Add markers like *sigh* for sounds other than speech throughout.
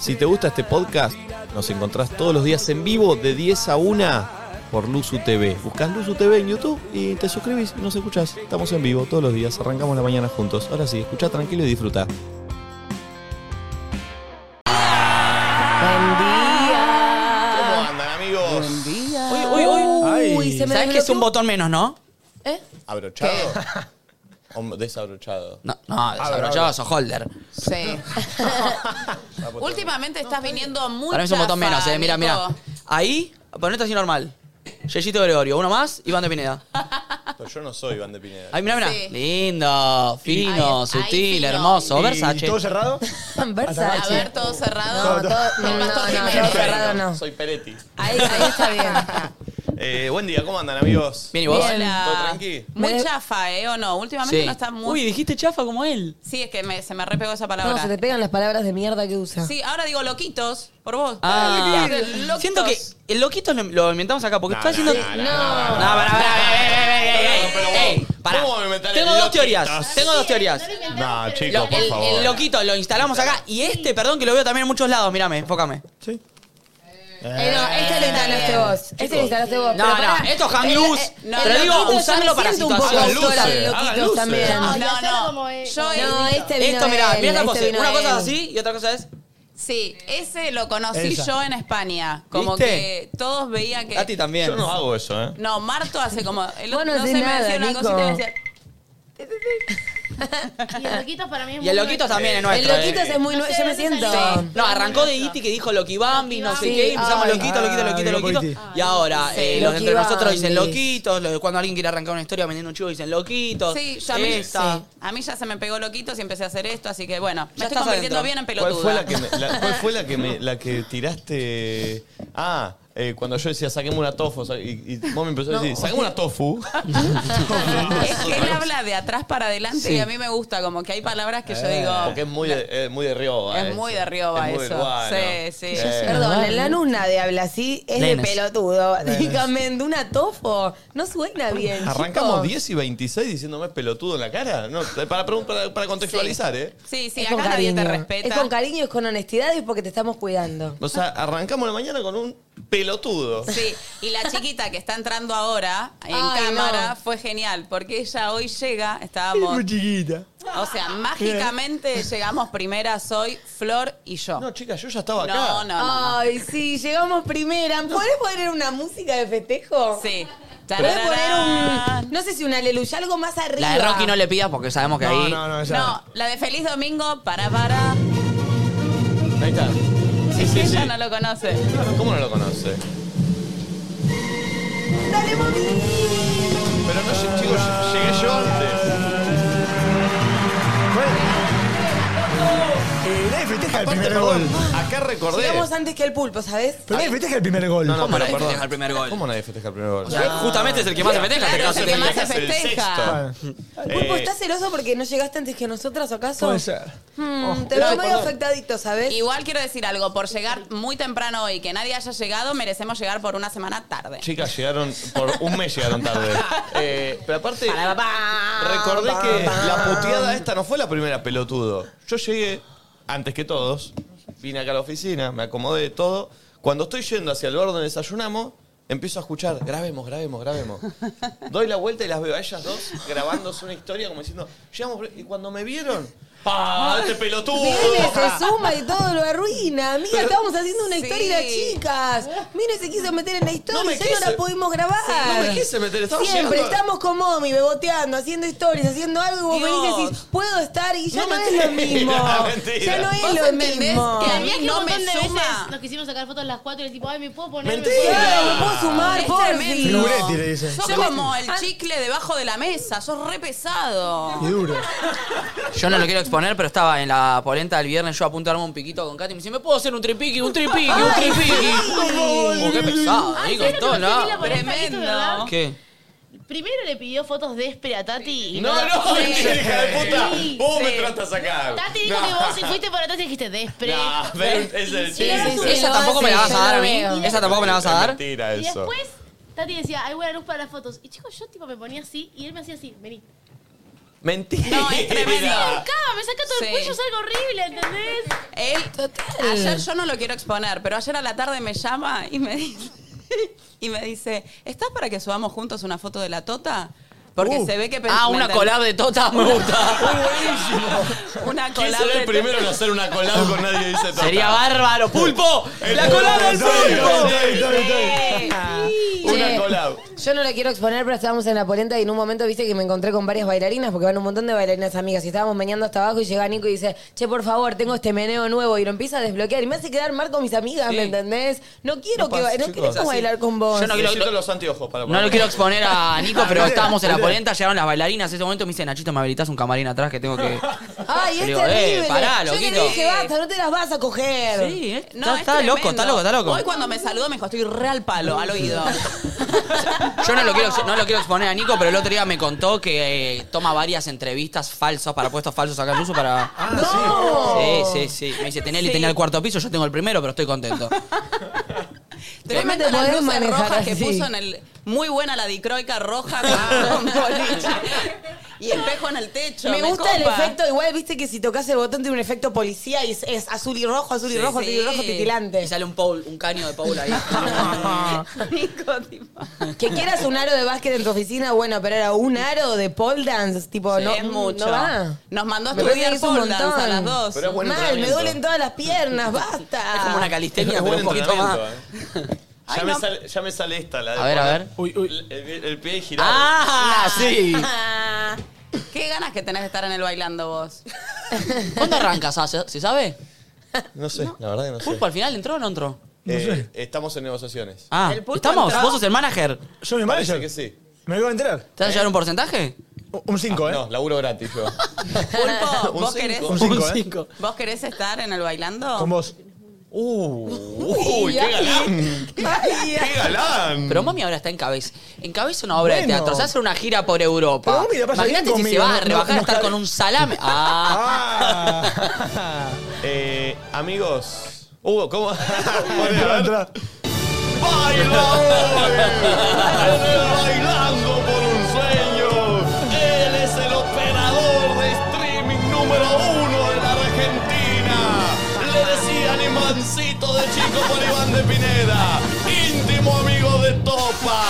Si te gusta este podcast, nos encontrás todos los días en vivo de 10 a 1 por Luzu TV. Buscás Luzu TV en YouTube y te suscribís y nos escuchás. Estamos en vivo todos los días, arrancamos la mañana juntos. Ahora sí, escucha tranquilo y disfruta. Buen día. ¿Cómo andan, amigos? Buen día. Uy, uy, uy. Ah. Uy, se me ¿Sabes que es un desbloqueó? botón menos, no? ¿Eh? ¿Abrochado? ¿O desabrochado? No, no, desabrochado, sos holder. Sí. Últimamente estás viniendo muy Para mí es un botón chafa, menos, eh. Mira, mira. Nico. Ahí, ponete así normal. Yeyito Gregorio, uno más, Iván de Pineda. Pero yo no soy Iván de Pineda. Ahí, mira, mira. Sí. Lindo, fino, Ahí, ahí sutil, fino. hermoso. ¿Y Versace. ¿Todo cerrado? A Versace. ver, todo cerrado. No, todo- El pastor no, no, no, Jiménez. no, cerrado no. Soy Peretti. Ahí, ahí está bien. Eh, buen día, ¿cómo andan, amigos? Bien, ¿y vos? Hola. ¿Todo tranqui? Muy Me- chafa, ¿eh? ¿O no? Últimamente Sí. no está Uy, muy... dijiste chafa como él. Sí, es que me- se me repegó esa No, se palabra. te pegan las palabras de mierda que usa. Sí, ahora digo loquitos, por vos. Ah, Loquitos. siento que el loquito lo, lo inventamos acá porque No, está no, haciendo. no, No, no, pará, pará, pará, ey, Pero ey, vos, ey, pará. ¿cómo me metés Tengo el dos loquito? teorías. Tengo dos teorías. No, Lo- chicos, por el, favor. el loquito lo instalamos acá y este, perdón, que lo veo también en muchos lados. Mírame, enfócame. Eh, no, este lo instalaste vos. Este lo instalaste vos. No, pero no, pará. esto es hang El- loose. eh, No, Te lo no, digo, loquito usármelo ya para siento un poco situaciones. Hagan sola, luces, loquitos hagan luces. también. No, Y hacerlo como no. él. Yo No, este vino Esto, mirá, él, mirá esta este cosa. vino Una cosa es él. así y otra cosa es. Sí, ese lo conocí Esa. yo en España. Como ¿Viste? que todos veían que. A ti también. Yo no hago eso, ¿eh? No, Marto hace como. El, Vos no no hacés sé, me nada, decía una Nico. cosita y decía. Y el loquito para mí es Y el muy nuestro. loquito también es El nuestro. loquito eh. es muy No nuevo. sé Yo me dónde siento. salió. No, arrancó de Iti que dijo Loquibambi, no sé Sí, qué, y empezamos ay. loquito, loquito, loquito, Ay, loquito. Loquiti. Y ahora, Sí. eh, los de entre Loquibambis. nosotros dicen loquitos, los de cuando alguien quiere arrancar una historia vendiendo un chivo dicen loquitos. Sí, yo a mí, esta. sí. a mí ya se me pegó loquitos y empecé a hacer esto, así que bueno, me Ya estoy estás convirtiendo adentro. bien en ¿Cuál pelotuda. fue la que, me- la, cuál fue la que, me- *laughs* la que tiraste? Ah, eh, cuando yo decía, saquemos una tofu. sa- Y, y vos me empezó a decir, saquemos una tofu. Es que él habla de atrás para adelante Sí. y a mí me gusta, como que hay palabras que *laughs* yo digo. *laughs* Porque es muy de, eh, muy de Rioba. Es eso. muy de Rioba Es muy eso. urbano. Sí, sí. Eh, Perdón, en la luna de habla así es de Nenes. pelotudo. Básicamente, una tofo. No suena bien. Arrancamos chicos. 10 y 26 diciéndome pelotudo en la cara. No, para, pregun- para, para contextualizar, ¿eh? Sí, sí, Es con acá nadie te cariño. respeta. Es con cariño, es con honestidad y es porque te estamos cuidando. O sea, arrancamos la mañana con un pelotudo. Sí, y la chiquita que está entrando ahora en Ay, cámara no. fue genial, porque ella hoy llega, estábamos, chiquita. o sea, mágicamente llegamos primeras hoy, Flor y yo. No, chicas, yo ya estaba acá. No, no, no. Ay, sí, llegamos primera. ¿Podés poner una música de festejo? Sí. ¿Podés poner Tarararán. un, no sé si un aleluya, algo más arriba? La de Rocky no le pidas porque sabemos que No, ahí. no, no, ya. No, la de Feliz Domingo, para, para. Ahí está. Sí, sí, sí. Ella no lo conoce. ¿Cómo no lo conoce? ¡Dale, mami! Pero no, lle- chicos, lle- llegué yo antes. Eh, nadie festeja el Aparte, primer perdón, gol. acá recordé. Llegamos antes que el pulpo, ¿sabes? Pero nadie festeja el primer gol. No, no, ¿Cómo pero nadie perdón. festeja el primer gol? ¿Cómo nadie festeja el primer gol? Justamente es el que más se mete, Claro, la es el que más se Es el festeja. sexto. Bueno, El pulpo, Eh, ¿estás celoso porque no llegaste antes que nosotras, acaso? puede ser. Oh. Mm, te veo medio afectadito, ¿sabes? Igual quiero decir algo, por llegar muy temprano hoy, que nadie haya llegado, merecemos llegar por una semana tarde. Eh, Chicas, llegaron, por un mes llegaron *laughs* tarde. Eh, pero aparte, Para, pa, recordé Ah, pa, que pa. la puteada esta no fue la primera pelotudo. Yo llegué antes que todos, vine acá a la oficina, me acomodé de todo. Cuando estoy yendo hacia el bar donde desayunamos, empiezo a escuchar, grabemos, grabemos, *laughs* grabemos. Doy la vuelta y las veo a ellas dos grabándose una historia como diciendo, llegamos, y cuando me vieron, ¡pa! ¡Este pelotudo! Viene, *laughs* se suma y todo lo arruina. Mira, estábamos haciendo una Sí. historia y las chicas. Mire, se quiso meter en la historia No me y ya quise. no la pudimos grabar. No me quise meter, estaba Siempre llegando a- estamos con mommy, beboteando, haciendo stories, haciendo algo. Y vos Dios. venís y decís, puedo estar y ya No, no, *laughs* es lo mentira, mismo. mentira. Ya no es ¿Vos lo entendés mismo. que a Y mí es que no un montón me de veces suma. Nos quisimos sacar fotos las cuatro y el tipo, ay, me puedo poner. Mentira. ¿Me puedo poner? Este, Claro, me puedo sumar, Es porfi. tremendo. Figuretti le dicen. Sos como el chicle debajo de la mesa, sos re pesado. Y duro. Yo no lo quiero exponer, pero estaba en la polenta del viernes yo a punto de armar un piquito con Katy y me dice, ¿me puedo hacer un tripiqui, un tripiqui, un tripiqui? Oh, qué pesado, Ay, digo, Ah, ¿sabes lo que en todos me sentí lados. la polenta que hizo, Tremendo. verdad? ¿Qué? Primero le pidió fotos de Esper a Tati. y No, no, Sí. *laughs* hija de puta. Sí. Vos me Sí. trataste a sacar. Tati *laughs* dijo No. que vos si *laughs* fuiste para Tati y dijiste Despre. No, pero es el Y era chiste. su- Sí, ¿Esa lo tampoco me hace, la vas a yo dar a lo mí? veo. ¿Esa tampoco me la vas a Es dar? Mentira Y eso. después Tati decía, hay buena luz para las fotos. Y chicos, yo tipo me ponía así y él me hacía así, vení. Mentira. *laughs* No, *laughs* es tremendo. Acá, me saca todo el Sí. cuello, es algo horrible, ¿entendés? Él, ayer yo no lo quiero exponer, pero ayer a la tarde me llama y me *laughs* dice, y me dice ¿estás para que subamos juntos una foto de la tota? Porque se ve que... Ah, una collab de Tota me gusta. *laughs* Una ¿Quién collab será de el primero en hacer una collab con nadie dice todo? Sería bárbaro. ¡Pulpo! ¡La collab del pulpo! Una Che, collab. Yo no lo quiero exponer, pero estábamos en la polenta y en un momento viste que me encontré con varias bailarinas, porque van un montón de bailarinas amigas, y estábamos meneando hasta abajo y llega Nico y dice, che, por favor, tengo este meneo nuevo, y lo empieza a desbloquear, y me hace quedar mal con mis amigas, Sí. ¿me entendés? No quiero No que pasa, ba- no chicos. queremos Así. bailar con vos. Yo no- Necesito los anteojos para No poner. lo quiero exponer a Nico, pero estábamos *laughs* en la polenta, llegaron las bailarinas. En ese momento me dice, Nachito, me habilitas un camarín atrás que tengo que. Ay, Le es digo, terrible. eh, pará, Yo que loquito. le dije, basta, no te las vas a coger. Sí, eh, No, está, es está loco, tremendo. está loco, está loco. Hoy cuando me saludó me dijo, estoy re al palo, al *laughs* oído. Yo no lo, quiero, no lo quiero exponer a Nico, pero el otro día me contó que eh, toma varias entrevistas falsas para puestos falsos acá en uso para. sí. Sí, sí, Me dice, Tenelli Sí. tenía el cuarto piso, yo tengo el primero, pero estoy contento. Tremendo te las podés luces manejar rojas que así. puso en el... Muy buena la dicroica roja *laughs* con, con boliche. Y espejo en el techo. Me gusta el copa. efecto, igual viste que si tocas el botón tiene un efecto policía y es, es azul y rojo, azul y rojo, azul y sí. rojo titilante. Y sale un Paul, un caño de *laughs* Paul ahí. Nico, tipo... Que quieras un aro de básquet en tu oficina, bueno, pero era un aro de pole dance, tipo, Sí, no, es mucho. no va. Nos mandó a Me parece estudiar que es un pole dance montón. a las dos. Pero es buen Mal, me entrenamiento. duelen todas las piernas, basta. Es como una calistenia, pero Buen un poquito más. entrenamiento, eh. *laughs* Ya, Ay, me no. sale, ya me sale esta, la de A ver, a poner ver. Uy, uy. El, el- el pie girado. ¡Ah! Sí. *laughs* Ah, *laughs* Qué ganas que tenés de estar en el bailando *laughs* vos. ¿Cuándo arrancas? Ah, ¿Se se sabe? No sé, la verdad que no sé. ¿Pulpo al final entró o no entró? Eh, Estamos en negociaciones. Ah, El pulpo ¿estamos? entró. ¿Vos sos el manager? Yo mi Parece manager. que sí. Me voy a enterar. ¿Te vas a llevar un porcentaje? Un 5, ¿eh? No, laburo gratis yo. Pulpo, Un cinco. ¿vos querés, Un 5, Un ¿eh? cinco. ¿vos querés estar en el bailando? Con vos. Uy, qué galán. Qué galán. Pero mami ahora está en cabeza. En cabeza una obra de Bueno. teatro. Se hace una gira por Europa. Pero Mami la pasa bien Imagínate si se conmigo, va a no- rebajar a no- estar no- con un salame. Ah, Ah. Eh, amigos. Hugo, ¿cómo? *laughs* Bueno, Entra, a ver. entra. Baila hoy, en el Bailando por un sueño. Él es el operador de streaming número uno de la Argentina. Le decían Ivancito de chico por Iván de Pineda. Íntimo amigo de *laughs* Topa.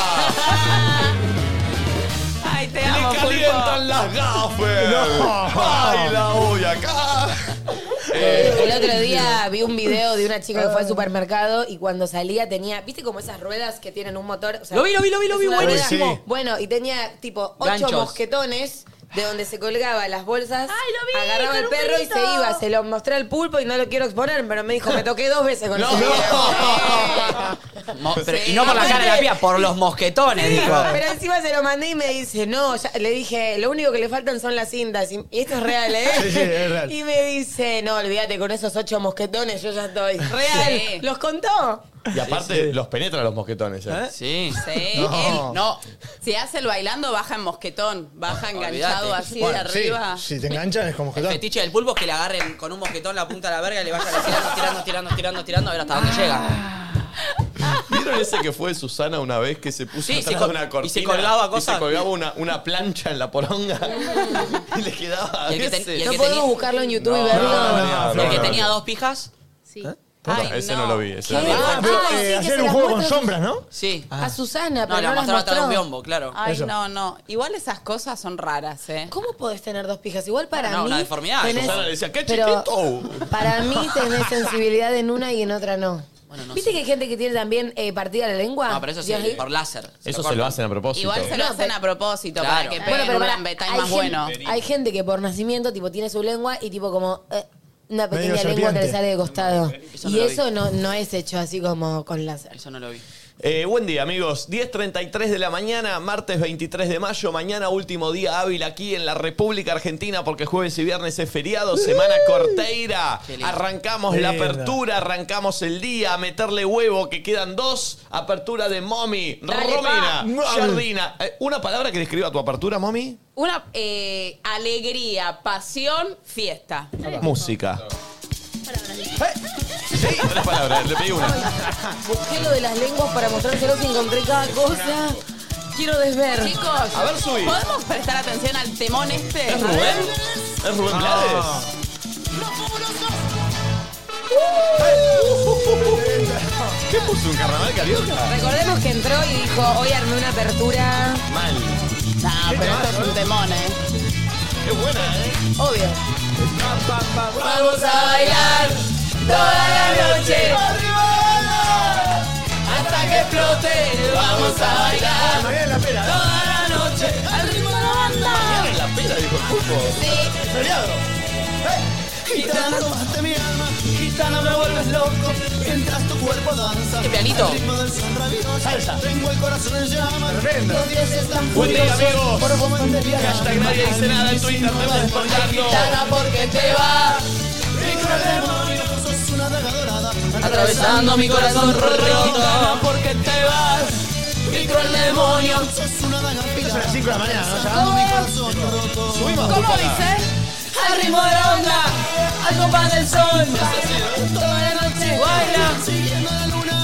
Ay, te amo, Le calientan Pulpo. las gafas. No. Baila hoy acá. Eh, El otro día vi un video de una chica que fue al supermercado y cuando salía tenía, ¿viste como esas ruedas que tienen un motor? O sea, Lo vi, lo vi, lo vi, lo es vi, una buenísimo. rueda. Bueno, y tenía tipo ocho Ganchos. mosquetones de donde se colgaba las bolsas, Ay, lo vi, agarraba con el un perro y pelito. se iba. Se lo mostré al pulpo y no lo quiero exponer, pero me dijo, me toqué dos veces con No, ese video. Mo- pero- y no por la cara de la pía, por los mosquetones, dijo. Pero encima se lo mandé y me dice, no, ya- le dije, lo único que le faltan son las cintas. Y, y esto es real, ¿eh? Sí, sí, es real. Y me dice, no, olvídate, con esos ocho mosquetones yo ya estoy. Real. Sí. ¿Los contó? Y aparte los penetra los mosquetones. eh. Sí. Sí, No. Ah, él No, se hace el bailando, baja en mosquetón, baja enganchado Olvídate. así Bueno, de arriba. Sí, si te enganchan es como que el fetiche del pulpo es que le agarren con un mosquetón la punta de la verga y le vayan tirando, tirando, tirando, tirando, tirando, a ver hasta Ah. dónde llega. ¿Vieron ese que fue de Susana una vez que se puso Sí, atrás se col- de una y cortina? se colgaba Y cosas? se colgaba una, una plancha en la poronga. y le quedaba. Y el que ten- ese. y el No que podemos tenía- buscarlo en YouTube No, y verlo. no, no, no, el que no, tenía no. dos pijas. Sí. Ay, ese no lo vi, ese no ¿Qué? lo vi. Ah, Ah, pero sí, eh, que se hacer un las juego con muestras- sombras, ¿no? Sí. Ah. A Ah. Susana, No, pero la no, las mostraron atrás de mostró. un biombo, claro. Ay, Eso. no, no. Igual esas cosas son raras, ¿eh? ¿Cómo podés tener dos pijas? Igual para No, mí. una deformidad. Susana le decía, "Qué pero Oh, chiquito". Para mí tenés sensibilidad en una y en otra no. Bueno, no ¿Viste que hay gente que tiene también eh, partida la lengua? No, pero eso sí, Y ahí- por láser. Eso se lo hacen a propósito. Igual se lo No, hacen pero- a propósito Claro. para que Bueno, peguen un pará, lambetán más gente- bueno. Hay gente que por nacimiento tipo tiene su lengua y tipo como eh, una Medio pequeña lengua que le serpiente. sale de costado. Eso no y lo eso no, no es hecho así como con láser. Eso no lo vi. Eh, buen día, amigos. 10.33 de la mañana, martes 23 de mayo. Mañana, último día hábil aquí en la República Argentina, porque jueves y viernes es feriado, semana corteira. Qué lindo. Arrancamos la Lindo. apertura, arrancamos el día, a meterle huevo, que quedan dos. Apertura de Mommy, Dale, Romina, pa. Jardina. Eh, ¿Una palabra que describa tu apertura, Mommy? Una eh, alegría, pasión, fiesta. Música. Eh, Sí, tres *laughs* palabras, le pedí una. Busqué lo de las lenguas para mostrárselo y encontré cada cosa. Quiero desver. Chicos, A ver, subí. ¿podemos prestar atención al temón este? ¿Es Rubén? ¿Es Rubén Blades? ¿Qué puso un carnaval carioca? Recordemos que entró y dijo, hoy armé una apertura. Mal. No, pero esto es un temón, ¿eh? Qué buena, ¿eh? Obvio. Vamos a bailar toda la noche. Hasta que explote, vamos Ah, a bailar Mañana en la pera. toda la noche. Al ritmo de la banda. Mañana en la pera, dijo el pulpo. Feriado. Gitana, tomaste mi alma. Gitana, me vuelves loco. Mientras tu cuerpo danza. Este pianito. al Salsa. Tengo el corazón en llamas. Tremendo. Buen día, amigos. Hashtag nadie dice nada en Twitter, te vas despertando. porque te va Atravesando mi corazón roto. porque te vas. Micro el demonio. Esto es a las 5 de la mañana, ¿no? Ya. Subimos, ¿Cómo Pulpa. dice? Al ritmo de la onda, al compás del sol. Toda la noche baila.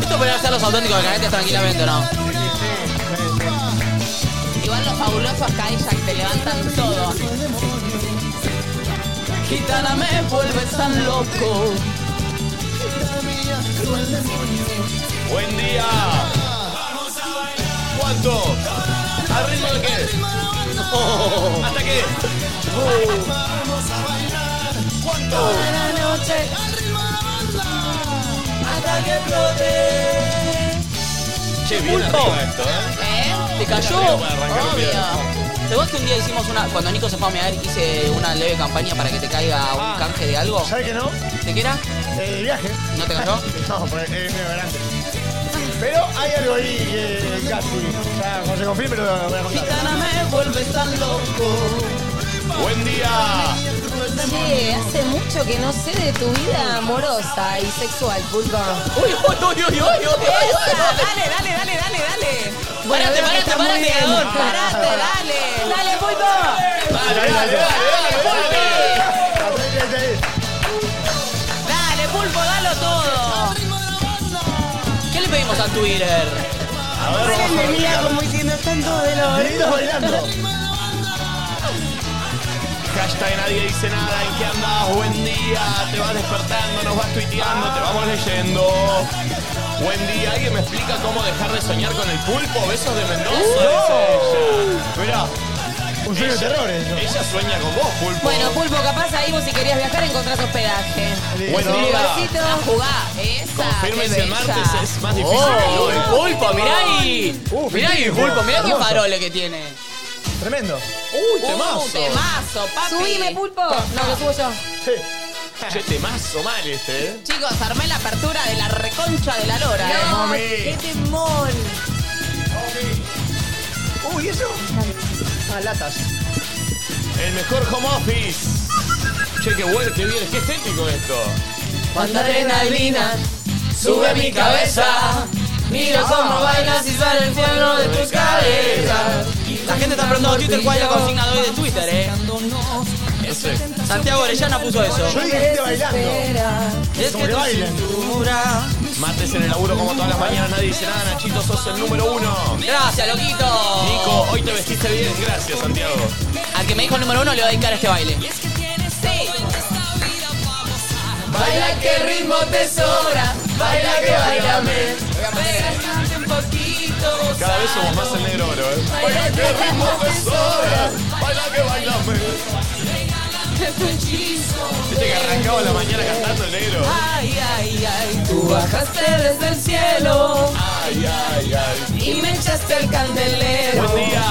Esto podría ser los auténticos de cadetes tranquilamente, ¿o ¿no? Igual los fabulosos Kayak te levantan todo. Gitana me vuelves tan loco. Buen día. ¿Cuánto? ¿Al ritmo de qué? Oh, ¿Hasta qué? ¿Cuánto? Hasta que explote. Che, bien Pulpo. arriba esto, ¿eh? ¿Eh? ¿Te cayó? Arriba para arrancar un video. Obvio. ¿Te acuerdas que un día hicimos una. Cuando Nico se fue a mear, hice una leve campaña para que te caiga un canje de algo? ¿Sabes qué no? ¿Te quiera? El viaje. ¿No te cayó? No, pues es medio grande. Pero hay algo ahí eh, casi. Ya, no se confíe, pero lo voy a contar. Gitana me vuelves tan loco. Buen día. Che, hace mucho que no sé de tu vida amorosa y sexual, pulpa. ¡Uy, uy, uy, uy, uy! Dale, dale, dale, dale, dale. ¡Párate, veo que párate, está muy párate, bien. Adón! Parate, dale. Dale, pulpo. Dale, dale, dale, dale, dale. Dale, pulpo, dalo todo. ¿Qué le pedimos a Twitter? A ver, vamos a respirar. como diciendo tanto de lo... Lindo bailando. Hashtag nadie dice nada, ¿en qué andás? Buen día, te vas despertando, nos vas tuiteando, te vamos leyendo. Buen día, ¿alguien me explica cómo dejar de soñar con el pulpo? Besos de Mendoza, dice ella. Un sueño de terror Mirá, eso. ella sueña con vos, pulpo. Bueno, pulpo, capaz ahí vos si querías viajar encontrás hospedaje. Buen día. Lugarcito. A jugar. Ah, Esa. Confirmen qué si el bella. martes eh. es más difícil que ¡Oh! hoy. ¡El pulpo! ¡Mirá ahí! Uh, ¡Mirá ahí el pulpo! ¡Mirá qué hermoso. farole que tiene! Tremendo. ¡Uy, Un temazo! temazo, papi. Subime, pulpo. No, lo subo yo. Sí. Che, temazo mal este, ¿eh? Chicos, armé la apertura de la reconcha de la lora. ¿eh? No, mami. qué temón. Uy, ¿y eso? Ah, latas. El mejor home office. Che, qué bueno, qué bien, qué estético esto. ¡Cuánta adrenalina! sube mi cabeza. Mira cómo bailas y sale el cielo de tus cabezas. La gente está preguntando Twitter cuál es la consigna de hoy de Twitter, eh. Eso es. Santiago Orellana puso eso. Yo dije gente bailando. Es Como que que tu bailen. cintura- Mates en el laburo como todas las mañanas, nadie dice nada, Nachito, sos el número uno. Gracias, loquito. Nico, hoy te vestiste bien, gracias Santiago. Al que me dijo el número uno le voy a dedicar este baile. Sí. Baila que ritmo te sobra. Baila que bailame. Pégate un poquito. Cada vez somos más el negro oro, ¿eh? Baila que ritmo te sobra, baila que bailame. Viste que arrancaba la mañana cantando el negro. Ay, ay, ay, tú bajaste desde el cielo Ay, ay, ay. y me echaste el candelero. Buen día.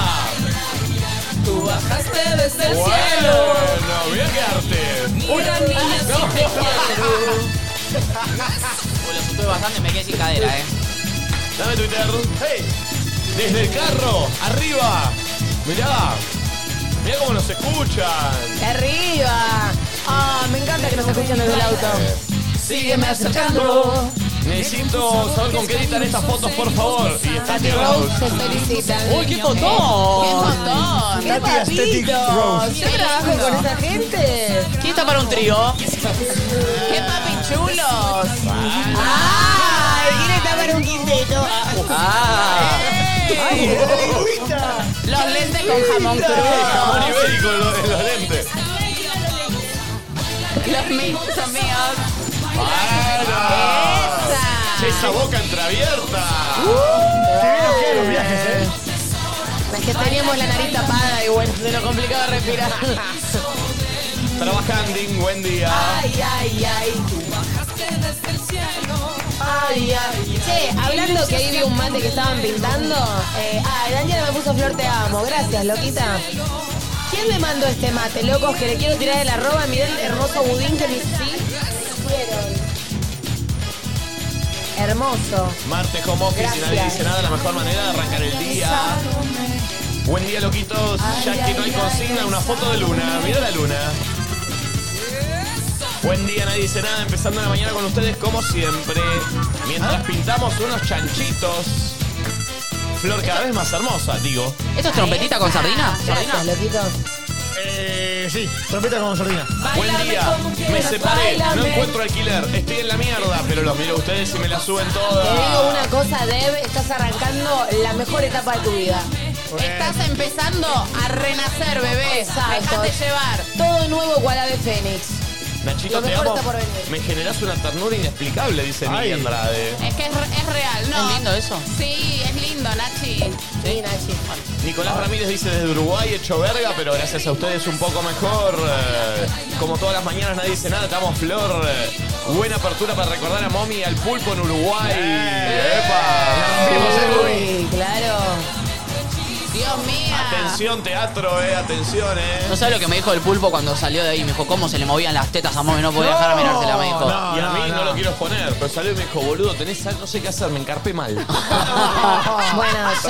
Tú bajaste desde el cielo. Bueno, mira qué arte. Uy, Mira, niña, si te quiero. Uy, lo supe bastante, me quedé sin cadera, eh. Dame Twitter. Hey. Desde el carro, arriba. Mirá. Mirá cómo nos escuchan. Arriba. Ah, me encanta que nos escuchan desde el auto. Sígueme acercando. Eh, Necesito saber con qué editan estas fotos, por favor. Y está Tati tirado. Rose se felicita. Uy, qué fotón. Montón. Tati Aesthetic Rose. Yo trabajo con esa gente. ¿Quién está para un trío? ¡Qué papi chulos! ¡Ay, quedó. Ah. ¡Lingüita! Los lentes con jamón Ah, crudo. jamón ibérico en los, en los lentes. Los mismos amigos. Esa. Che, esa boca entreabierta. Te vi los que los viajes, ¿eh? Es que teníamos la nariz tapada y bueno, se nos complicaba respirar. Trabajando, buen día. Ay, ay, ay. Ay, ay, Che, hablando que ahí vi un mate que estaban pintando. Eh, ah, Daniela me puso flor te amo. Gracias, loquita. ¿Quién me mandó este mate, locos? Que le quiero tirar el arroba. Mirá el hermoso budín que me hicieron. Hermoso. Martes home office y nadie Gracias. dice nada, la mejor manera de arrancar el día. Buen día, loquitos. Ya que no hay consigna, una foto de luna. Mira la luna. Buen día, nadie dice nada. Empezando la mañana con ustedes como siempre. ¿Ah? Mientras pintamos unos chanchitos. Flor cada vez más hermosa, digo. ¿Esto es trompetita con sardina? ¿Sardina? Gracias, loquito. Eh, sí, trompeta con sordina. Buen día, me separé, no encuentro alquiler, estoy en la mierda, pero los miro a ustedes y me la suben Te digo una todas. cosa, Deb. Estás arrancando la mejor etapa de tu vida. Estás empezando a renacer, bebé. Exacto. Dejate llevar. Todo nuevo Guadalupe Fénix. Nachito, Lo te mejor amo. está por venir. Me generás una ternura inexplicable, dice Miguel Ay. Andrade. Es que es, re- es real, ¿no? ¿Es lindo eso? Sí, es lindo, Nachi. Sí, Nachi. Nicolás Ramírez dice desde Uruguay, hecho verga, pero gracias a ustedes un poco mejor. Eh, Como todas las mañanas nadie dice nada, estamos flor. Eh, Buena apertura para recordar a Momi y al pulpo en Uruguay. Eh. ¡Epa! Uy, claro. Dios mío. Atención teatro, eh, atención, eh. ¿No sabes lo que me dijo el pulpo cuando salió de ahí? Me dijo, ¿cómo se le movían las tetas a Moby? No podía dejar de mirársela, me dijo. Y a mí no, lo quiero exponer, pero salió y me dijo, boludo, tenés algo, no sé qué hacer, me encarpé *laughs* mal. Bueno, yo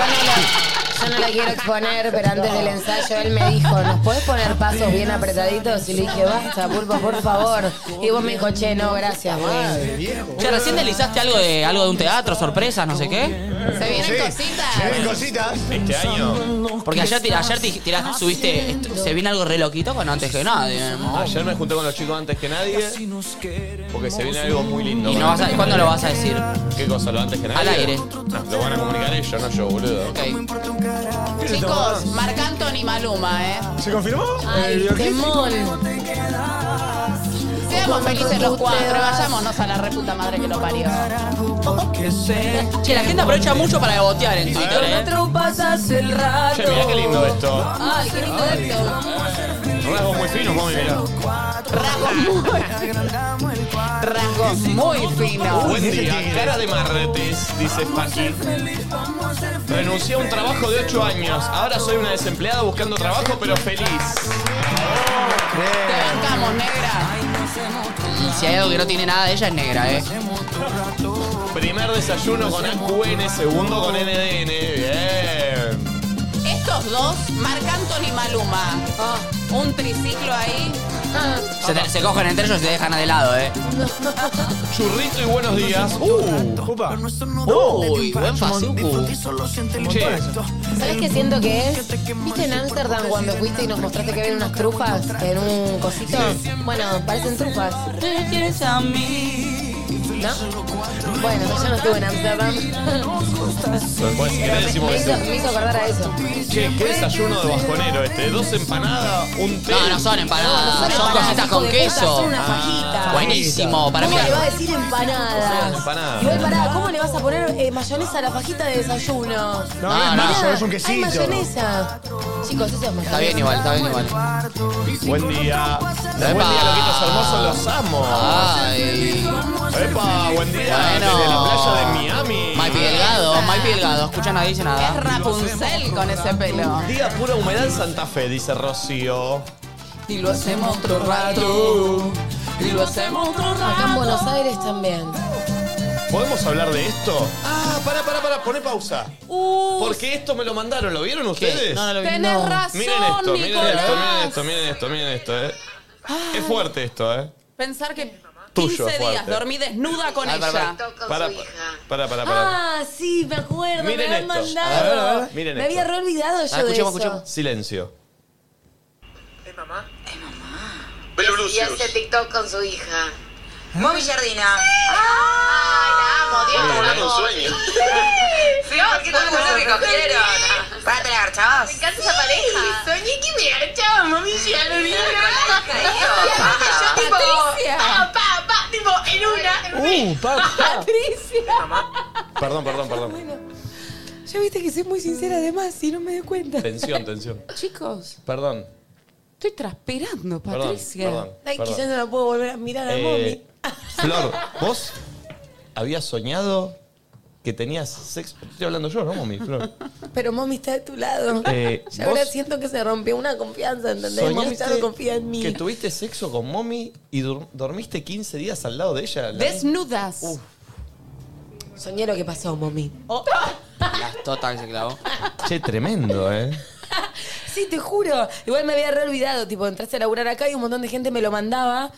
no, lo, yo no la quiero exponer, pero antes del ensayo él me dijo, ¿nos podés poner pasos bien apretaditos? Y le dije, basta, pulpo, por favor. Y vos me dijo, che, no, gracias, güey. Che, recién deslizaste algo de, algo de un teatro, sorpresa, no sé qué. Se vienen cositas. Se vienen cositas. Este año, Porque ayer, ti- ayer ti- tiraste, subiste, est- se viene algo re loquito, bueno, antes que nada. digamos. ayer me junté con los chicos antes que nadie, porque se viene algo muy lindo. Y no vas a- ¿cuándo lo vas a decir? ¿Qué cosa? ¿Lo antes que nadie? Al aire. No, lo van a comunicar ellos, no yo, boludo. Ok. Chicos, Marc Anthony Maluma, ¿eh? ¿Se confirmó? el Ay, videoclip? temón. Seamos felices los cuatro. Vayámonos a la reputa madre que lo parió. Che, la gente aprovecha mucho para botear en Twitter, ¿eh? pasas el rato. Ah, Che, mirá qué lindo esto. Ay, qué lindo esto. Rasgos muy finos, mami, mirá. Rasgos muy finos. Buen día, cara de martes, dice Faki. Renuncié a un trabajo de 8 años. Ahora soy una desempleada buscando trabajo, pero feliz. Te bancamos, negra. Y si hay algo que no tiene nada de ella, es negra, ¿eh? Primer desayuno con AQN, segundo con NDN. Bien. Estos dos, Marc Anthony Maluma. Ah. Un triciclo ahí. Se, te- se cogen entre ellos y se dejan de lado, ¿eh? *laughs* Churrito y buenos días. Uh, Jupa. Uy, buen fazuku. che. ¿Sabes qué siento que es? ¿Viste en Ámsterdam cuando fuiste y nos mostraste que había unas trufas en un cosito? Bueno, parecen trufas. ¿No? Bueno, yo no estuve en Ámsterdam. Después, si querés, decimos Me que sí. hizo, me hizo acordar a eso. Che, qué desayuno de bajonero este. Dos empanadas, un té. No, no son empanadas, No, no son empanadas, cositas hijo con de puta, queso. Ah, son unas fajitas. Buenísimo, para mí. ¿Cómo le va a decir empanada? Sí, empanada. Igual, pará, ¿cómo le vas a poner eh, mayonesa a la fajita de desayuno? No, No, no, es no. mayo, es un Hay quesito. mayonesa. Chicos, eso es mayonesa. Está bien igual, está bien igual. Buen día. Buen Epa. día, loquitos hermosos, los amo. Ay. Epa, buen día. Bueno. Desde la playa de Miami. Maipi Delgado, Maipi Delgado, escucha nadie dice Es nada. Rapunzel con ese pelo. Día pura humedad en Santa Fe, dice Rocío. Y lo hacemos otro rato. Y lo hacemos otro Acá en rato. Buenos Aires también. ¿Podemos hablar de esto? Ah, pará, pará, pará, poné pausa. Porque esto me lo mandaron, ¿lo vieron ustedes? No, no lo vi. Tenés No. razón, Miren esto, miren Nicolás. esto, miren esto, miren esto, miren esto, eh. Es fuerte esto, eh. Pensar que Tuyo, 15 días fuerte. dormí desnuda con Ah, ella. para, Pará, pará, pará, pará. Ah, sí, me acuerdo, Miren me lo han esto. mandado. A ver, a ver, a ver. Miren me esto. había re olvidado yo Ah, de eso. escuchemos, escuchemos. Silencio. Ah. Ah. Y hace TikTok con su hija. Bobby Jardina. ¡Ay, la amo, Diego. Era un sueño. Sí, qué tan bueno que cogieron. Para te la garchabas. Me encanta esa pareja. Soñé que me garchaban, mami, y ya lo vi. Yo, tipo, Patricia. pa, pa, pa, tipo, en una, en una. Uh, pa, pa. Perdón, perdón, perdón. Yo viste que soy muy sincera además y no me doy cuenta. Tensión, tensión. Chicos, Perdón, estoy transpirando, perdón, Patricia. perdón. Ay, perdón. quizás no la puedo volver a mirar a la Eh, mommy. Flor, vos habías soñado que tenías sexo. Estoy hablando yo, ¿no, mami? Flor. Pero mommy está de tu lado. Eh, Yo ahora vos siento que se rompió una confianza, ¿entendés? Mami ya no soñaste confía en mí. Que tuviste sexo con mommy y dur- dormiste 15 días al lado de ella. La- Desnudas. Uf. Soñé lo que pasó, mommy. Las totas que se clavó. Che, tremendo, ¿eh? Sí, te juro. Igual me había re olvidado. Tipo, entraste a laburar acá y un montón de gente me lo mandaba.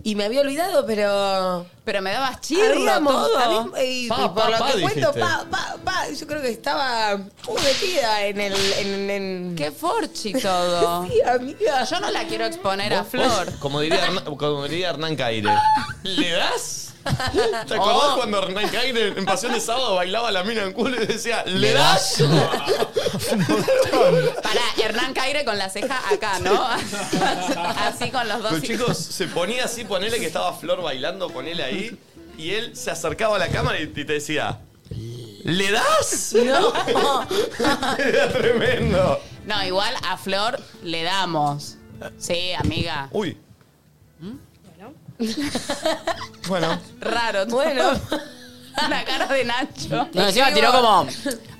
Y me había olvidado, pero... Pero me dabas chirro Habíamos- todo. habíamos- y- y Pa, por pa, lo pa, que dijiste. cuento, pa, pa, pa, yo creo que estaba muy metida en el... En, en- Qué forchi todo. *laughs* Sí, amiga. Yo no la quiero exponer a Vos- vos, Flor. como, diría Hernán, como diría Hernán Caire. ¿Le das? ¿Te Oh. acordás cuando Hernán Caire en Pasión de Sábado bailaba la mina en culo y decía, ¿le das? Pará, Hernán Caire con la ceja acá, ¿no? *laughs* Así con los dos. Los chicos se ponía así, ponele que estaba Flor bailando, ponele ahí. Y él se acercaba a la cámara y y te decía, ¿le das? *laughs* Era tremendo. No, igual a Flor le damos. Sí, amiga. Uy. Bueno. Raro. Bueno. La cara de Nacho. No, encima tiró como.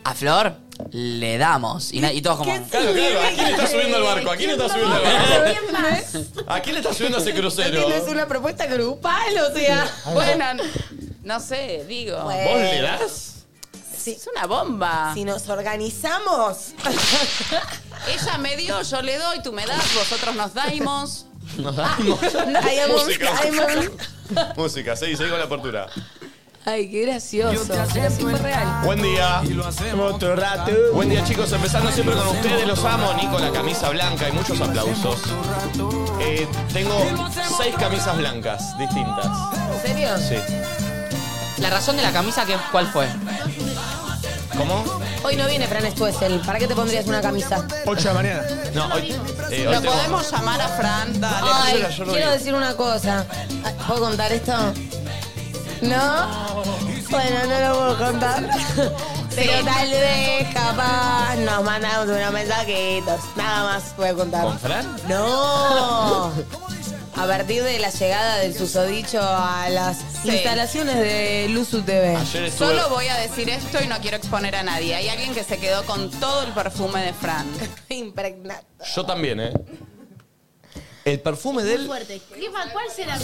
A Flor le damos. Y, na- y todos como. Claro, claro. ¿A quién le está subiendo el barco? ¿A quién le está subiendo el barco? ¿Quién más? ¿A quién le está subiendo ese No crucero? tienes una propuesta grupal, o sea... Bueno, no sé, digo. ¿Vos le das? Es una bomba. Si nos organizamos... *laughs* Ella me dio, yo le doy, tú me das, vosotros nos daimos. *laughs* Nos damos. Ay, amor, Música. ay, amor. Música, seguí, seguí con la apertura. Ay, qué gracioso. Era tipo real. Buen día. Otro rato. Buen día chicos, empezando siempre con ustedes, los amo, Nico, la camisa blanca y muchos aplausos. Eh, tengo seis camisas blancas distintas. ¿En serio? Sí. La razón de la camisa, ¿qué- ¿cuál fue? ¿Cómo? Hoy no viene Fran Stuessel. ¿Para qué te pondrías una camisa? 8 de la mañana. No, hoy, eh, hoy Lo tengo- podemos llamar a Fran, dale. Ay, Yo lo quiero vi. decir una cosa. Ay, ¿Puedo contar esto? ¿No? Bueno, no lo *laughs* puedo contar. Pero tal vez, capaz, nos mandamos unos mensajitos. Nada más puedo contar. ¿Con Fran? ¡No! A partir de la llegada del susodicho a las instalaciones de Luzu TV. Ayer estuve... Solo voy a decir esto y no quiero exponer a nadie. Hay alguien que se quedó con todo el perfume de Fran. Impregnado. Yo también, ¿eh? El perfume de él Fuerte. ¿Qué más? ¿Cuál será?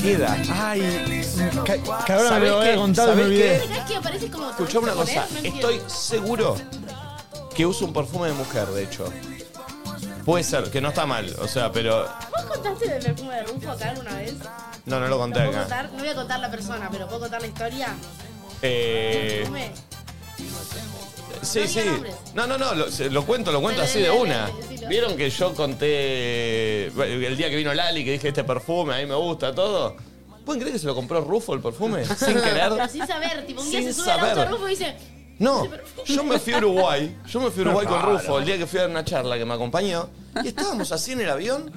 Queda. Ah, Ay. ca- eh, Que ahora me ¿Sabés lo voy qué? a contar y ¿Sabés me qué? olvidé. ¿Sabes que aparece como... ¿eh? Escuchame una cosa, No entiendo. estoy seguro que usa un perfume de mujer, de hecho. Puede ser, que no está mal, o sea, pero... ¿Vos contaste del perfume de Rufo acá alguna vez? ¿Lo No, no lo conté puedo acá. contar? No voy a contar la persona, pero ¿puedo contar la historia? Eh... Perfume. Sí, No sí. diga nombres. No, no, no, lo, se- lo cuento, lo cuento Dale, así de dale, dale, una. decilo. ¿Vieron que yo conté bueno, el día que vino Lali que dije este perfume, a mí me gusta todo? ¿Pueden creer que se lo compró Rufo el *laughs* perfume? Sin Pero querer. sin saber, tipo, un día Sin se sube al auto saber. Rufo y dice... No, yo me fui a Uruguay. Yo me fui a Uruguay con Rufo el día que fui a dar una charla que me acompañó. Y estábamos así en el avión.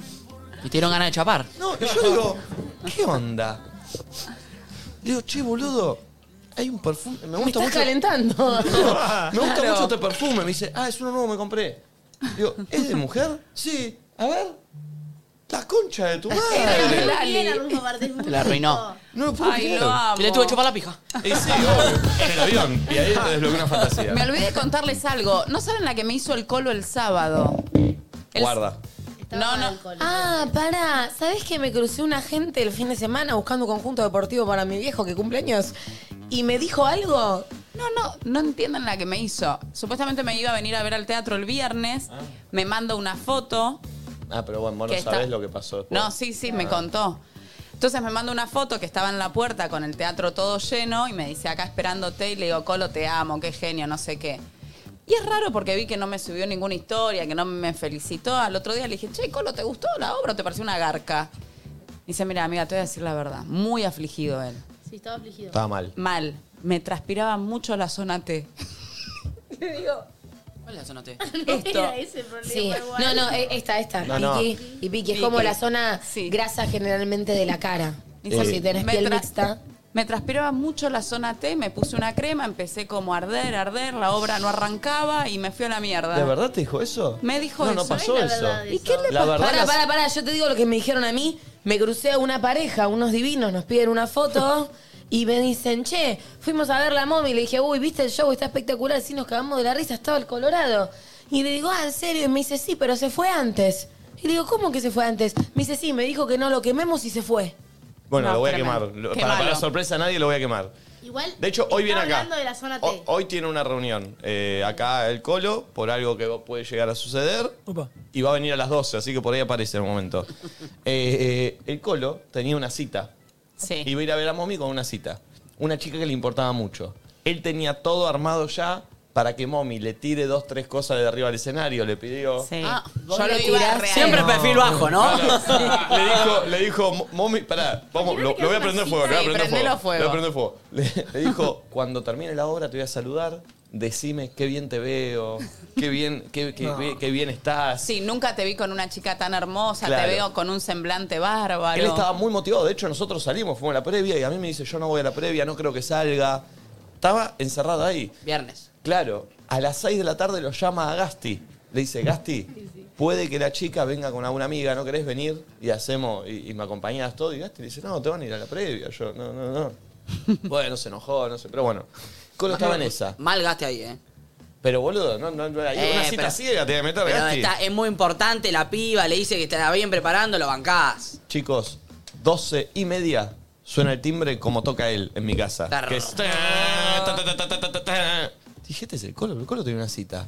Y te dieron ganas de chapar. No, y yo digo, ¿qué onda? Digo, che, boludo, hay un perfume. Me gusta Estás mucho. calentando. *laughs* Me gusta mucho este perfume. Me dice, ah, es uno nuevo, me compré. Digo, ¿es de mujer? Sí. A ver. La concha *laughs* de tu Muy madre. bien, a Rufo, aparte, es muy Te la arruinó. lindo. No me puedo Ay, creer. lo amo. Y le tuve que chupar la pija. Y sí, obvio, en el avión. Y ahí te desbloqueé una Me fantasía. olvidé de contarles algo. ¿No saben la que me hizo el colo el sábado? El- Guarda. Estaba No, no. alcohol. Ah, pará, ¿sabés que me crucé un agente el fin de semana buscando conjunto deportivo para mi viejo que cumple años? Y me dijo algo. No, no, no entienden la que me hizo. Supuestamente me iba a venir a ver al teatro el viernes. Me manda una foto. Ah, pero bueno, vos que no está- sabés lo que pasó después. No, sí, sí, Ah. me contó. Entonces me manda una foto que estaba en la puerta con el teatro todo lleno y me dice acá esperándote y le digo, Colo, te amo, qué genio, no sé qué. Y es raro porque vi que no me subió ninguna historia, que no me felicitó. Al otro día le dije, che, Colo, ¿te gustó la obra o te pareció una garca? Y dice, mira, amiga, te voy a decir la verdad. Muy afligido él. Sí, estaba afligido. Estaba mal. Mal. Me transpiraba mucho la zona T. Te digo, ¿Cuál es la zona T? *laughs* no era ese el problema. Sí. igual. No, no, e- esta, esta. No, no. Piqui y piqui. Es como Piqui. la zona Sí. grasa generalmente de la cara. Y Por sí. si tenés Me piel tra- mixta. Me transpiraba mucho la zona T, me puse una crema, empecé como a arder, a arder, la obra no arrancaba y me fui a la mierda. ¿De verdad te dijo eso? Me dijo no, No, eso. pasó No es la eso. verdad de ¿Y eso. ¿Qué le La pasa? verdad, Pará, las- pará, pará, yo te digo lo que me dijeron a mí. Me crucé a una pareja, unos divinos, nos piden una foto y me dicen, che, fuimos a ver la momia y le dije, uy, viste el show, está espectacular, sí nos cagamos de la risa, estaba el Colorado. Y le digo, ah, en serio, y me dice, sí, pero se fue antes. Y le digo, ¿cómo que se fue antes? Me dice, sí, me dijo que no lo quememos y se fue. Bueno, No, lo voy a tremendo. quemar. Lo- Qué Para, para malo. sorpresa a nadie lo voy a quemar. Igual. De hecho, hoy viene estaba acá. Oh, hablando de la zona T. Ho- Hoy tiene una reunión eh, acá el Colo por algo que puede llegar a suceder. Y va a venir a las 12, así que por ahí aparece en el momento. Eh, eh, el Colo tenía una cita. Sí. Iba a ir a ver a Momi con una cita. Una chica que le importaba mucho. Él tenía todo armado ya para que Momi le tire dos, tres cosas de arriba al escenario. Le pidió. Sí. Ah, vos Yo le lo iba a tirás real. Siempre perfil bajo, ¿no? *laughs* le dijo, le dijo, "Mo- Momi, pará, vamos, lo, lo voy a prender fuego, lo voy a Sí, prender fuego. Lo prendelo voy a fuego. prender fuego. Le, le dijo, cuando termine la obra te voy a saludar, decime qué bien te veo, qué bien, qué, qué- qué- qué bien estás. Sí, nunca te vi con una chica tan hermosa, Claro. te veo con un semblante bárbaro. Él estaba muy motivado, de hecho nosotros salimos, fuimos a la previa y a mí me dice, yo no voy a la previa, no creo que salga. Estaba encerrado ahí. Viernes. Claro, a las 6 de la tarde lo llama a Gasti. Le dice, Gasti, puede que la chica venga con alguna amiga, ¿no querés venir? Y hacemos, y, y me acompañás todo. Y Gasti le dice, no, te van a ir a la previa. Yo, no, no, no. *laughs* bueno, se enojó, no sé, pero bueno. Colo estaba en esa. Mal gaste ahí, ¿eh? Pero boludo, no, no, no era- Eh, una cita pero- ciega te voy a meter, Pero Gasti. está- eh. es muy importante la piba, le dice que te la bien preparando, lo bancás. Chicos, 12 y media suena el timbre como toca él en mi casa. Tarr. Que es- ta, ta, ta, ta, ta, ta, ta, ta. Dije, este es el Colo, el Colo tiene una cita.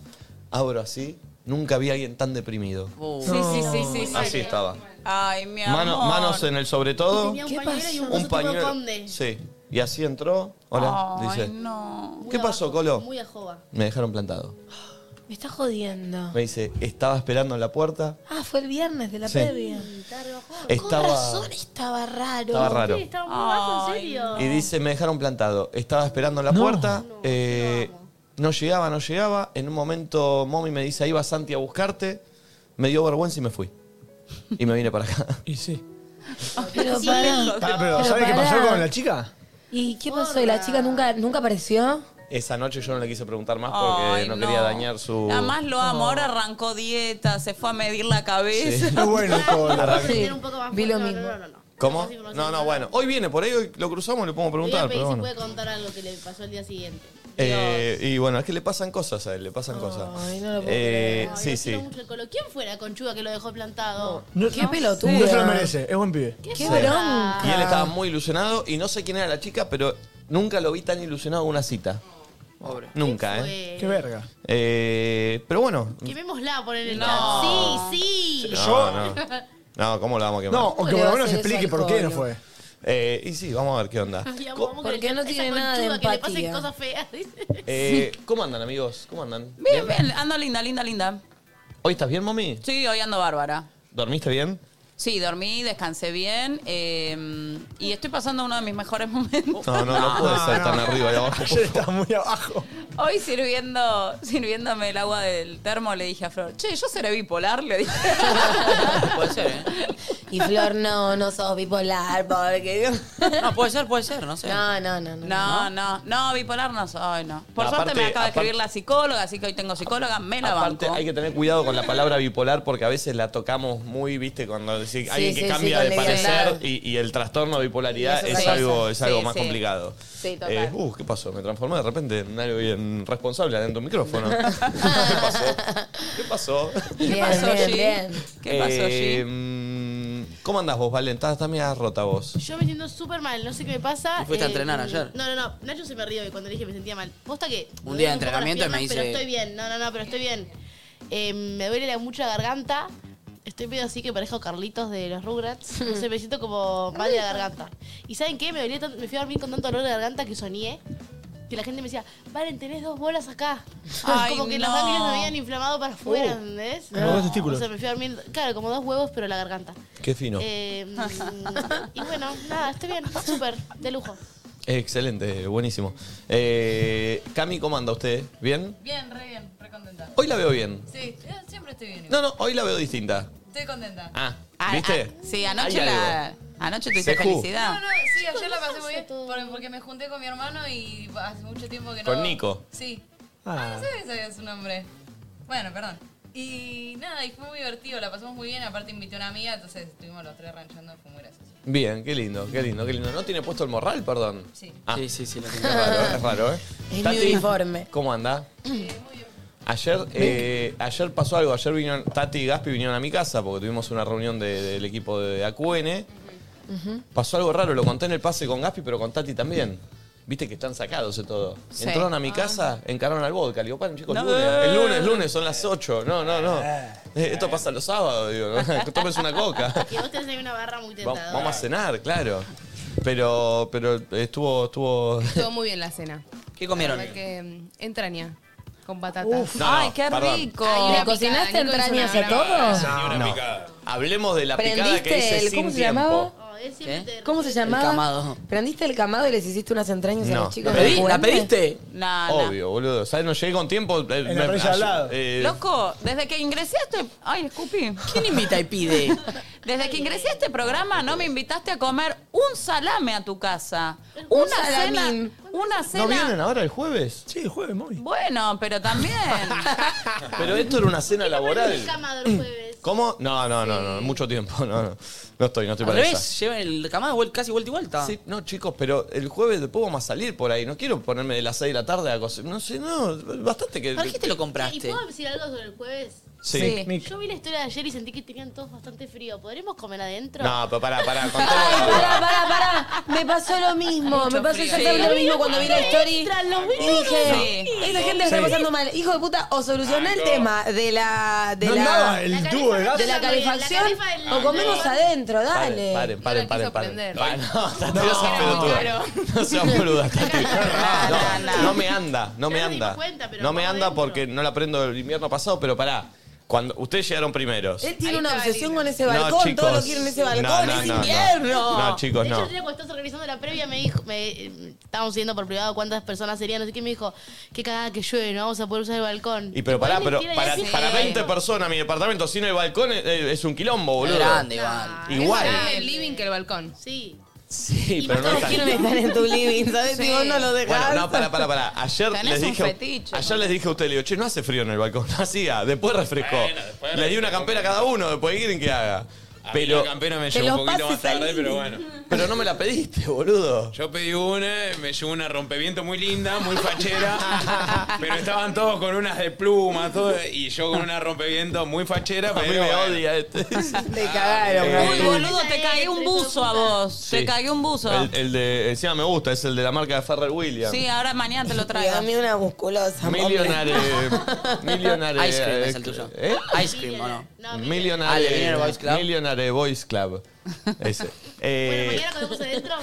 Abro así, nunca vi a alguien tan deprimido. Uh, Sí, sí, sí, sí. sí. Así estaba. Ay, mi amor. Mano- manos en el sobre todo. Tenía un ¿Qué pañuelo pasó? y un, Un pañuelo. conde. Sí. Y así entró. Hola. Ay, dice. no. Muy ¿Qué pasó, abajo, Colo? Muy ajoba. Me dejaron plantado. Me está jodiendo. Me dice, estaba esperando en la puerta. Ah, fue el viernes de la Sí. previa. Con Estaba. razón estaba raro. Estaba raro. Sí, estaba muy bajo, en Ay, serio. Y dice, me dejaron plantado. Estaba esperando en la puerta. eh, no llegaba, no llegaba. En un momento, mommy me dice, ahí va Santi a buscarte. Me dio vergüenza y me fui. Y me vine para acá. *laughs* Y sí. Pero Sí, pará. Ah, pero Pero ¿sabes qué pasó pará. con la chica? ¿Y qué pasó? ¿Y la chica nunca, nunca apareció? Esa noche yo no le quise preguntar más porque Ay, no quería dañar su. Además lo amo, ahora arrancó dieta, se fue a medir la cabeza. Oh. Sí. *laughs* Muy bueno, Colo. Vamos a tener un poco más vi lo fuerte. mismo. No, no, no, no. ¿Cómo? Vamos a ir con No, no, nosotros. bueno. Hoy viene, por ahí hoy lo cruzamos, le podemos Le voy preguntar. a pedir Pero si bueno. puede contar algo que le pasó el día siguiente. Eh, y bueno, es que le pasan cosas a él, le pasan cosas. no lo puedo Eh, Ay, sí, lo sí. quiero mucho el Colo. ¿Quién fue la conchuga que lo dejó plantado? No, Qué pelotuda. No se lo merece, es buen pibe. Qué bronca. Y él estaba muy ilusionado y no sé quién era la chica, pero nunca lo vi tan ilusionado en una cita. pobre. Nunca, ¿eh? Fue- Qué verga. Eh, Pero bueno. Quemémosla por el No. Sí, sí. No, no. *laughs* No, ¿cómo la vamos a quemar? No, o le que por va lo a menos hacer eso explique al por qué no Colo? fue. Eh, y sí, vamos a ver qué onda. Ay, amo, Co- amo que Porque le- no esa tiene nada de conchuga que le pasen empatía. cosas feas. dice. eh, ¿Cómo andan, amigos? ¿Cómo andan? Bien, bien, ando linda, linda, linda. ¿Hoy estás bien, mami? Sí, hoy ando bárbara. ¿Dormiste bien? Sí, dormí, descansé bien eh, y estoy pasando uno de mis mejores *laughs* momentos. No, no, no puede ser tan arriba y *laughs* abajo. Ayer estaba Ah, muy abajo. Hoy sirviendo, sirviéndome el agua del termo le dije a Flor, che, yo seré bipolar, le dije. Puede ser, ¿eh? Y Flor, no, no sos bipolar, porque... No, puede ser, puede ser, no sé. No, no, no, no. No, no, no, bipolar no soy, no. Por No, suerte aparte- me acaba de escribir aparte- la psicóloga, así que hoy tengo psicóloga, me la Aparte, banco. hay que tener cuidado con la palabra bipolar porque a veces la tocamos muy, viste, cuando decís alguien que sí, sí, cambia con de leviandad. parecer y, y el trastorno de bipolaridad Y eso es pasa. algo, es algo Sí, más sí. complicado. Sí, total. Eh, uh, ¿qué pasó? Me transformé de repente en algo bien responsable adentro del *laughs* micrófono. ¿Qué pasó? ¿Qué pasó? Bien, pasó, bien, G? bien. ¿Qué pasó, Eh, G? mm, ¿Cómo andás vos, Valen? Estás estás media rota vos. Yo me siento súper mal, no sé qué me pasa. eh, ¿Y fuiste a entrenar ayer? No, no, no. Nacho se me río de cuando le dije que me sentía mal. Posta que. Un me día de duelen poco las entrenamiento y me piernas, Pero dice- estoy bien, no, no, no, pero estoy bien. Eh, me duele la, mucho la garganta. Estoy medio así que parezco Carlitos de los Rugrats. No sé, me siento como mal de la garganta. ¿Y saben qué? Me, dolía tan- me fui a dormir con tanto dolor de garganta que soñé. Que la gente me decía, Valen, tenés dos bolas acá. *laughs* Ay, como que no. las ganglios me habían inflamado para afuera, ¿entendés? Uh. como dos testículos. O sea, me fui a dormir, claro, como dos huevos, pero la garganta. Em, *laughs* Qué fino. Eh, mm, y bueno, nada, estoy bien, súper, de lujo. Excelente, buenísimo. Eh, Cami, ¿cómo anda usted? ¿Bien? Bien, re bien, re contenta. Hoy la veo bien. Sí, yo siempre estoy bien. No, no, hoy la veo distinta. Estoy contenta. Ah, Ah, ¿viste? ah, sí, anoche Hay la. algo. Anoche te hice Seju. No, felicidad. no, sí, ayer la pasé muy bien porque, porque me junté con mi hermano y hace mucho tiempo que no... ¿Con Nico? Sí. Ah. No sé si sabía su nombre. Bueno, perdón. Y nada, y fue muy divertido, la pasamos muy bien. Aparte invité a una amiga, entonces estuvimos los tres ranchando, fue muy gracioso. Bien, qué lindo, qué lindo, qué lindo. ¿No tiene puesto el morral, perdón? Sí. Ah, Sí, sí, sí, *laughs* lo es tengo. raro, es raro, ¿eh? Es mi Tati, uniforme. ¿Cómo anda? Ayer, eh, ayer pasó algo, ayer vinieron, Tati y Gaspi vinieron a mi casa porque tuvimos una reunión de- del equipo de AQN. Pasó algo raro, lo conté en el pase con Gaspi, pero con Tati también. Viste que están sacados de todo. Sí. Entraron a mi casa, encararon al vodka. Le digo, paren chicos, No. lunes. El lunes, lunes, son las 8. No, no, no. Eh, Esto pasa los sábados, digo. ¿no? *laughs* Tómense una coca. Que vos tenés ahí una barra Va- muy tentadora. Vamos a cenar, claro. Pero, pero estuvo, estuvo. Estuvo muy bien la cena. ¿Qué comieron? La que mm, entraña con patatas. No, Ay, qué perdón. rico. Ay, ¿Le una cocinaste picada, Nico hizo entrañas una a todo? No. Hablemos de la picada que ¿Prendiste hice el- sin cómo se tiempo. llamaba? Oh, él siempre ¿Qué? te- ¿Cómo se llamaba? camado. ¿Prendiste el camado y les hiciste unas entrañas a No. los chicos? ¿La pedí? del ¿La puente? pediste? No, no. Obvio, boludo. ¿Sabes? No llegué con tiempo. eh, En la playa al lado. eh, Loco, desde que ingresé a este. Ay, Scoopy. ¿Quién invita y pide? Desde que ingresé a este programa no me invitaste a comer un salame a tu casa. Una cena. salamín. Una cena. ¿No vienen ahora el jueves? Sí, jueves, muy. Bueno, pero también. Pero esto era una cena laboral. El camado el jueves. ¿Cómo? No, no, no, no. Mucho tiempo. *laughs* No, no. No estoy, no estoy Al para esa. revés, llevan el camado vuel- casi vuelta y vuelta. Sí, no, chicos, pero el jueves después vamos a salir por ahí. No quiero ponerme de las 6 de la tarde a cocinar. No sé, no. Bastante que. ¿Para qué te lo ¿Y compraste? puedo decir algo sobre el jueves? Sí. Sí. Yo vi la historia de ayer y sentí que tenían todos bastante frío. ¿Podremos comer adentro? No, pero pará, pará. Ay, contame. pará, pará, pará. Me pasó lo mismo. Me pasó exactamente lo mismo cuando vi la story. Y dije, esa gente está pasando mal. Hijo de puta, o solucioná el tema de la. de no andaba la. el La tubo de cabeza- gas. de la calefacción. La califa del- O comemos adentro, Paren, dale. paren, paren, No la paren. quiso paren. prender. Ah, *laughs* no, Tati, no seas era muy pelotuda. caro. No seas boluda, Tati. No, No, no, no. no me anda, no me No nos dimos anda. cuenta, pero No me vamos anda adentro. porque no la prendo el invierno pasado, pero pará. Cuando ustedes llegaron primeros. Él tiene Ahí una está obsesión Valina. con ese balcón, chicos. todo lo quiere en ese No, balcón, no, no, es no. invierno. No, chicos, De hecho, no. el día cuando estábamos organizando la previa, me dijo, me, eh, estábamos siguiendo por privado cuántas personas serían, así que me dijo, qué cagada que llueve, no vamos a poder usar el balcón. Y pero pará, Igual pero mentira, y para, así- para 20 personas mi departamento sin el balcón es, es un quilombo, boludo. Grande, Iván. Ah, Igual. Está el living que el balcón. Sí. Sí, Y pero más no es todos tan- Quieren estar en tu living, ¿sabes? Sí. Si vos no lo dejás. Bueno, no, pará, pará, pará. Ayer Tenés les un dije. fetiche, ayer man. les dije a ustedes, le digo, che, no hace frío en el balcón. *laughs* Hacía, después refrescó. les di una campera a cada uno, después ¿qué quieren que haga. Pero, Pero la campera me que llegó los un poquito pases más tarde, ahí. pero bueno. pero no me la pediste, boludo. Yo pedí una, me llegó una rompeviento muy linda, muy fachera, pero estaban todos con unas de pluma, todo, y yo con una rompeviento muy fachera, A mí pero me bueno. Ah, eh, odia *laughs* este. Te cagaron, Uy, Gaspi. boludo, te cagué un buzo a vos. Sí. Te cagué un buzo. El, el de, encima me gusta, es el de la marca de Ferrer Williams. Sí, ahora mañana te lo Y traigo. a mí una *laughs* musculosa. Millionaire. *laughs* Millionaire. Ice cream es el eh, tuyo. ¿Eh? Ice cream, ¿o no? No, mira. Ah, Millionaire, ¿de Millionaire Boys Club? Millionaire Boys Club. Ese. *laughs* Bueno, Eh, mañana comemos adentro.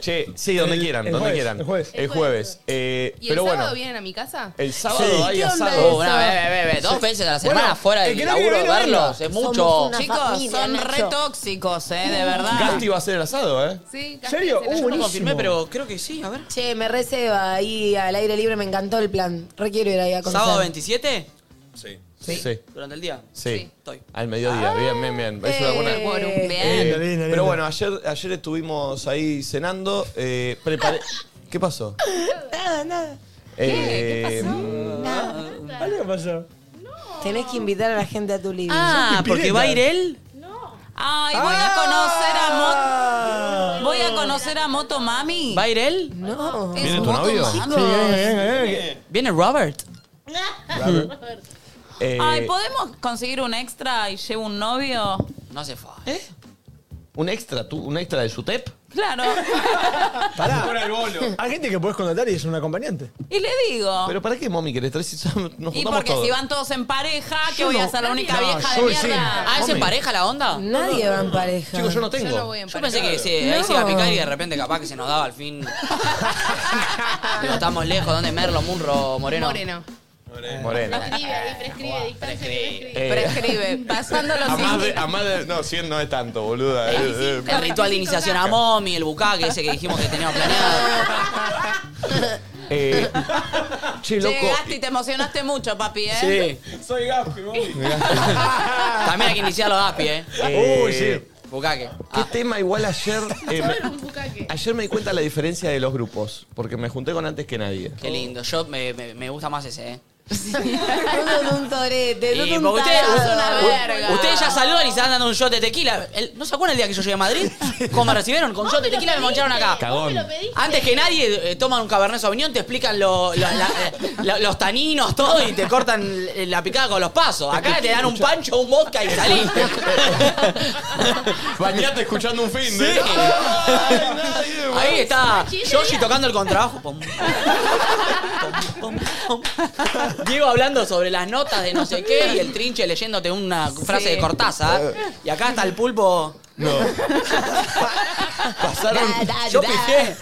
che, sí, donde El- quieran, el donde jueves, quieran. el jueves. El jueves. Eh, ¿Y el pero sábado bueno, vienen a mi casa? el sábado Sí. hay ¿Qué onda asado. eso? Una vez, ve, ve, eh, dos veces a la semana Bueno, fuera el del que no laburo quiere venir, verlos. Es Somos mucho. una Chicos, familia, son Nacho. re tóxicos, eh, de verdad. Gasti va a hacer el asado, ¿eh? Sí, ¿En serio? Uh, casi se la- No buenísimo. confirmé, pero creo que sí, a ver. Che, me receba ahí al aire libre, me encantó el plan. Requiero ir ahí a conocer. ¿Sábado 27? Sí. Sí. Sí. ¿Durante el día? Estoy. Al mediodía, bien, bien, bien. Es una buena. Eh, Bien. Linda, linda, linda. Pero bueno, ayer, ayer estuvimos ahí cenando. Eh, preparé. ¿Qué pasó? Nada, nada. Eh, Algo que pasó. Tenés que invitar a la gente a tu living. Ah, porque va a ir él. Ay, voy a conocer a Ah. Moto. Voy a conocer a Moto Mami. ¿Va a ir él? No. Es ¿Viene tu Moto novio? Mami. Sí, venga, venga, venga. Viene Robert. eh, Ay, ¿podemos conseguir un extra y llevo un novio? No se fue. ¿Eh? ¿Un extra? ¿Tú, ¿Un extra de Sutep? Claro. Fuera el bolo. Hay gente que podés contratar y es un acompañante. Y le digo. ¿Pero para qué, mami, querés traer si son- *laughs* nos y juntamos porque todos? si van todos en pareja, que Yo voy a no. ser la única No, vieja de yo sí. mierda. Ah, ¿es en Hombre. pareja la onda? Nadie va en pareja. Chicos, yo no tengo. Yo no voy en Yo pensé que sí, ahí No. se iba a picar y de repente capaz que se nos daba al fin. no estamos lejos, ¿dónde Merlo, Munro, Moreno? Moreno. Morena. Prescribe ahí, prescribe, distancia que Eh, Prescribe, pasando los a más, de, a más de- No, 100 no es tanto, boluda. Eh, eh, El ritual de iniciación a Momi, el bucaque ese que dijimos que teníamos planeado. eh, che, loco. Llegaste y te emocionaste mucho, papi, ¿eh? Soy Gaspi, Momi. También hay que iniciar los API, ¿eh? eh, Uy, sí. Bucaque. ¿Qué tema igual ayer? eh, me- un bucaque. ayer me di cuenta la diferencia de los grupos, porque me junté con antes que nadie. Qué lindo. Yo me, me- me gusta más ese, ¿eh? Todo un torete, Y todo un porque ustedes, tarado. una verga. ustedes ya saludan y se andan dando un shot de tequila. El- ¿No se acuerdan el día que yo llegué a Madrid? ¿Cómo me recibieron? Con shot de tequila me moncharon acá. Cagón. Lo pediste. Antes que nadie eh, toman un cabernet sauvignon, te explican lo- lo- la- la- los taninos, todo, y te cortan la picada con los pasos. Acá te dan un pancho, un vodka y salís. Bañate escuchando un *laughs* fin, de. Sí. *laughs* Ahí está Yoshi ya. tocando el contrabajo. Pum, pum, pum, pum. Diego hablando sobre las notas de no sé qué y el trinche leyéndote una frase de Cortázar. Y acá está el pulpo. No. Pasaron. Da, da, Yo da. pifié.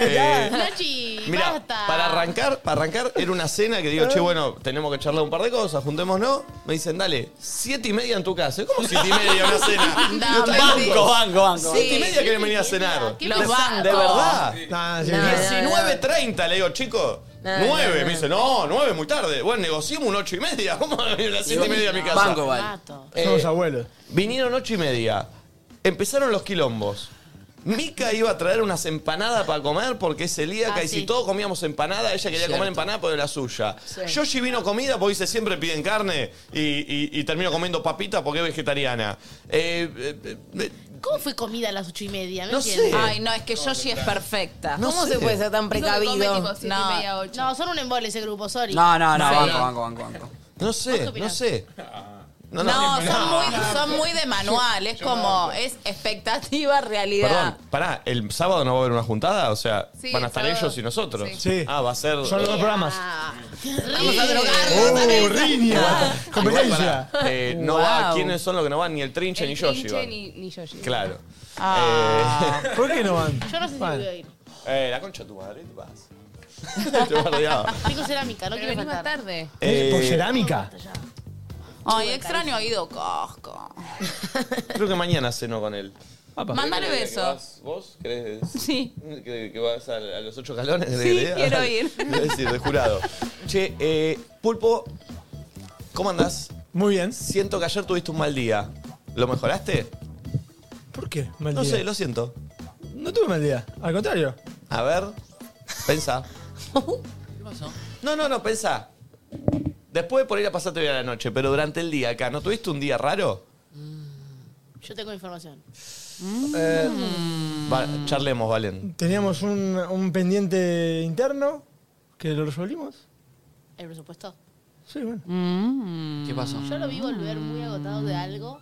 eh, Nachi, Mira, basta. para arrancar, para arrancar, era una cena que digo, che, bueno, tenemos que charlar un par de cosas, juntémonos. Me dicen, dale, siete y media en tu casa. ¿Cómo siete y media una cena? No, Yo banco, digo, banco, banco. Siete y media quieren venir a cenar. ¿Qué Los pasa? bancos. De verdad. Ah, sí, No, sí. 19.30, le digo, chico, No, nueve. no, no. Me dice, no, nueve, muy tarde. Bueno, negociamos un ocho y media. *laughs* ¿Cómo van a venir a las siete y media a mi casa? Eh, Banco igual. Mato. Somos abuelos. Vinieron ocho y media. Empezaron los quilombos. Mica iba a traer unas empanadas para comer porque es celíaca Ah, y si sí. todos comíamos empanada, ella quería comer empanada porque era suya. Yoshi vino comida porque dice siempre piden carne y, y- y termino comiendo papita porque es vegetariana. Eh, eh, eh, ¿Cómo fue comida a las ocho y media? No, No entiendo. sé. Ay, no, es que Yoshi es perfecta. No ¿Cómo sé. se puede ser tan precavido? No. No, son un embole ese grupo, sorry. No, no, no, Sí. banco, banco, banco, banco. no sé, no opinás? sé. No, No, son muy, son muy de manual, es como, es expectativa, realidad. Perdón, pará, ¿el sábado no va a haber una juntada? O sea, Sí, van a el estar sábado. ellos y nosotros. Sí. Ah, va a ser. Son los dos programas. Vamos a drogarlo. ¡Oh, Ah. riña! Igual, Competencia. pará, eh, no va, Wow. ¿quiénes son los que no van? Ni el Trinche El ni Yoshi. trinche van. Ni, ni Yoshi. Claro. Ah. ¿Por qué no van? Yo no sé si Van. voy a ir. Eh, eh, la concha de tu madre, te vas. *laughs* te bardeaba. Pico cerámica, no Pero quiero venís más faltar. tarde. Eh, ¿Por cerámica? Ay, extraño a Guido Cosco. Creo que mañana ceno con él. Mándale beso. ¿Vos crees Sí. que, que vas a, a los ocho galones? Sí, *laughs* quiero ir. Es decir, de jurado. Che, eh, Pulpo, ¿cómo andás? Muy bien. Siento que ayer tuviste un mal día. ¿Lo mejoraste? ¿Por qué? Mal No día. sé, lo siento. No tuve mal día. Al contrario. A ver, *laughs* pensá. No, no, no, pensá. Después por ir a pasarte bien a la noche, pero durante el día acá, ¿no tuviste un día raro? Yo tengo información. Eh, Va, mm. charlemos, Valen. Teníamos un, un pendiente interno que lo resolvimos. El presupuesto. Sí, bueno. Mm. ¿Qué pasó? Yo lo vi volver muy agotado de algo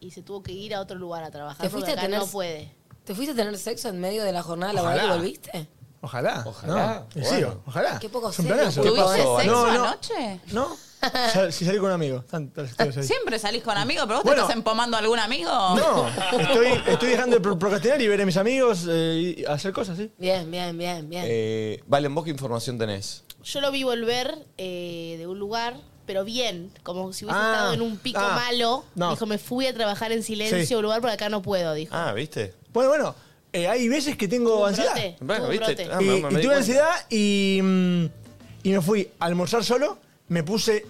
y se tuvo que ir a otro lugar a trabajar. ¿Te fuiste porque a acá tener- no puede. ¿Te fuiste a tener sexo en medio de la jornada laboral y Ojalá. volviste? Ojalá. Ojalá. No. Y Sí, Bueno. ojalá. Qué poco Es un serio. planazo. ¿Qué ¿Tuviste pasó, sexo No, no. anoche? ¿No? Sal- Si salí con un amigo. Tantas historias ahí. Siempre salís con amigos, pero vos Bueno. te estás empomando a algún amigo. No, estoy, estoy dejando de pro- procrastinar y ver a mis amigos eh, y hacer cosas, ¿sí? Bien, bien, bien, bien. Eh, Valen, ¿vos qué información tenés? Yo lo vi volver eh, de un lugar, pero bien, como si hubiese Ah, estado en un pico ah, malo. no. Dijo, me fui a trabajar en silencio Sí. a un lugar porque acá no puedo, dijo. Ah, ¿viste? Bueno, bueno, eh, hay veces que tengo Tuvo ansiedad. brote, Bueno, tuvo ¿viste? brote. Ah, y, me- me y di tuve cuenta. ansiedad y, mm, y me fui a almorzar solo, me puse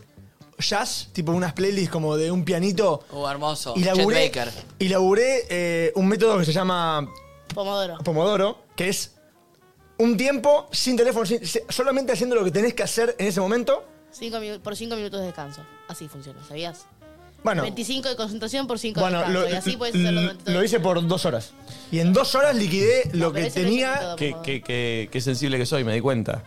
jazz, tipo unas playlists como de un pianito, Uh, hermoso. y Chet laburé, Baker. y laburé eh, un método que se llama Pomodoro. Pomodoro, que es un tiempo sin teléfono, sin- se- solamente haciendo lo que tenés que hacer en ese momento. Cinco minu- por cinco minutos de descanso. Así funciona, ¿sabías? Bueno, 25 de concentración por 5 de bueno descanso. lo, y así puedes lo- hacerlo durante todo lo el hice por dos horas. Y en dos horas liquidé No, pero lo ese no que es el tenía método, Qué, Pomodoro. qué- qué- qué sensible que soy, me di cuenta.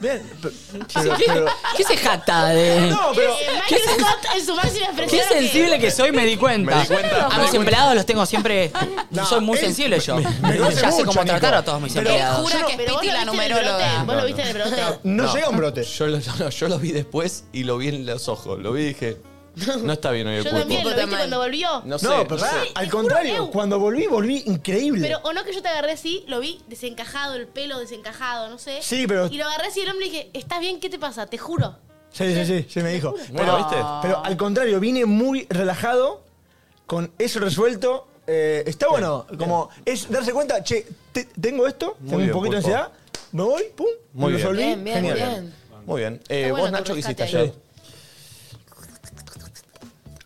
Bien, pe- pero- pero- ¿Qué se jata de.? no, pero Eh, Michael Scott en su máxima Qué expresión. que- sensible que soy, me di cuenta. Me di cuenta, A me mis di empleados los tengo siempre. No, soy muy él- sensible yo. me conoce ya sé mucho, cómo Nico. tratar a todos mis Pero- empleados. Jura que es Pero vos Piti lo la viste en el brote, numeróloga. Vos lo viste en el brote. no, No. llega un brote. Yo lo, *laughs* no, yo lo vi después y lo vi en los ojos. Lo vi y dije, no está bien hoy el Yo pulpo. también, lo Puta viste madre. cuando volvió. No sé. No, no pero sé. pará, Sí, al te juro, contrario, Ew. cuando volví, volví increíble. Pero, o no que yo te agarré así, lo vi desencajado, el pelo desencajado, no sé. Sí, pero- Y lo agarré así el hombre y dije, ¿estás bien? ¿Qué te pasa? Te juro. Sí, sí, sí, sí, me dijo. Bueno, ¿viste? Pero al contrario, vine muy relajado, con eso resuelto. Eh, está bueno, como es darse cuenta, che, te- tengo esto, tengo bien, un poquito de pulpo. ansiedad, me voy, pum, Muy lo bien. resolví, Bien, bien, genial. bien. Muy bien. Eh, Está bueno vos, tu Nacho, ¿qué hiciste rescate ayer?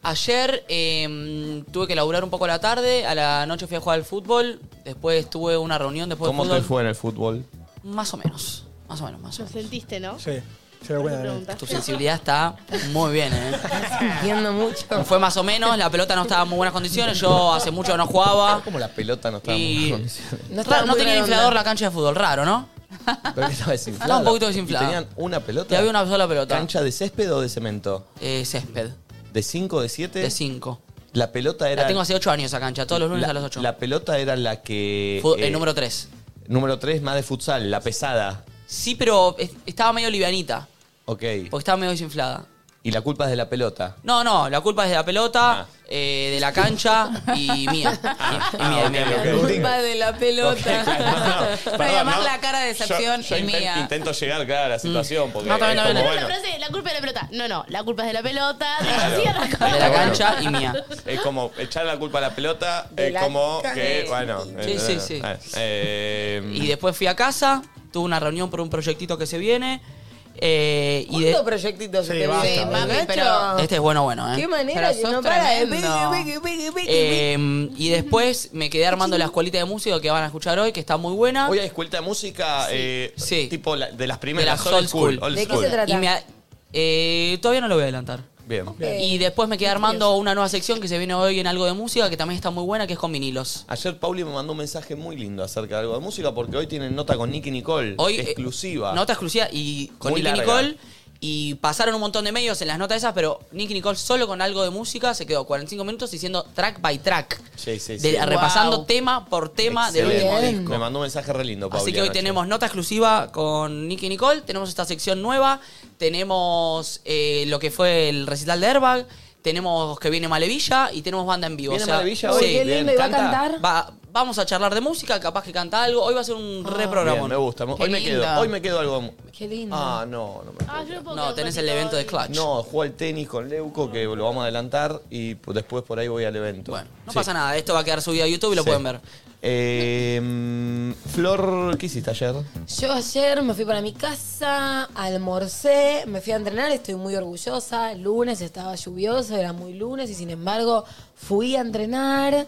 Ayer eh, tuve que laburar un poco la tarde, a la noche fui a jugar al fútbol, después tuve una reunión después ¿Cómo te del fútbol. fue en el fútbol? Más o menos, más o menos, más o Lo sentiste, ¿no? Sí, se lo preguntaste. Tu sensibilidad está muy bien, ¿eh? Entiendo mucho. Fue más o menos, la pelota no estaba en muy buenas condiciones, yo hace mucho que no jugaba. ¿Cómo la pelota no estaba Y- muy condicionada? No, estaba muy tenía redonda. inflador la cancha de fútbol, raro, ¿no? Pero que estaba desinflada. Estaba un poquito Y desinflada. tenían una pelota. Y había una sola pelota. ¿Cancha de césped o de cemento? Eh, césped. ¿De 5, de 7? De 5. La pelota era. La tengo hace 8 años esa cancha, todos los lunes la- a las 8. La pelota era la que. eh, el número 3. Número 3, más de futsal, la pesada. Sí, pero es- estaba medio livianita, Ok. porque estaba medio desinflada. Y la culpa es de la *laughs* pelota. No, no, la culpa es de la pelota, Ah. eh, de la cancha y mía. Y- y mía, y mía, y mía. Culpa de la pelota. Perdón, No, y además ¿no? la cara de decepción Yo- yo es inten- mía. Intento llegar, claro, a la situación. Porque Mm. No, también, es también. como, La bueno, frase, la culpa es de la pelota. No, no, la culpa es de la pelota. Claro. Sí, Ah, arrancó. De la cancha y mía. Es como echar la culpa a la pelota, De es la como cancha. que, bueno. Sí, eh, sí, sí. eh, eh, Y después fui a casa, tuve una reunión por un proyectito que se viene. eh, y de- ¿Cuántos proyectitos se te basta, vienen, basta. Nacho? pero- este es bueno, bueno, ¿eh? Qué manera Pero que no sos para de tremendo. pegue, pegue, pegue, pegue, Eh, y después me quedé armando la escuelita de música que van a escuchar hoy, que está muy buena. Hoy hay escuelta de música, eh, Sí. tipo la- de las de la primeras, Soul School. ¿De qué se trata? Y me a- eh, todavía no lo voy a adelantar. Bien. Y después me quedé armando una nueva sección que se viene hoy en algo de música que también está muy buena, que es con vinilos. Ayer Pauli me mandó un mensaje muy lindo acerca de algo de música porque hoy tienen nota con Nicky Nicole. Hoy, eh, exclusiva. Nota exclusiva y con Muy Nicky larga. Nicole. Y pasaron un montón de medios en las notas esas, pero Nicky Nicole solo con algo de música se quedó 45 minutos diciendo track by track. Sí, sí, De- sí. Repasando Wow. tema por tema del Excelente. último Bien. disco. Me mandó un mensaje re lindo, Pauli. Así que hoy anoche. tenemos nota exclusiva con Nicky Nicole, tenemos esta sección nueva, tenemos eh, lo que fue el recital de Airbag, tenemos que viene Malevilla y tenemos banda en vivo. ¿Viene o sea, Maravilla Uy, hoy? qué Bien, lindo, ¿y va a ¿canta? cantar? va- vamos a charlar de música, capaz que canta algo. Hoy va a ser un Ah, Bien, reprogramón. me gusta. Hoy Qué me, quedo, lindo. hoy me quedo algo... Qué lindo. Ah, no, no me... Ah, yo puedo No, quedar tenés un el ratito evento de hoy. Clutch. No, juego al tenis con Leuco, que lo vamos a adelantar, y pues, después por ahí voy al evento. Bueno, no Sí. pasa nada, esto va a quedar subido a YouTube y lo Sí. pueden ver. Eh, mm, Flor, ¿qué hiciste ayer? Yo ayer me fui para mi casa, almorcé, me fui a entrenar, estoy muy orgullosa. El lunes estaba lluvioso, era muy lunes y sin embargo fui a entrenar.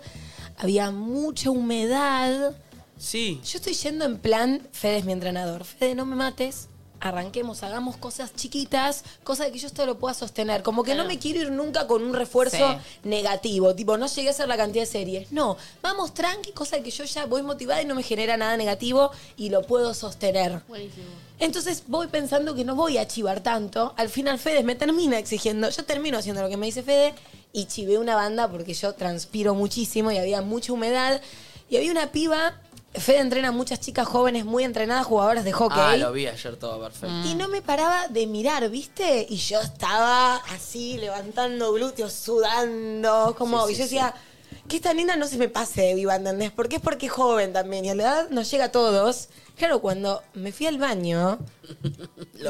Había mucha humedad. Sí. Yo estoy yendo en plan, Fede es mi entrenador. Fede, no me mates. Arranquemos, hagamos cosas chiquitas, cosa de que yo esto lo pueda sostener. Como que no me quiero ir nunca con un refuerzo Sí. negativo, tipo, no llegué a hacer la cantidad de series. No, vamos tranqui, cosa de que yo ya voy motivada y no me genera nada negativo y lo puedo sostener. Buenísimo. Entonces voy pensando que no voy a chivar tanto. Al final Fede me termina exigiendo. Yo termino haciendo lo que me dice Fede y chivé una banda porque yo transpiro muchísimo y había mucha humedad. Y había una piba. Fede entrena a muchas chicas jóvenes muy entrenadas, jugadoras de hockey. Ah, lo vi ayer todo perfecto. Mm. Y no me paraba de mirar, ¿viste? Y yo estaba así, levantando glúteos, sudando, como, y yo decía, que esta nena no se me pase de viva, ¿entendés? Porque es porque es joven también, y a la edad nos llega a todos. Claro, cuando me fui al baño,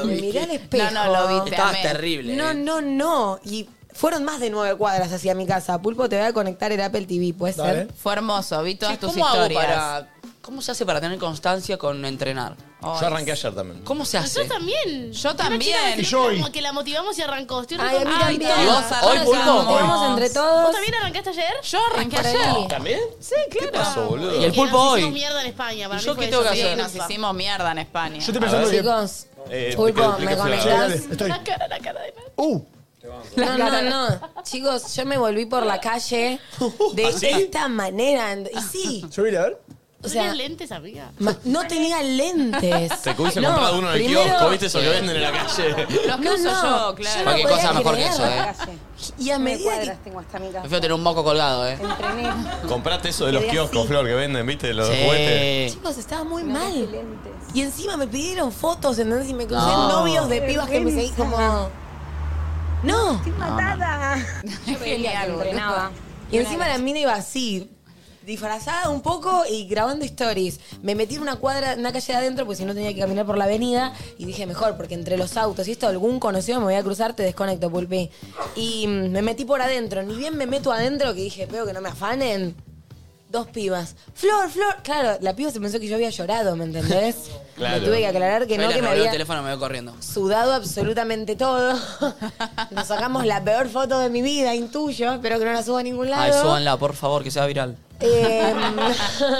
me miré al espejo. No, no, lo vi. Te Estabas amé. terrible. No, eh. no, no. Y fueron más de nueve cuadras hacia mi casa. Pulpo, te voy a conectar el Apple TV, ¿puede ser? Dale. Fue hermoso, vi todas Mm. Che, tus ¿cómo hago historias. para- ¿Cómo se hace para tener constancia con entrenar? Ay, Yo arranqué ayer también. ¿Cómo se hace? Yo también. Yo Una también. chica me escribió Yo hoy. Como que la motivamos y arrancó. Estoy Ay, a mí arrancando. Ay, también. todos ¿Y vos? ¿Hoy, Ahora Pulpo? nos motivamos Hoy. entre todos. ¿Vos también arrancaste ayer? Yo arranqué Es por ahí. ayer. ¿También? Sí, claro. ¿Qué pasó, boludo? Y el Que nos pulpo hoy. hicimos mierda en España. Para ¿Y yo mí fue qué tengo eso, que Sí, fue hacer? una nos culpa. hicimos mierda en España. Yo estoy pensando que. Chicos, Eh, Pulpo, explica- ¿me explica, Flor. Sí, dale, conectás? *laughs* estoy. La cara, la cara de Nacho. Uh, No, no, no. Chicos, yo me volví por la calle *laughs* de ¿Ah, esta manera. and- Y sí, subile, a ver. o ¿No sea, tenías lentes, amiga? ma- no tenía *laughs* lentes. Te hubiese No, comprado uno en el primero- kiosco, ¿viste eso que venden en la calle? Los que No, uso no, yo, claro. yo no Cualquier podía cosa mejor que creer. eso, eh. Y a medida que... Prefiero tener un moco colgado, eh. Compraste eso de los kioscos, Flor, que venden, ¿viste? Los juguetes. Sí. Chicos, estaba muy mal. Y encima me pidieron fotos, ¿entendés? Y me crucé No. novios de pibas que me seguí como... No. matada. Es genial, boludo. Y encima la mina iba así, disfrazada un poco y grabando stories. Me metí en una cuadra, en una calle de adentro, porque si no tenía que caminar por la avenida. Y dije, mejor, porque entre los autos y esto, algún conocido me voy a cruzar, te desconecto, Pulpi. Y mm, me metí por adentro. Ni bien me meto adentro, que dije, veo que no me afanen. Dos pibas. Flor, Flor. Claro, la piba se pensó que yo había llorado, ¿me *laughs* entendés? Claro. Me tuve que aclarar que Yo no, le que me revolví el había teléfono me voy corriendo. sudado absolutamente todo. *laughs* Nos sacamos la peor foto de mi vida, intuyo. Espero que no la suba a ningún lado. Ay, súbanla, por favor, que sea *laughs* viral. Em, *laughs*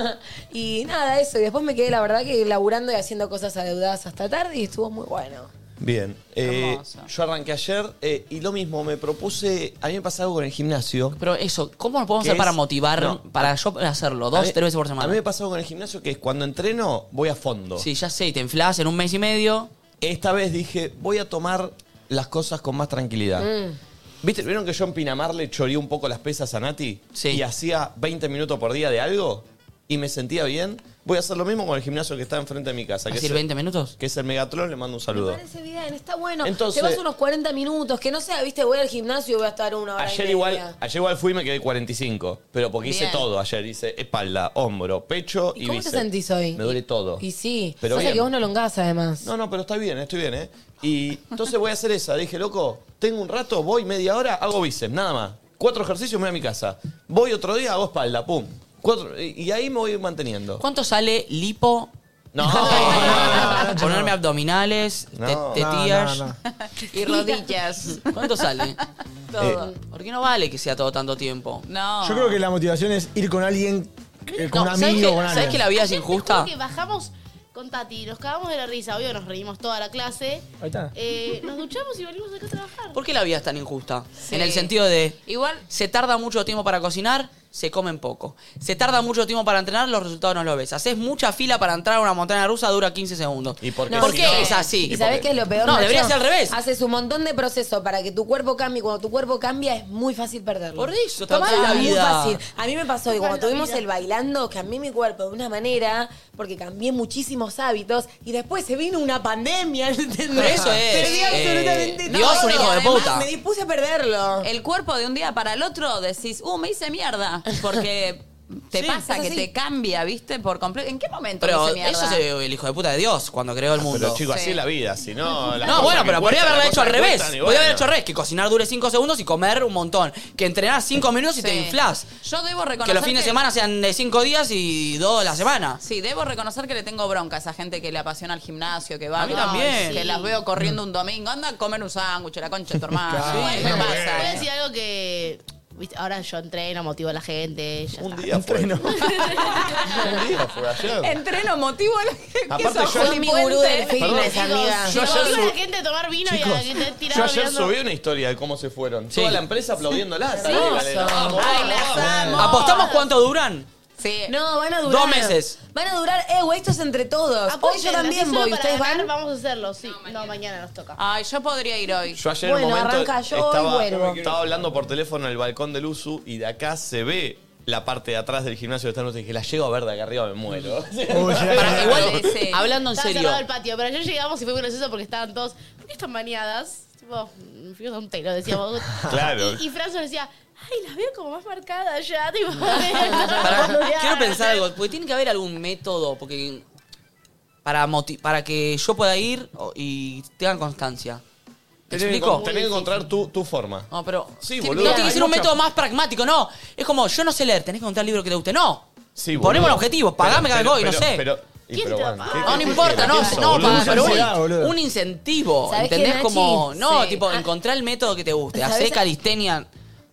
y nada, eso. Y después me quedé, la verdad, que laburando y haciendo cosas adeudadas hasta tarde y estuvo muy bueno. Bien. Eh, yo arranqué ayer eh, y lo mismo, me propuse. A mí me pasa algo con el gimnasio. Pero eso, ¿cómo lo podemos ¿Qué hacer para es? motivar, No. para yo hacerlo A dos, mí- tres veces por semana? A mí me pasa algo con el gimnasio que es cuando entreno, voy a fondo. Sí, ya sé, y te inflas en un mes y medio. Esta vez dije, voy a tomar las cosas con más tranquilidad. Mm. ¿Viste? ¿Vieron que yo en Pinamar le choreé un poco las pesas a Nati? Y hacía 20 minutos por día de algo y me sentía bien. Voy a hacer lo mismo con el gimnasio que está enfrente de mi casa. ¿Hacer 20 minutos? Que es el Megatron, le mando un saludo. Parece bien, está bueno. Entonces- Te vas unos 40 minutos, que no sea, viste, voy al gimnasio y voy a estar una hora. y Ayer media. igual, ayer igual fui y me quedé 45, pero porque hice Bien. todo ayer. Hice espalda, hombro, pecho y, ¿Y cómo te bíceps. sentís hoy? Me duele todo. Y sí, Oh. Pero pasa bien. que vos no elongás además. No, no, pero está bien, estoy bien, ¿eh? Y entonces voy a hacer esa. Dije, loco, tengo un rato, voy media hora, hago bíceps, nada más. Cuatro ejercicios, me voy a mi casa. Voy otro día, hago espalda, pum. Cuatro, y y ahí me voy manteniendo. ¿Cuánto sale lipo? No, Ponerme abdominales, te- No. tetillas. No, no, Y rodillas. ¿Cuánto sale? Todo. Eh, ¿Por qué no vale que sea todo tanto tiempo? No. Yo creo que la motivación es ir con alguien, eh, con No, un ¿sabes amigo, qué? con alguien. ¿Sabes que la vida es Ayer te injusta? juro que bajamos con Tati, nos cagamos de la risa, obvio nos reímos toda la clase. Ahí está. Eh, nos duchamos y volvimos acá a trabajar. ¿Por qué la vida es tan injusta? En el sentido de. Igual. Se tarda mucho tiempo para cocinar, se comen poco. Se tarda mucho tiempo para entrenar, los resultados no los ves. Haces mucha fila para entrar a una montaña rusa, dura 15 segundos. ¿Y por qué si no? es así? ¿Y sabés qué es lo peor? No, Nacho? debería ser al revés. Haces un montón de procesos para que tu cuerpo cambie. y Cuando tu cuerpo cambia, es muy fácil perderlo. Por eso, Tomá total, la es muy vida. fácil. A mí me pasó que cuando Total, la tuvimos vida. el bailando, cambié mi cuerpo de una manera, porque cambié muchísimos hábitos, y después se vino una pandemia, *laughs* ¿entendés? Pero eso es, Perdí eh, absolutamente todo. Dios, un hijo de Además, puta. Me dispuse a perderlo. El cuerpo de un día para el otro decís, uh, me hice mierda. Porque te Sí, pasa es que así. te cambia, ¿viste? Por completo. ¿En qué momento Pero me hice mierda? eso es el hijo de puta de Dios cuando creó el mundo. Ah, Pero chicos, así es la vida, si no. las No, cosas bueno, que pero podría cuestan, haberlo las hecho al cosas que revés. cuestan, y Podría bueno. haber hecho al revés, que cocinar dure 5 segundos y comer un montón. Que entrenar 5 minutos y te Sí. inflas. Yo debo reconocer Que los fines de semana sean de 5 días y 2 la semana. Sí, debo reconocer que le tengo bronca a esa gente que le apasiona el gimnasio, que va A mí con- también. Que las veo corriendo un domingo, anda a comer un sándwich, la concha de tu hermano. Claro. Bueno, me Voy a pasa. decir algo que. viste, Ahora yo entreno, motivo a la gente. Un día fue. Un día fue ayer. Entreno, motivo a la gente. Aparte, sos, yo- Juli Mi gurú del Puente? fitness, Perdón. amiga. Yo Yo ayer a la sub- gente a tomar vino y a que te Yo tirado ayer mirando. subí una historia de cómo se fueron. Toda la empresa aplaudiéndola. Sí. salió la galera. Hermoso. Vamos, Ay, vamos, las vamos. amo. ¿Apostamos cuánto duran? Sí. No, van a durar. Dos meses. Van a durar, eh, güey, esto es entre todos. Hoy yo Apóyennos, si también voy. solo para ¿Ustedes van? ganar, Vamos a hacerlo, sí. No, mañana, nos toca. Ay, yo podría ir hoy. Yo ayer en un momento estaba, estaba hablando por teléfono en el balcón del USU y de acá se ve la parte de atrás del gimnasio de Stanford. Y dije, la llego a ver de acá arriba, me muero. Pará, igual, Sí. hablando en Estaba serio. cerrado el patio, pero ayer llegamos y fue muy gracioso porque estaban todos, ¿por qué están bañadas? Tipo, me fui a un telo, decíamos. Claro. Y, y Franzo decía, ay, las veo como más marcadas ya, *laughs* tipo. *laughs* Pará, quiero pensar algo, porque tiene que haber algún método porque para, moti- para que yo pueda ir o- y tengan constancia. ¿Te Tenés que, explico? encon- tenés que encontrar tu, tu forma. No, pero. Sí, Ti- boludo. No Ah. tiene Hay que ser un mucha- método más pragmático, no. Es como, yo no sé leer, tenés que encontrar el libro que te guste. No. Sí, boludo. Ponemos el objetivo, Pero- pagame pero- algo y no pero- sé. pero- y pero bueno, ¿qué- no, qué- no qué importa, quiere? no, ¿Qué es, no, boludo? para, pero Ansiedad, un, boludo. un incentivo, ¿Sabés qué, ¿entendés? Nachi? Como, no, Sí. tipo, Ah. encontrar el método que te guste, ¿Sabés? hacer calistenia,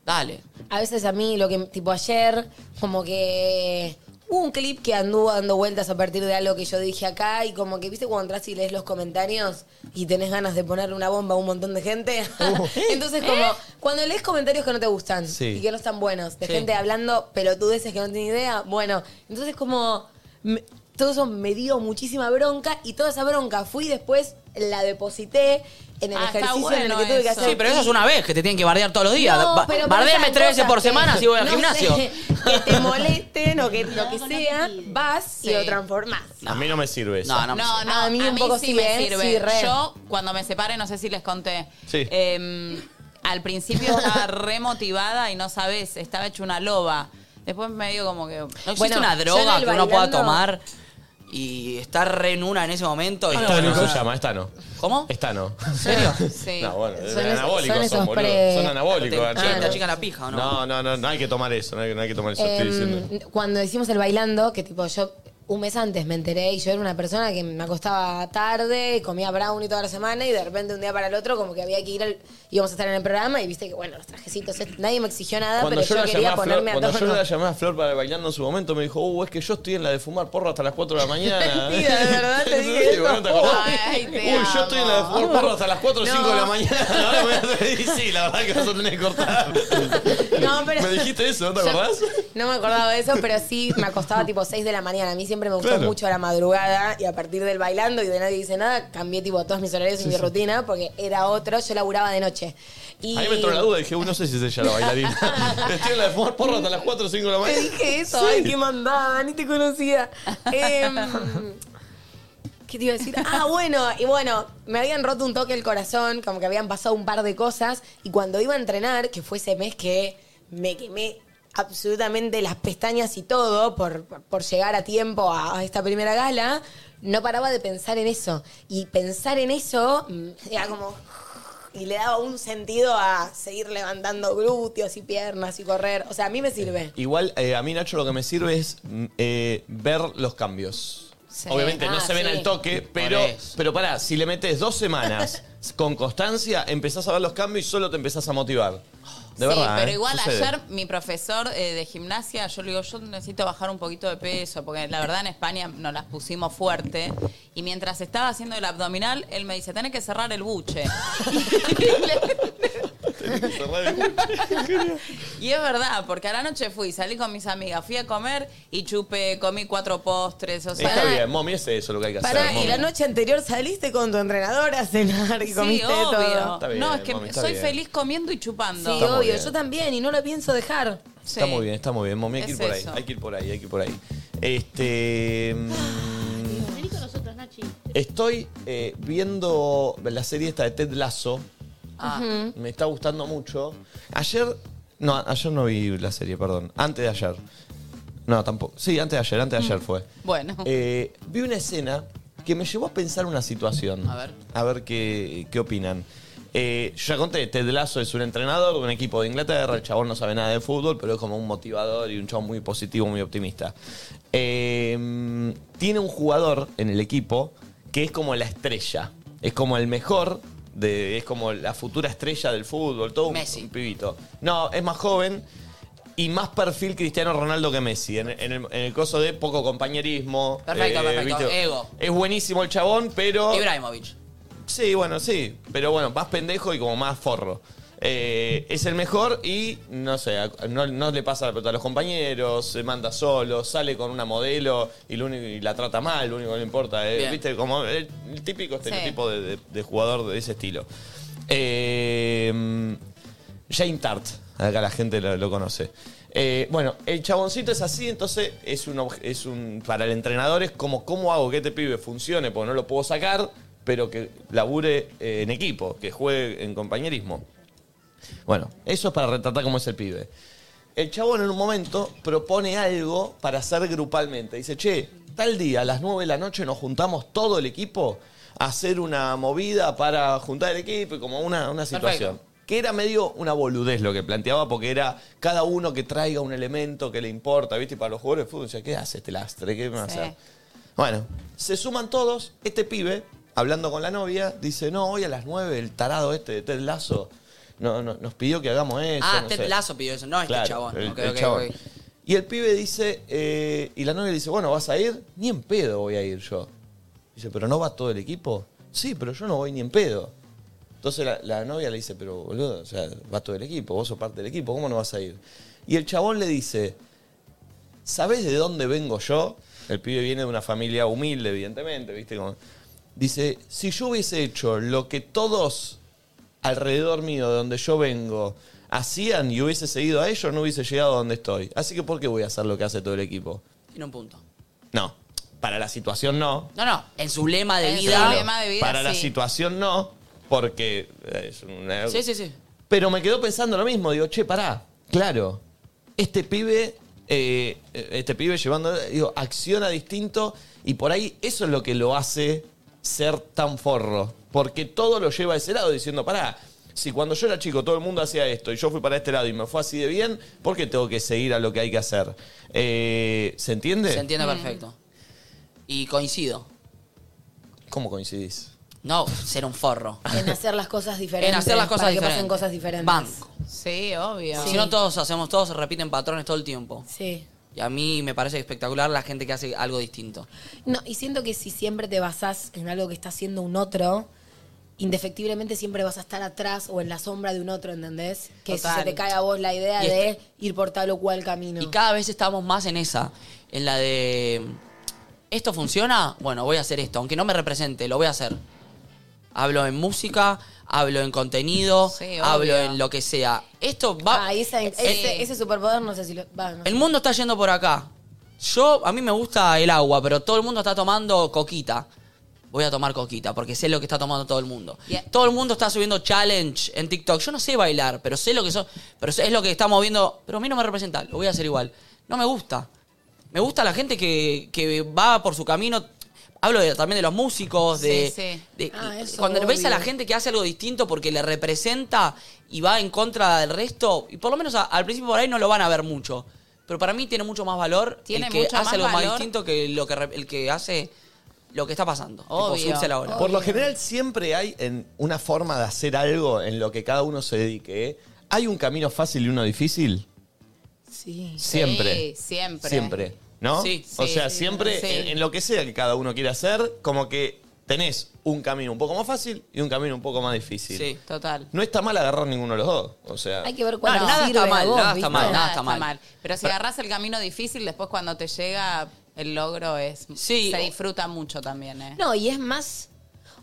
dale. A veces a mí, lo que, tipo ayer, como que hubo un clip que anduvo dando vueltas a partir de algo que yo dije acá y como que, viste, cuando entras y lees los comentarios y tenés ganas de ponerle una bomba a un montón de gente. *laughs* Entonces, como, cuando lees comentarios que no te gustan Uh. Sí. y que no están buenos, de Sí. gente hablando pelotudeces que no tiene idea, bueno, entonces como, me- todo eso me dio muchísima bronca y toda esa bronca fui después, la deposité en el Ah, está ejercicio en el bueno que tuve que eso. hacer. Sí, pero eso es una vez, que te tienen que bardear todos los días. No, Ba- pero Bardeame pensá en tres veces cosas por que- semana si voy al no gimnasio. sé, que *laughs* te molesten o que lo que sea, vas y lo transformás. A mí no me sirve eso. No, no me Oh, No, no, A a mí mí, un poco sí, sí, me ¿eh? sirve. Sí, re. Yo, cuando me separé, no sé si les conté. Sí. em, al principio estaba remotivada y no sabes, estaba hecha una loba. Después medio como que. ¿No existe una droga que uno pueda tomar y estar re en una en ese momento? Y Estano se llama, estano. ¿Cómo? Estano. ¿En serio? *laughs* Sí. No, bueno, Son son esos- anabólicos son son, esos boludo. pre- Son anabólicos. Ah, García. te achican la pija, ¿o no? No, no, no, no hay que tomar eso, no hay, no hay que tomar eso, estoy diciendo. Em, cuando hicimos el bailando, que tipo yo un mes antes me enteré y yo era una persona que me acostaba tarde, comía brownie toda la semana y de repente un día para el otro como que había que ir al, íbamos a estar en el programa y viste que bueno, los trajecitos, eh, nadie me exigió nada, Cuando pero yo, yo, la llamé quería a Flor, ponerme a cuando yo tono. la llamé a Flor para bailando en su momento, me dijo, uh, es que yo estoy en la de fumar porro hasta las 4 de la mañana. *laughs* Mentira, de *laughs* verdad te dije Sí, bueno, eso. ¿te acordás? Ay, te Uy, yo estoy en la de fumar porro hasta las 4 o 5 de la mañana. *laughs* Ahora me vas a decir, sí, la verdad que vas a tener que cortar. *laughs* No, *laughs* pero- Me dijiste eso, ¿no te acordás? *laughs* No me acordaba de eso, pero sí me acostaba tipo 6 de la mañana. A mí siempre me gustó Claro. mucho la madrugada y a partir del bailando y de nadie dice nada, cambié tipo todos mis horarios y mi rutina porque era otro, yo laburaba de noche. Y Ahí me entró la duda, dije, uy, no sé si es ella la bailarina. *laughs* *laughs* estoy en la de fumar porro hasta las 4 o 5 de la mañana. Te dije eso, ay, qué mandada, ni te conocía. Em, ¿Qué te iba a decir? Ah, bueno, y bueno, me habían roto un toque el corazón, como que habían pasado un par de cosas, y cuando iba a entrenar, que fue ese mes que me quemé absolutamente las pestañas y todo por, por llegar a tiempo a, a esta primera gala, no paraba de pensar en eso. Y pensar en eso mm, era como... Y le daba un sentido a seguir levantando glúteos y piernas y correr. O sea, a mí me sirve. Igual, eh, a mí, Nacho, lo que me sirve es mm, eh, ver los cambios. Sí. Obviamente no Ah, se ven sí. al toque, pero, Por pero pará, si le metes dos *laughs* semanas con constancia, empezás a ver los cambios y solo te empezás a motivar. De sí, verdad. pero ¿eh? igual Sucede. ayer mi profesor eh, de gimnasia, yo le digo, yo necesito bajar un poquito de peso, porque la verdad en España nos las pusimos fuerte. Y mientras estaba haciendo el abdominal, él me dice, tenés que cerrar el buche. Y es verdad, porque a la noche fui, salí con mis amigas, fui a comer y chupé, comí cuatro postres, o sea... Está bien, mommy, es eso lo que hay que Pará, hacer. Ah, y mommy. la noche anterior saliste con tu entrenador a cenar y Sí, comiste de obvio. todo. Está bien, no, es que mami, está soy bien. feliz comiendo y Sí, chupando. obvio, yo también, y no lo pienso dejar. Está muy bien, está muy bien, mommy, hay que Es ir por ahí. eso. Hay que ir por ahí, hay que ir por ahí. Este. mm, Vení con nosotros, Nachi. Estoy eh, viendo la serie esta de Ted Lasso. Ah. Ujú. Me está gustando mucho. Ayer. No, ayer no vi la serie, perdón. Antes de ayer. No, tampoco. Sí, antes de ayer, antes de ayer Mm. fue. Bueno. Eh, vi una escena que me llevó a pensar una situación. A ver. A ver qué, qué opinan. Eh, yo ya conté, Ted Lasso es un entrenador de un equipo de Inglaterra, el chabón no sabe nada de fútbol, pero es como un motivador y un chabón muy positivo, muy optimista. Eh, tiene un jugador en el equipo que es como la estrella, es como el mejor, de, es como la futura estrella del fútbol, todo un- un pibito. No, es más joven, y más perfil Cristiano Ronaldo que Messi. En, en el, en el coso de poco compañerismo. eh, Perfecto, perfecto. Ego. Es buenísimo el chabón, pero. Ibrahimovic. Sí, bueno, sí. Pero bueno, más pendejo y como más forro. Eh, es el mejor y no sé, a- no, no le pasa la pelota a los compañeros, se manda solo, sale con una modelo y, lo único- y la trata mal, lo único que le importa. eh, Bien. ¿Viste? Como el, el típico estereotipo de, de- de jugador de ese estilo. Eh, Jane Tart, acá la gente lo, lo conoce. Eh, bueno, el chaboncito es así, entonces es un, obje- es un. Para el entrenador es como, ¿cómo hago que este pibe funcione? Porque no lo puedo sacar, pero que labure eh, en equipo, que juegue en compañerismo. Bueno, eso es para retratar cómo es el pibe. El chabón en un momento propone algo para hacer grupalmente. Dice, che, tal día a las 9 de la noche nos juntamos todo el equipo a hacer una movida para juntar el equipo y como una, una situación. Que era medio una boludez lo que planteaba porque era cada uno que traiga un elemento que le importa, ¿viste? Y para los jugadores de fútbol decía, ¿qué hace este lastre? ¿Qué me va a Sí. hacer? Bueno, se suman todos. Este pibe, hablando con la novia, dice, no, hoy a las 9 el tarado este de Ted Lazo no, no- nos pidió que hagamos eso. Ah, no Ted sé". Lasso pidió eso, no este Claro, chabón. el- Ok, el ok, chabón. ok. Y el pibe dice, eh, y la novia dice, bueno, ¿vas a ir? Ni en pedo voy a ir yo. Dice, ¿pero no va todo el equipo? Sí, pero yo no voy ni en pedo. Entonces la, la novia le dice, pero boludo, o sea, va todo el equipo, vos sos parte del equipo, ¿cómo no vas a ir? Y el chabón le dice, ¿sabés de dónde vengo yo? El pibe viene de una familia humilde, evidentemente, ¿viste? Como- dice, si yo hubiese hecho lo que todos alrededor mío, de donde yo vengo, hacían y hubiese seguido a ellos, no hubiese llegado a donde estoy. Así que, ¿por qué voy a hacer lo que hace todo el equipo? Tiene un punto. No, para la situación no. No, no, en su lema de En su vida. lema de vida, para la sí. situación no, porque eh, es una... Sí, sí, sí. Pero me quedó pensando lo mismo, digo, che, pará, claro, este pibe eh, este pibe llevando, digo, acciona distinto y por ahí eso es lo que lo hace ser tan forro. Porque todo lo lleva a ese lado diciendo, pará, si cuando yo era chico todo el mundo hacía esto y yo fui para este lado y me fue así de bien, ¿por qué tengo que seguir a lo que hay que hacer? Eh, ¿Se entiende? Se Mm. entiende perfecto. Y coincido. ¿Cómo coincidís? No ser *laughs* un forro. En hacer las cosas diferentes. En hacer las cosas para que diferentes. pasen cosas diferentes. Banco. Sí, obvio. *laughs* Si no, todos hacemos, todos repiten patrones todo el tiempo. Sí. Y a mí me parece espectacular la gente que hace algo distinto. No, y siento que si siempre te basás en algo que está haciendo un otro, indefectiblemente siempre vas a estar atrás o en la sombra de un otro, ¿entendés? Que Total. se te cae a vos la idea Y este- de ir por tal o cual camino. Y cada vez estamos más en esa, en la de esto funciona, bueno, voy a hacer esto, aunque no me represente, lo voy a hacer. Hablo en música, hablo en contenido, Sí, hablo obvio. en lo que sea. Esto va. Eh, Ah, esa- ese, ese superpoder no sé si lo. va, no. El mundo está yendo por acá. Yo, a mí me gusta el agua, pero todo el mundo está tomando coquita. Voy a tomar coquita porque sé lo que está tomando todo el mundo. Todo el mundo está subiendo challenge en TikTok. Yo no sé bailar, pero sé lo que son, pero es lo que estamos viendo. Pero a mí no me representa, lo voy a hacer igual. No me gusta. Me gusta la gente que, que va por su camino. Hablo de- también de los músicos, de, Sí, sí. de- Ah, eso, cuando ves a la obvio. gente que hace algo distinto porque le representa y va en contra del resto, y por lo menos a- al principio por ahí no lo van a ver mucho. Pero para mí tiene mucho más valor Tiene el que mucho hace más algo más valor. distinto que, lo que re- el que hace lo que está pasando. Tipo, Obvio. subirse a la ola. Por lo general siempre hay en una forma de hacer algo en lo que cada uno se dedique. ¿eh? ¿Hay un camino fácil y uno difícil? Sí. Siempre. Sí, siempre. Siempre, ¿no? Sí. O Sí. sea, siempre Sí. en, en lo que sea que cada uno quiera hacer, como que tenés un camino un poco más fácil y un camino un poco más difícil. Sí. Total. No está mal agarrar ninguno de los dos. O sea, Hay que ver cuál No, nos nada sirve está mal, a vos, nada ¿viste? está mal, nada está mal. Pero si agarrás el camino difícil, después cuando te llega, el logro es. Sí, Se o- disfruta mucho también, ¿eh? No, y es más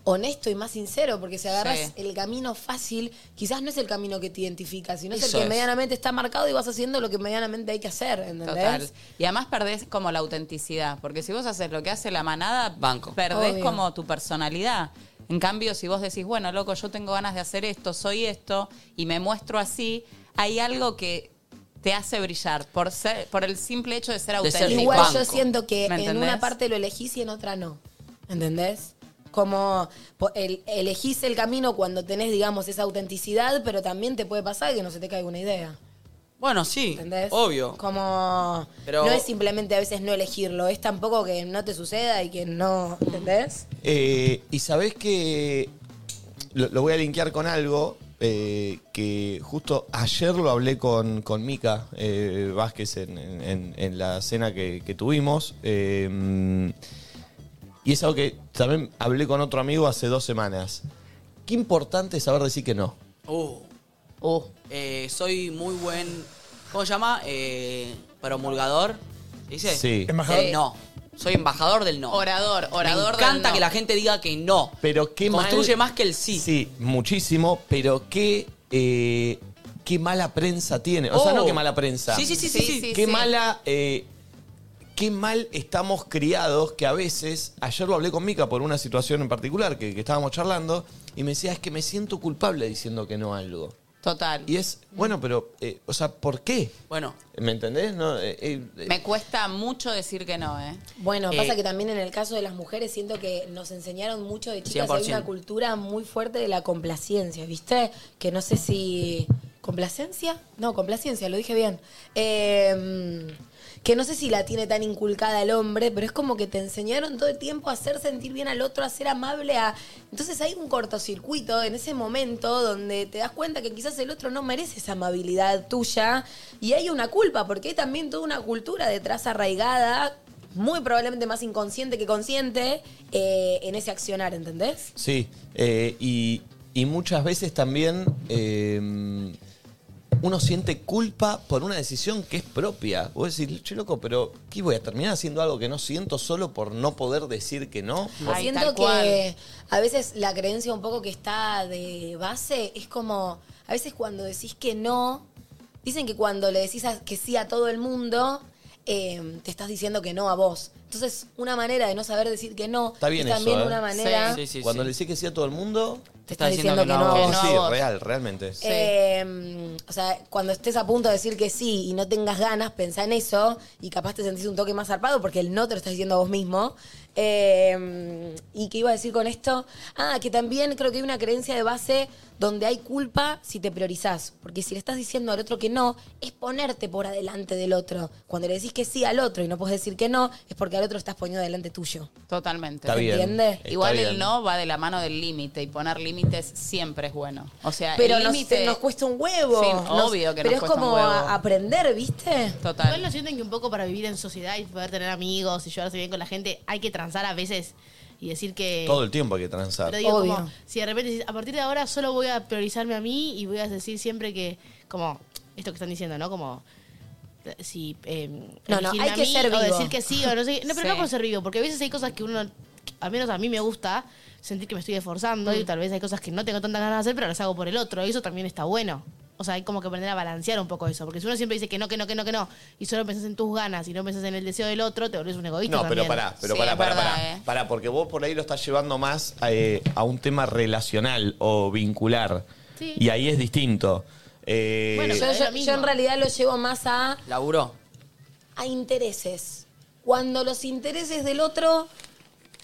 honesto y más sincero, porque si agarras Sí. el camino fácil, quizás no es el camino que te identifica, sino es Eso el que es. medianamente está marcado y vas haciendo lo que medianamente hay que hacer, ¿entendés? Total. Y además perdés como la autenticidad, porque si vos haces lo que hace la manada, Banco. perdés Obvio. como tu personalidad. En cambio, si vos decís, bueno, loco, yo tengo ganas de hacer esto, soy esto, y me muestro así, hay algo que te hace brillar por ser, por el simple hecho de ser De ser auténtico. Igual yo banco. siento que ¿Me en entendés? una parte lo elegís y en otra no. ¿Entendés? Como po- el- elegís el camino cuando tenés, digamos, esa autenticidad, pero también te puede pasar que no se te caiga una idea. Bueno, sí, ¿Entendés? obvio. Como Pero- no es simplemente a veces no elegirlo, es tampoco que no te suceda y que no, ¿entendés? Eh, y sabés que lo, lo voy a linkear con algo eh, que justo ayer lo hablé con, con Mica eh, Vázquez en, en- en la cena que, que tuvimos. eh, y es algo que también hablé con otro amigo hace dos semanas. Qué importante es saber decir que no. Uh. Eh, soy muy buen. ¿Cómo se llama? Eh, promulgador. ¿Dice? Sí. Embajador. Del no. Soy embajador del no. Orador, orador Me encanta del no. que la gente diga que no. Pero qué mal- Construye más que el sí. Sí, muchísimo, pero qué, eh, qué mala prensa tiene. O sea, Oh. no qué mala prensa. Sí, sí, sí, sí, sí. qué sí. mala. eh, qué mal estamos criados que a veces. Ayer lo hablé con Mica por una situación en particular que, que estábamos charlando. Y me decía, es que me siento culpable diciendo que no a algo. Total. Y es, bueno, pero, eh, o sea, ¿por qué? Bueno, ¿Me entendés? No, eh, eh, eh, Me cuesta mucho decir que no, ¿eh? Bueno, Eh, pasa que también en el caso de las mujeres siento que nos enseñaron mucho de chicas. Hay 100%. una cultura muy fuerte de la complacencia, ¿viste? Que no sé si. ¿Complacencia? No, complacencia, lo dije bien. Eh, que no sé si la tiene tan inculcada el hombre, pero es como que te enseñaron todo el tiempo a hacer sentir bien al otro, a ser amable, a... Entonces hay un cortocircuito en ese momento donde te das cuenta que quizás el otro no merece esa amabilidad tuya y hay una culpa, porque hay también toda una cultura detrás arraigada muy probablemente más inconsciente que consciente eh, en ese accionar, ¿entendés? Sí, eh, y, y muchas veces también eh, uno siente culpa por una decisión que es propia. Vos decís, che loco, pero ¿qué voy a terminar haciendo algo que no siento solo por no poder decir que no? Por- Ay, Siento tal que cual. a veces la creencia un poco que está de base es como, a veces cuando decís que no, dicen que cuando le decís a- que sí a todo el mundo, eh, te estás em, diciendo que no a vos. Entonces, una manera de no saber decir que no Está bien es también eso, ¿eh? una manera. Cuando le decís que sí a todo el mundo... Te está diciendo que no a vos. Sí, Que no a vos. real, realmente. Eh, o sea, cuando estés a punto de decir que sí y no tengas ganas, pensá en eso y capaz te sentís un toque más zarpado porque el no te lo estás diciendo a vos mismo. Eh, ¿Y qué iba a decir con esto? Ah, que también creo que hay una creencia de base donde hay culpa si te priorizás. Porque si le estás diciendo al otro que no, es ponerte por adelante del otro. Cuando le decís que sí al otro y no puedes decir que no, es porque al otro estás poniendo delante tuyo. Totalmente. Está bien, ¿Entiende? está Igual el bien. no va de la mano del límite y poner límites siempre es bueno. O sea, Pero el nos, límite nos cuesta un huevo. Sí, Nos- obvio que nos Pero es cuesta un como huevo. a- aprender, ¿viste? Total. Igual no sienten que un poco para vivir en sociedad y poder tener amigos y llevarse bien con la gente, hay que transar a veces y decir que... Todo el tiempo hay que transar. Pero digo, como, si de repente dices, a partir de ahora solo voy a priorizarme a mí y voy a decir siempre que, como, esto que están diciendo, ¿no? Como, si... eh, No, no, elegirme hay a que mí ser O vivo. decir que sí o no sé qué. No, pero Sí. no con ser vivo, porque a veces hay cosas que uno, que al menos a mí me gusta, sentir que me estoy esforzando Mm. y tal vez hay cosas que no tengo tantas ganas de hacer, pero las hago por el otro y eso también está bueno. O sea, hay como que aprender a balancear un poco eso. Porque si uno siempre dice que no, que no, que no, que no, y solo pensás en tus ganas y no pensás en el deseo del otro, te volvés un egoísta. No, pero también. pará, pero pará, pará, pará, Pará, porque vos por ahí lo estás llevando más eh, a un tema relacional o vincular. Sí. Y ahí es distinto. Eh, yo, yo- yo en realidad lo llevo más a, Laburó. a intereses. Cuando los intereses del otro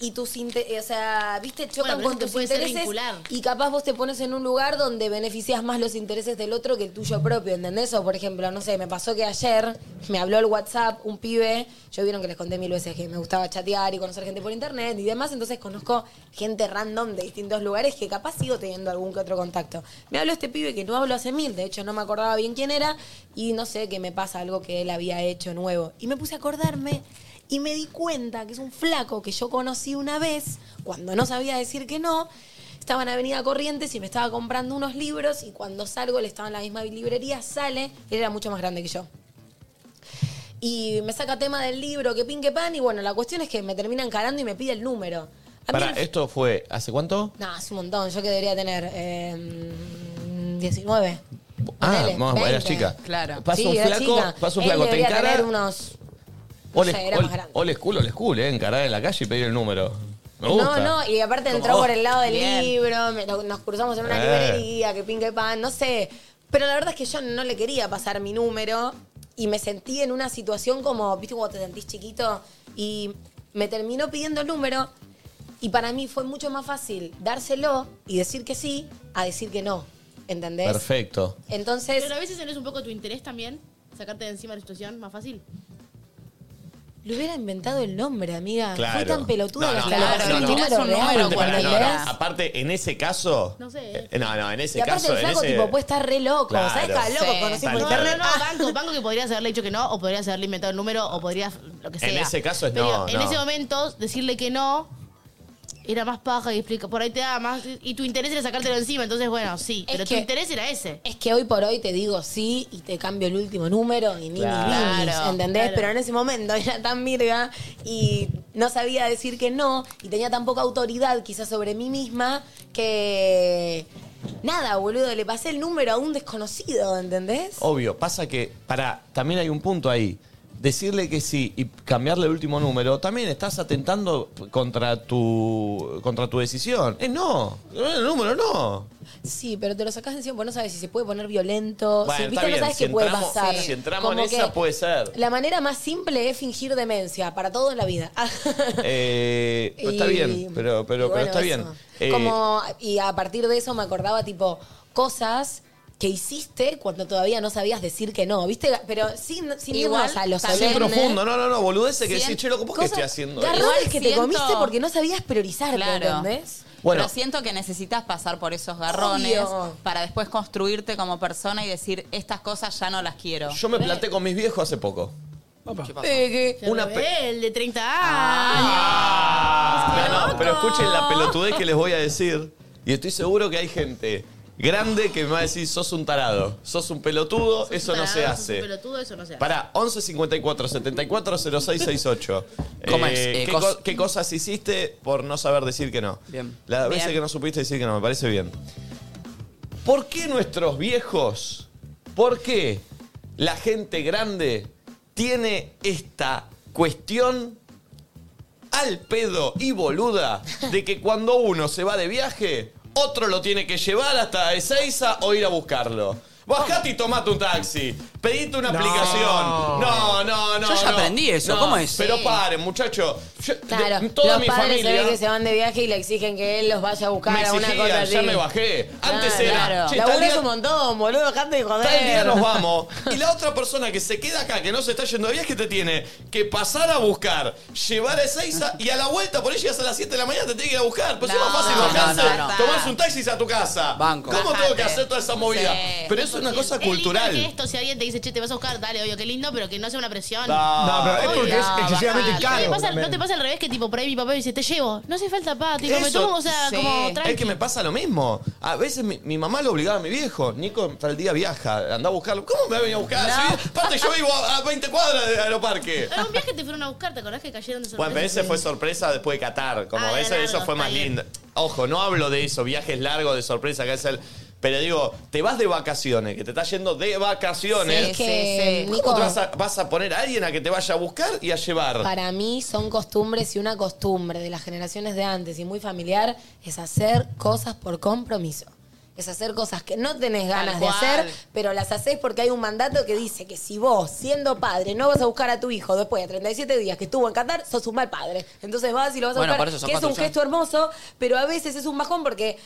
y tus intereses, o sea, viste, Bueno, chocan pero con eso te tus puede ser intereses vincular. y capaz vos te pones en un lugar donde beneficias más los intereses del otro que el tuyo propio, ¿entendés? O por ejemplo, no sé, me pasó que ayer me habló el WhatsApp un pibe, yo vieron que les conté mil veces que me gustaba chatear y conocer gente por internet y demás, entonces conozco gente random de distintos lugares que capaz sigo teniendo algún que otro contacto. Me habló este pibe que no hablo hace mil, de hecho no me acordaba bien quién era y no sé, que me pasa algo que él había hecho nuevo. Y me puse a acordarme y me di cuenta que es un flaco que yo conocí una vez, cuando no sabía decir que no, estaba en Avenida Corrientes y me estaba comprando unos libros y cuando salgo, él estaba en la misma librería, sale, él era mucho más grande que yo. Y me saca tema del libro, que pin, que pan, y bueno, la cuestión es que me termina encarando y me pide el número. A mí Pará, el- ¿esto fue hace cuánto? No, es un montón, yo que debería tener eh, 19. Ah, Ponele, no, eras 20. chica. Claro. Pasa un Sí, era flaco, chica. pasa un Él flaco, te debería encara. tener unos... no Old, sé, era old- más grande. old school, old school, ¿eh? Encarar en la calle y pedir el número. Me gusta. No, no, y aparte Como entró vos. por el lado del Bien. libro, me- nos nos cruzamos en una Eh. librería, que pin, que pan, no sé. Pero la verdad es que yo no le quería pasar mi número y me sentí en una situación como, viste, cuando te sentís chiquito y me terminó pidiendo el número y para mí fue mucho más fácil dárselo y decir que sí a decir que no, ¿entendés? Perfecto. Entonces... Pero a veces no es un poco tu interés también sacarte de encima la situación más fácil. Le hubiera inventado el nombre, amiga. Claro. Fue tan pelotuda No, que no, hasta no, le no, pasó no. el número real, Aparte, pará, no, no. ¿entendés? Aparte, en ese caso. No sé. eh, No, no, en ese Y aparte caso. el en flaco, ese- tipo, puede estar re loco. Claro. ¿Sabes? Cada loco Sí. conocí por Tal internet. cual. No, Ah, banco, banco que podrías haberle dicho que no, o podrías haberle inventado el número, o podrías lo que sea. En ese caso es Pero no, En no. ese momento, decirle que no era más paja y explica, por ahí te da más. Y tu interés era sacártelo encima, entonces bueno, sí. pero tu que- interés era ese. Es que hoy por hoy te digo sí y te cambio el último número y ni Claro. ni ninis, ¿entendés? Claro. Pero en ese momento era tan mirga y no sabía decir que no y tenía tan poca autoridad quizás sobre mí misma que... Nada, boludo, le pasé el número a un desconocido, ¿entendés? Obvio, pasa que para también hay un punto ahí. Decirle que sí y cambiarle el último número, también estás atentando contra tu contra tu decisión. Eh, no, el número no. Sí, pero te lo sacás encima porque no sabes si se puede poner violento, Bueno, si está viste, no bien, sabes si qué puede entramos- pasar. si entramos en Como esa, que puede ser. La manera más simple es fingir demencia para todo en la vida. Eh, pero está *laughs* Y- bien, pero, pero, y bueno, pero está bien. eso. Eh, Como, y a partir de eso me acordaba, tipo, cosas que hiciste cuando todavía no sabías decir que no, ¿viste? Pero sin, sin Igual, irnos a los sí, profundo, no, no, no, boludece que decís, che, loco, ¿por qué cosas estoy haciendo garrón esto? que te siento- comiste porque no sabías priorizarte, Claro. ¿entendés? Bueno. Pero siento que necesitas pasar por esos garrones Obvio. para después construirte como persona y decir, estas cosas ya no las quiero. Yo me planté con mis viejos hace poco. Eh, Una pe- El de 30 años. Ah, no, pero escuchen la pelotudez que les voy a decir. Y estoy seguro que hay gente grande que me va a decir, sos un tarado, sos un pelotudo, eso no se hace. Pelotudo, eso no se hace. Pará, 11 54 74 06 68. ¿Cómo es? Eh, Eh, ¿qué, cos- co- qué cosas hiciste por no saber decir que no? Bien. Las veces Bien. que no supiste decir que no, me parece bien. ¿Por qué nuestros viejos, por qué la gente grande tiene esta cuestión al pedo y boluda de que cuando uno se va de viaje, otro lo tiene que llevar hasta Ezeiza o ir a buscarlo. Bajate y tomate un taxi. Pedite una aplicación. No, no, no. Yo ya no. aprendí eso, No, ¿cómo es? Pero Sí. paren, muchachos. Claro, toda los mi padres se familia- ve que se van de viaje y le exigen que él los vaya a buscar me a una exigían, cosa ya así. me bajé. Antes Ah, era. Claro. "Che, tal Laburás día- un montón, boludo, dejate de joder. Tal día nos vamos. Y la otra persona que se queda acá, que no se está yendo de viaje, te tiene que pasar a buscar, llevar a Ezeiza y a la vuelta por ahí llegas a las 7 de la mañana te tiene que ir a buscar. Pues No, es más fácil no, bajarse. no, no. Tomás un taxi y se a tu casa. Banco. ¿Cómo tengo que Bajate. hacer toda esa movida? Sí. Pero eso es una cosa lindo que cultural. esto, si alguien te dice, che, te vas a buscar, dale, obvio, qué lindo, pero que no sea una presión. No, No, pero es porque es Obvio. excesivamente ¿Y no te caro pasa- también. ¿No te pasa al revés que tipo por ahí mi papá me dice, te llevo? No hace falta, pa, tipo, me Eso- tomo, o sea, como tranqui. es que me pasa lo mismo. A veces mi, mi mamá lo obligaba a mi viejo. Nico tal día viaja, anda a buscarlo. ¿Cómo me va a venir a buscar? Si vi- aparte, yo vivo a, a 20 cuadras del aeroparque. En un viaje te fueron a buscar, ¿te acordás que cayeron de sorpresa? Bueno, pero ese fue sorpresa después de Qatar. Como Ah, ese- largo, eso fue más está lindo. Ojo, no hablo de eso, viajes largos de sorpresa, que es el. Pero digo, te vas de vacaciones, que te estás yendo de vacaciones. Sí, es que, ¿Cómo Eh, Nico- te vas a, vas a poner a alguien a que te vaya a buscar y a llevar? Para mí son costumbres y una costumbre de las generaciones de antes y muy familiar es hacer cosas por compromiso. Es hacer cosas que no tenés ganas de cual. hacer, pero las haces porque hay un mandato que dice que si vos, siendo padre, no vas a buscar a tu hijo después de 37 días que estuvo en Qatar, sos un mal padre. Entonces vas y lo vas a Bueno, buscar, por eso son que es un construcciones. gesto hermoso, pero a veces es un bajón porque...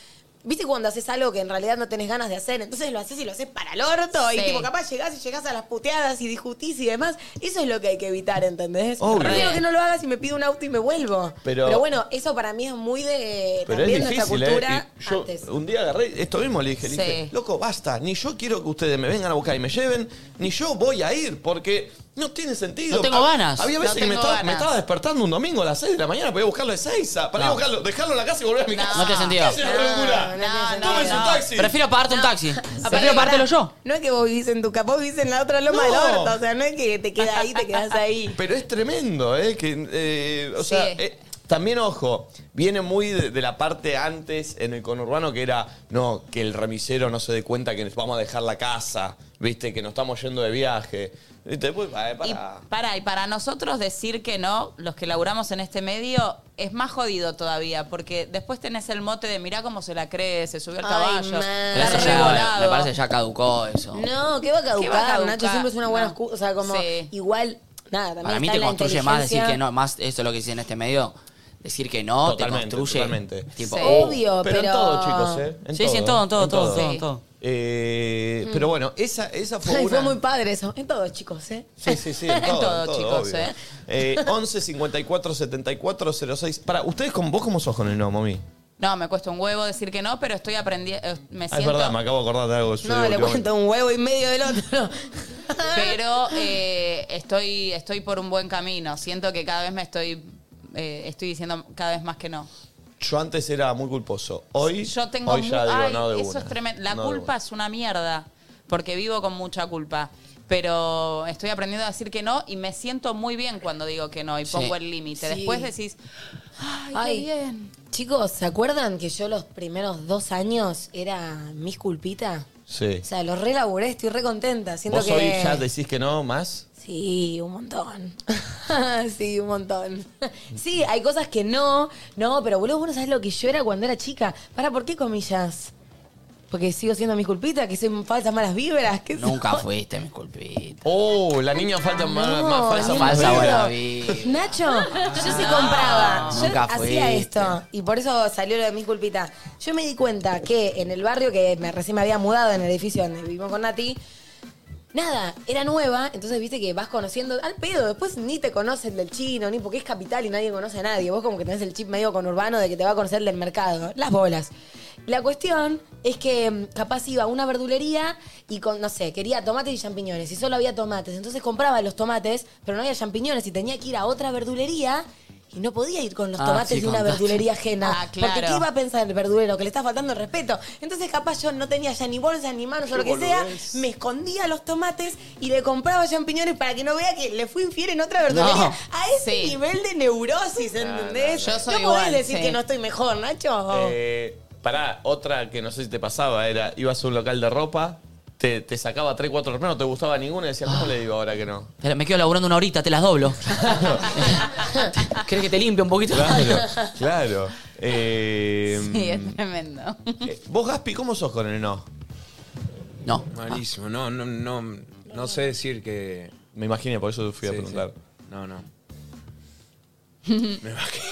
¿Viste cuando haces algo que en realidad no tenés ganas de hacer? Entonces lo haces y lo haces para el orto. Sí. Y tipo, capaz llegás y llegás a las puteadas y discutís y demás. Eso es lo que hay que evitar, ¿entendés? Obvio. Prefiero que no lo hagas y me pido un auto y me vuelvo. Pero- Pero, bueno, eso para mí es muy de Pero también es difícil, nuestra cultura Ah. ¿eh? Y Yo antes. un día agarré esto mismo, le dije, le dije, Sí. loco, basta, ni yo quiero que ustedes me vengan a buscar y me lleven, ni yo voy a ir, porque no tiene sentido. No tengo Ha- ganas. Había veces No que me tengo estaba, ganas. me estaba despertando un domingo a las 6 de la mañana para ir a buscarlo de 6 para ir a No. buscarlo, dejarlo en la casa y volver a mi casa. No tiene sentido. ¿Qué es una locura? Tómense un taxi. Prefiero pagarte *laughs* un taxi. Aparte, Prefiero pagártelo pará, yo. No es que vos vivís en tu capó, vivís en la otra No. loma del orto. O sea, no es que te quedas ahí, te quedas ahí. *laughs* Pero es tremendo, ¿eh? Que, eh, o sea, Sí. eh, también, ojo, viene muy de, de la parte antes en el conurbano que era, no, que el remisero no se dé cuenta que nos vamos a dejar la casa, ¿viste? Que nos estamos yendo de viaje. ¿Viste? Pues, eh, para. Para, y para nosotros decir que no, los que laburamos en este medio, es más jodido todavía, porque después tenés el mote de mirá cómo se la cree, se subió al Ay, caballo. man. Pero eso está ya, revolado. me parece ya caducó eso. No, ¿qué va ¿Qué va a a caducar? caducar? Nacho siempre es una buena excusa. O sea, como Sí. igual, nada, también Para mí está te la construye más decir inteligencia. que no, más eso es lo que dice en este medio. Decir que no Totalmente, te construye. totalmente. Tipo, Sí. oh. Obvio, pero, en pero- todo, chicos, ¿eh? Sí, sí, en todo, en todo, todo, todo, en todo. Eh, Pero bueno, esa, esa fue *laughs* Ay, una... fue muy padre eso. En todos, chicos, ¿eh? Sí, sí, sí, *laughs* En todo, chicos, obvio. ¿eh? Eh, 11 54 74 06. Para, ¿ustedes con vos cómo sos con el no, mami? No, me cuesta un huevo decir que no, pero estoy aprendiendo, eh, me Ah, es siento... verdad, me acabo de acordar de algo. que sucedió No, le últimamente. cuento un huevo y medio del otro. pero eh, estoy, estoy por un buen camino. Siento que cada vez me estoy, eh, estoy diciendo cada vez más que no. Yo antes era muy culposo. Hoy, Yo tengo hoy ya mu- digo ay, no de eso una. es tremendo. La No de culpa es una mierda, porque vivo con mucha culpa. Pero estoy aprendiendo a decir que no y me siento muy bien cuando digo que no y Sí. pongo el límite. Sí. Después decís, Ay, *laughs* qué bien. Chicos, ¿se acuerdan que yo los primeros dos años era mis culpita? Sí. O sea, los relaburé, estoy re contenta. Siento ¿Vos que. hoy ya decís que no más? Sí, un montón. *laughs* sí, un montón. *laughs* sí, hay cosas que no. No, pero boludo, vos no sabés lo que yo era cuando era chica. Para, ¿por qué comillas? Porque sigo siendo mis culpitas, que soy falsas malas vibras. ¿qué Nunca soy? fuiste, mi culpita. Oh, la Ah, niña falta más, No, más falsa. Falsa, Eh, falsa, más buena vida. vida. Nacho, yo se No, compraba. Yo nunca hacía fuiste. esto. Y por eso salió lo de mis culpitas. Yo me di cuenta que en el barrio que me, recién me había mudado, en el edificio donde vivimos con Nati, nada, era nueva. Entonces viste que vas conociendo al pedo. Después ni te conocen del chino, ni porque es capital y nadie conoce a nadie. Vos como que tenés el chip medio conurbano de que te va a conocer del mercado. Las bolas. La cuestión es que mm, capaz iba a una verdulería y con, no sé, quería tomates y champiñones y solo había tomates. Entonces compraba los tomates, pero no había champiñones y tenía que ir a otra verdulería y no podía ir con los Ah, tomates sí, de una contaste. verdulería ajena. Ah, claro. Porque ¿qué iba a pensar el verdulero? Que le está faltando el respeto. Entonces capaz yo no tenía ya ni bolsa, ni manos o Qué lo que sea. boludez. Me escondía los tomates y le compraba champiñones para que no vea que le fui infiel en otra verdulería. No. A ese nivel de neurosis, ¿entendés? Yo soy no podés igual, decir sí. que no estoy mejor, Nacho. Oh. Eh, pará, otra que no sé si te pasaba era, ibas a un local de ropa te, te sacaba 3, 4 hermanos, no te gustaba ninguno y decías, ¿cómo le digo ahora que no? Te- Me quedo laburando una horita, te las doblo. *laughs* ¿Querés que te limpie un poquito? *laughs* Claro, claro. Eh, *laughs* Sí, es tremendo. Vos, Gaspi, ¿cómo sos con el no? No. Malísimo, no, no, no, no sé decir que. Me imaginé, por eso te fui a preguntar. No, no.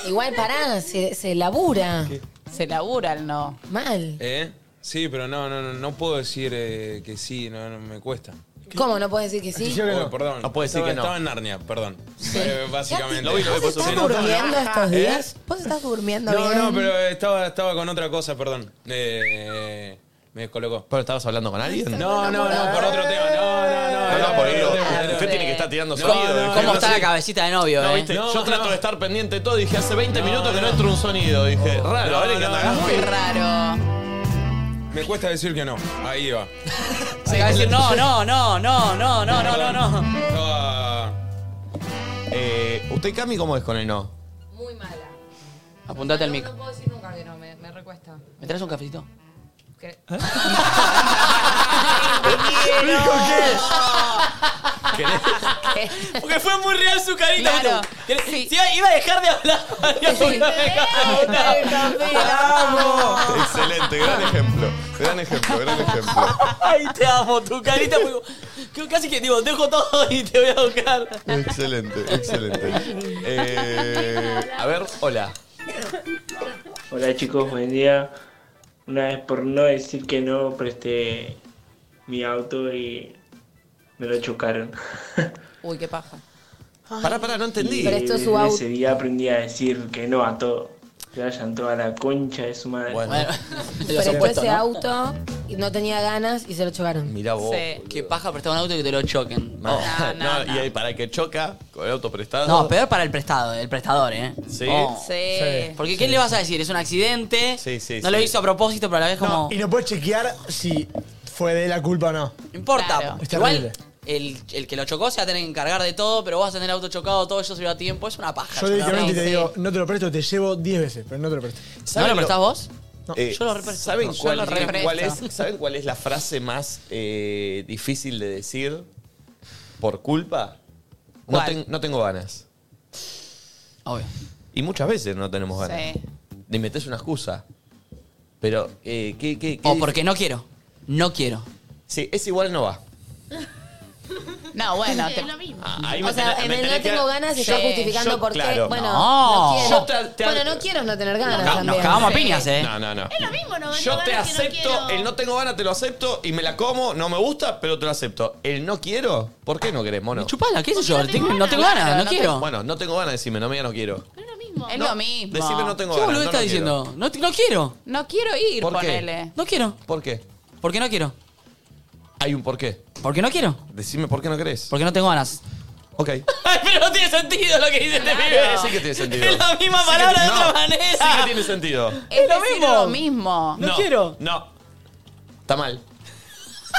Igual pará, se, se labura. Se labura el no. Mal. ¿Eh? Sí, pero no, no, no, no puedo decir eh, que sí, no, no, me cuesta. ¿Cómo no puedes decir que sí? Oh, perdón. No puede decir Estaba- que no. Estaba en Narnia, perdón. Eh, básicamente. Lo vi, lo vi, por ¿Vos eso ¿Estás durmiendo estos ¿Eh? días? ¿Vos estás durmiendo No, bien? no, pero estaba, estaba con otra cosa, perdón. Eh, me descolocó. ¿Pero estabas hablando con alguien? *laughs* No, no, no, por otro tema. No, no, no. no, era por otro ahí lo- tema, era Usted otro tiene que estar tirando sonido. *laughs* ¿Cómo, dije, cómo no está sé. la cabecita de novio, No, eh? ¿viste? Yo trato de estar pendiente de todo. Dije, hace 20 minutos que no entra un sonido. Dije, raro, a ver qué anda Gaspi. raro. Me cuesta decir que no. Ahí va. Se va a decir, no, no, no, no, no, no, no, no, no. ah, Eh, ¿Usted, Cami, cómo es con el no? Muy mala. Apuntate al No, mic. No puedo decir nunca que no, me, me recuesta. ¿Me traes un cafecito? Que- ¿Dijo Porque fue muy real su carita. Claro. Iba a dejar *laughs* de hablar. Excelente, gran ejemplo. Gran ejemplo, gran ejemplo. Ay, te amo, tu carita. muy *laughs* bu- Creo casi que digo, dejo todo y te voy a buscar. Excelente, excelente. Eh, a ver, hola. Hola chicos, buen día. Una vez por no decir que no, presté mi auto y me lo chocaron. Uy, qué paja. Pará, pará, no Y Prestó su desde auto. ese día aprendí a decir que no a todo. Que vayan toda la concha de su madre. Prestó ese auto y no tenía ganas y se lo chocaron. Mirá vos. Sí. Qué paja prestar un auto y que te lo choquen. Oh, No, Oh. no, y ahí para que choca con el auto prestado. No, peor para el prestado, el prestador, ¿eh? Sí. Sí. Porque Sí. ¿qué le vas a decir? Es un accidente. sí, no lo hizo a propósito, pero a la vez como. Y no puedes chequear si fue de la culpa o no. No importa. pues. Es Igual terrible. el, el que lo chocó se va a tener que encargar de todo, pero vos vas a tener el auto chocado, todo eso se va a tiempo. Es una paja. Yo chocar. directamente te Sí. digo, no te lo presto, te llevo 10 veces, pero no te lo presto. ¿No lo prestás vos? Eh, Yo lo represto. ¿saben, No, yo cuál, lo represto. cuál es, ¿Saben cuál es la frase más eh, difícil de decir por culpa? No, ¿Cuál? ten- no tengo ganas. Obvio. Y muchas veces no tenemos ganas. Sí. Le metes una excusa. Pero, eh, ¿qué, qué, O porque no quiero. No quiero. Sí, es igual no va. No, bueno. Es lo mismo. Ah, ahí O me sea, tenés- en me el tenés no que- tengo ganas está Sí. justificando Yo, por qué. claro. Bueno, No. no, Yo quiero. te- te- bueno, no quiero no tener ganas Nos ca- también. nos cagamos a piñas, ¿eh? No, no, no. Es lo mismo, no Yo No te ganas que no acepto, quiero. el no tengo ganas te lo acepto y me la como, no me gusta, pero te lo acepto. El no quiero, ¿por qué no querés, mono? Chupala, ¿qué sé yo? Tengo- no tengo ganas, no, quiero. Bueno, no tengo ganas, decime, no me digas no quiero. Es No, lo mismo. decime no tengo ¿Qué ganas, boludo no, no quiero. estás diciendo? *laughs* No, te- no quiero. No quiero ir, ¿Por qué? *laughs* ponele. No quiero. ¿Por qué? ¿Por qué no quiero? Hay un por qué. ¿Por qué no quiero? Decime por qué no querés. Porque no tengo ganas. Ok. Ay, pero no tiene sentido lo que dice este pibe. Sí que tiene sentido. *laughs* Es la misma Sí que- palabra de no, otra manera. Sí que tiene sentido. Es lo mismo. mismo. lo mismo. No quiero. No. Está mal.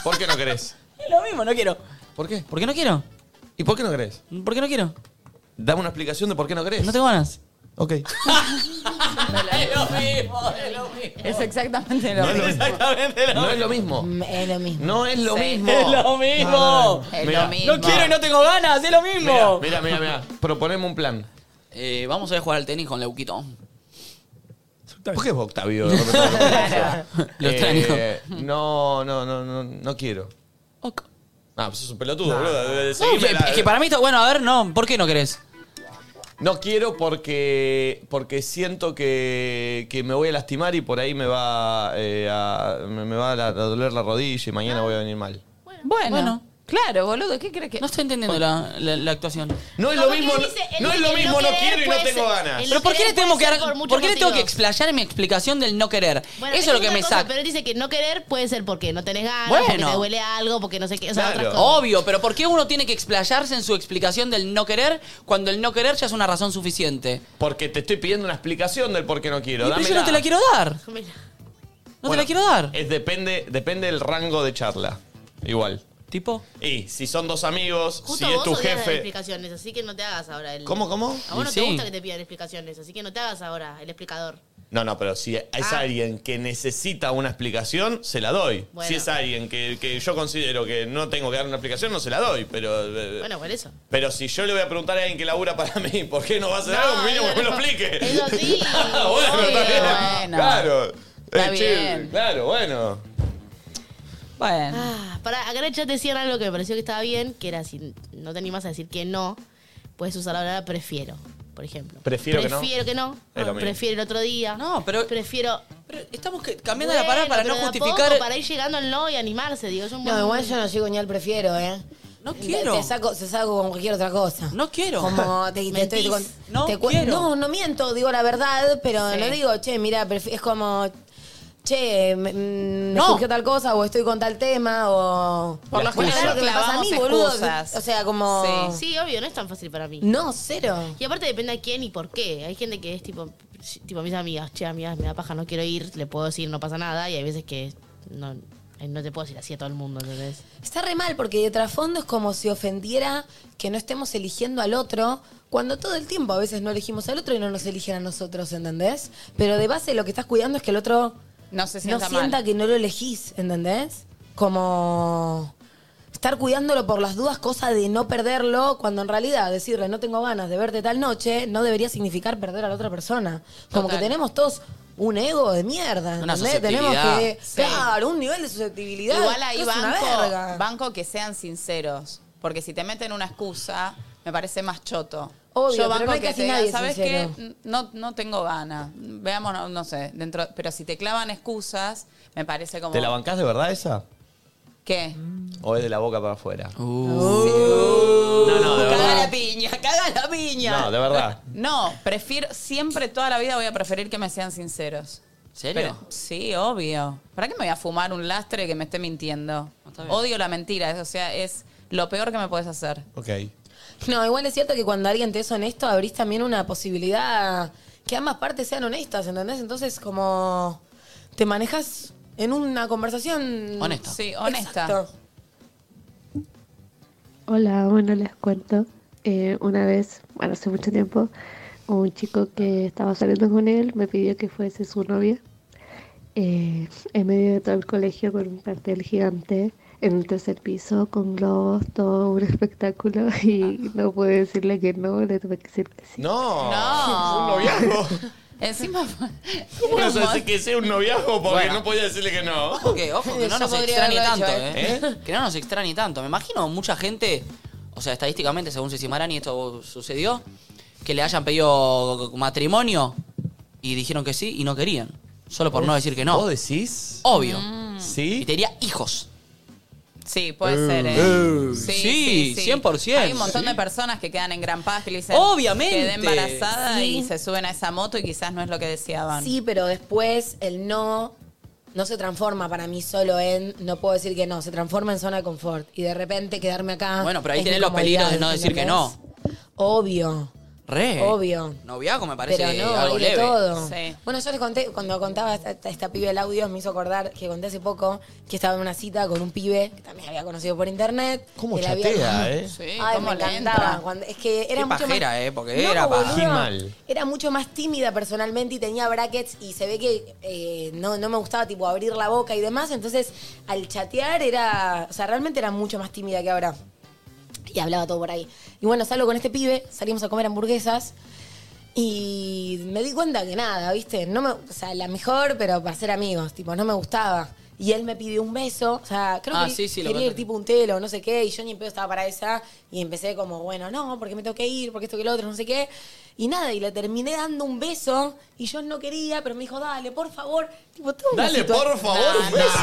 ¿Por qué no querés? Es lo mismo, no quiero. ¿Por qué? ¿Por qué no quiero? ¿Y por qué no querés? ¿Por qué no quiero? Dame una explicación de por qué no querés. No tengo ganas. Ok. es lo mismo, es lo mismo. Es exactamente lo No es lo mismo. mismo. *laughs* Exactamente No es lo mismo. Mm, Es lo mismo. eh. No es lo Sí. mismo. Es lo No, no, mismo. no. Es Mirá, lo mismo. No quiero y no tengo ganas, es lo mismo. Mira, mira, mira. Proponeme un plan. Eh, vamos a ir a jugar al tenis con Leuquito. ¿Por qué es *laughs* Octavio? Lo Eh, no, no, no, no, no quiero. Ok. Ah, pues sos un pelotudo, No. boludo. de- de- de- No, seguime que- la- es que para mí está bueno, a ver, no, ¿por qué no querés? No quiero porque, porque siento que, que me voy a lastimar y por ahí me va, eh, a, me me va a, la- a doler la rodilla y Ah. mañana voy a venir mal. Bueno, Bueno. claro, boludo, ¿qué crees que.? No estoy entendiendo la, la- la actuación. No es Como lo que mismo, dice, el no no- es lo el no mismo, no querer quiero y no puede tengo ser- ganas. el Pero ¿por qué le querer tengo que puede dar- ser por muchos por qué le tengo que motivos. explayar en mi explicación del no querer? Bueno, Eso es lo que una me cosa, saca. Pero él dice que no querer puede ser porque no tenés ganas, Bueno. porque te duele algo, porque no sé qué. O Claro. Oh, sea, otras cosas. Obvio, pero ¿por qué uno tiene que explayarse en su explicación del no querer cuando el no querer ya es una razón suficiente? Porque te estoy pidiendo una explicación del por qué no quiero. Y pero yo dámela. no te la quiero dar. No Mira. te la Bueno, quiero dar. Es depende, depende del rango de charla. Igual. ¿Tipo? Y si son dos amigos, Justo si es vos tu odias las jefe. explicaciones, así que no te hagas ahora el... ¿Cómo, cómo? A vos no Y te sí. gusta que te pidan explicaciones, así que no te hagas ahora el explicador. No, no, pero si es Ah. alguien que necesita una explicación, se la doy. Bueno. Si es alguien que, que yo considero que no tengo que dar una explicación, no se la doy. Pero, eh, Bueno, por eso. pero si yo le voy a preguntar a alguien que labura para mí, ¿por qué no va a hacer No, algo? Mínimo eso que me lo no. explique. *laughs* Eso sí. Ah, bueno, Obvio, está bien. bueno. Claro. Eh, Está che, bien. Claro, bueno. Bueno. Ah, Para, acá en el chat decían algo que me pareció que estaba bien, que era si no te animas a decir que no, puedes usar la palabra prefiero, por ejemplo. Prefiero que no. Prefiero que no. Ah, Es lo mismo. prefiero el otro día. No, pero. Prefiero. estamos cambiando la palabra para no justificar- para ir llegando al no y animarse, digo. Es un No, igual yo no llego ni al prefiero, ¿eh? No quiero. Te saco, te saco con cualquier otra cosa. No quiero. Como te, te Mentís. estoy con- No te cuen- quiero. No, no miento, digo la verdad, pero Sí. no digo, che, mira, prefi- es como, che, me, mm, me No. surgió tal cosa, o estoy con tal tema, o. Por lo Bueno, general claro que me pasa a clavamos mí, boludo. excusas. O sea, como. Sí, obvio, no es tan fácil para mí. No, cero. Y aparte depende a quién y por qué. Hay gente que es tipo, tipo mis amigas, che, amigas, me da paja, no quiero ir, le puedo decir, no pasa nada. Y hay veces que no, eh, no te puedo decir así a todo el mundo, ¿entendés? Está re mal porque de trasfondo es como si ofendiera que no estemos eligiendo al otro, cuando todo el tiempo a veces no elegimos al otro y no nos eligen a nosotros, ¿entendés? Pero de base lo que estás cuidando es que el otro No se no sienta mal. sienta que no lo elegís, ¿entendés? Como estar cuidándolo por las dudas, cosa de no perderlo, cuando en realidad decirle no tengo ganas de verte tal noche no debería significar perder a la otra persona. Como Total. que tenemos todos un ego de mierda, Una ¿entendés? Tenemos susceptibilidad. que, Sí. claro, un nivel de susceptibilidad. Igual ahí que es una banco, verga. banco que sean sinceros. Porque si te meten una excusa, me parece más choto. Obvio, Yo pero banco no hay que casi te digan, nadie ¿sabes qué? sincero". N- No, no tengo ganas. Veamos, no, no sé. dentro Pero si te clavan excusas, me parece como. ¿Te la bancás de verdad esa? ¿Qué? ¿O es de la boca para afuera? No, no, de Caga la verdad. piña, caga la piña. No, de verdad. No, prefiero, siempre toda la vida voy a preferir que me sean sinceros. serio? Pero- sí, obvio. ¿Para qué me voy a fumar un lastre que me esté mintiendo? está bien. Odio la mentira, es- o sea, es lo peor que me puedes hacer. Ok. No, igual es cierto que cuando alguien te es honesto, abrís también una posibilidad que ambas partes sean honestas, ¿entendés? Entonces, como te manejas en una conversación Honesta. Sí, honesta. Exacto. *laughs* Hola, bueno, les cuento. Eh, una vez, bueno, hace mucho tiempo, un chico que estaba saliendo con él me pidió que fuese su novia. Eh, en medio de todo el colegio con un cartel gigante, en el tercer piso, con globos, todo un espectáculo *laughs* y no pude decirle que no, le tuve que decir que sí. No. No. Un noviazgo. Oh. *laughs* Encima. ¿Cómo era vas un a mon- decir que sea un noviazgo? Porque Bueno. no podía decirle que no. Ojo que, ojo, *laughs* que no Yo nos podría extrañe haberlo tanto, hecho, ¿eh? *laughs* Que no nos extrañe tanto. Me imagino mucha gente, o sea, estadísticamente, según Ceci Marani, esto sucedió, que le hayan pedido matrimonio y dijeron que sí y no querían. Solo por no decir que no. ¿Vos decís? Obvio. ¿Sí? Y tenía hijos. Sí, puede Uh. Eh, ser, eh. Uh. ¿eh? Sí, 100%. Hay un montón Sí. de personas que quedan en Gran Paz que le dicen. Obviamente. Quedé embarazada Sí. y se suben a esa moto y quizás no es lo que deseaban. Sí, pero después el no no se transforma para mí solo en no puedo decir que no, se transforma en zona de confort y de repente quedarme acá. Bueno, pero ahí es tenés mi los peligros de comodidad, no decir que ¿entendés? no. Obvio. Re. Obvio. Noviazgo me parece Pero no, algo hay de leve. todo. Bueno, yo les conté, cuando contaba esta, esta- esta pibe el audio, me hizo acordar que conté hace poco que estaba en una cita con un pibe que también había conocido por internet. ¿Cómo que la chatea, eh? Sí, Ay, ¿cómo me le encantaba. entra? Cuando- es que era Qué mucho pajera, más... eh, porque No, Ah, era pa- boludo. Qué mal. Era mucho más tímida personalmente y tenía brackets y se ve que eh, no, no me gustaba tipo abrir la boca y demás. Entonces, al chatear era... O sea, realmente era mucho más tímida que ahora. Y hablaba todo por ahí. Y bueno, salgo con este pibe, salimos a comer hamburguesas. Y me di cuenta que nada, ¿viste? No me, o sea, la mejor, pero para ser amigos, tipo, no me gustaba. Y él me pidió un beso, o sea, creo Ah, que sí, sí, lo quería ir contaste. tipo un telo, no sé qué, y yo ni en pedo estaba para esa. Y empecé como, bueno, no, porque me tengo que ir, porque esto que lo otro, no sé qué. Y nada, y le terminé dando un beso, y yo no quería, pero me dijo, dale, por favor. Tipo, toda una Dale, situa- por favor, un beso. *laughs*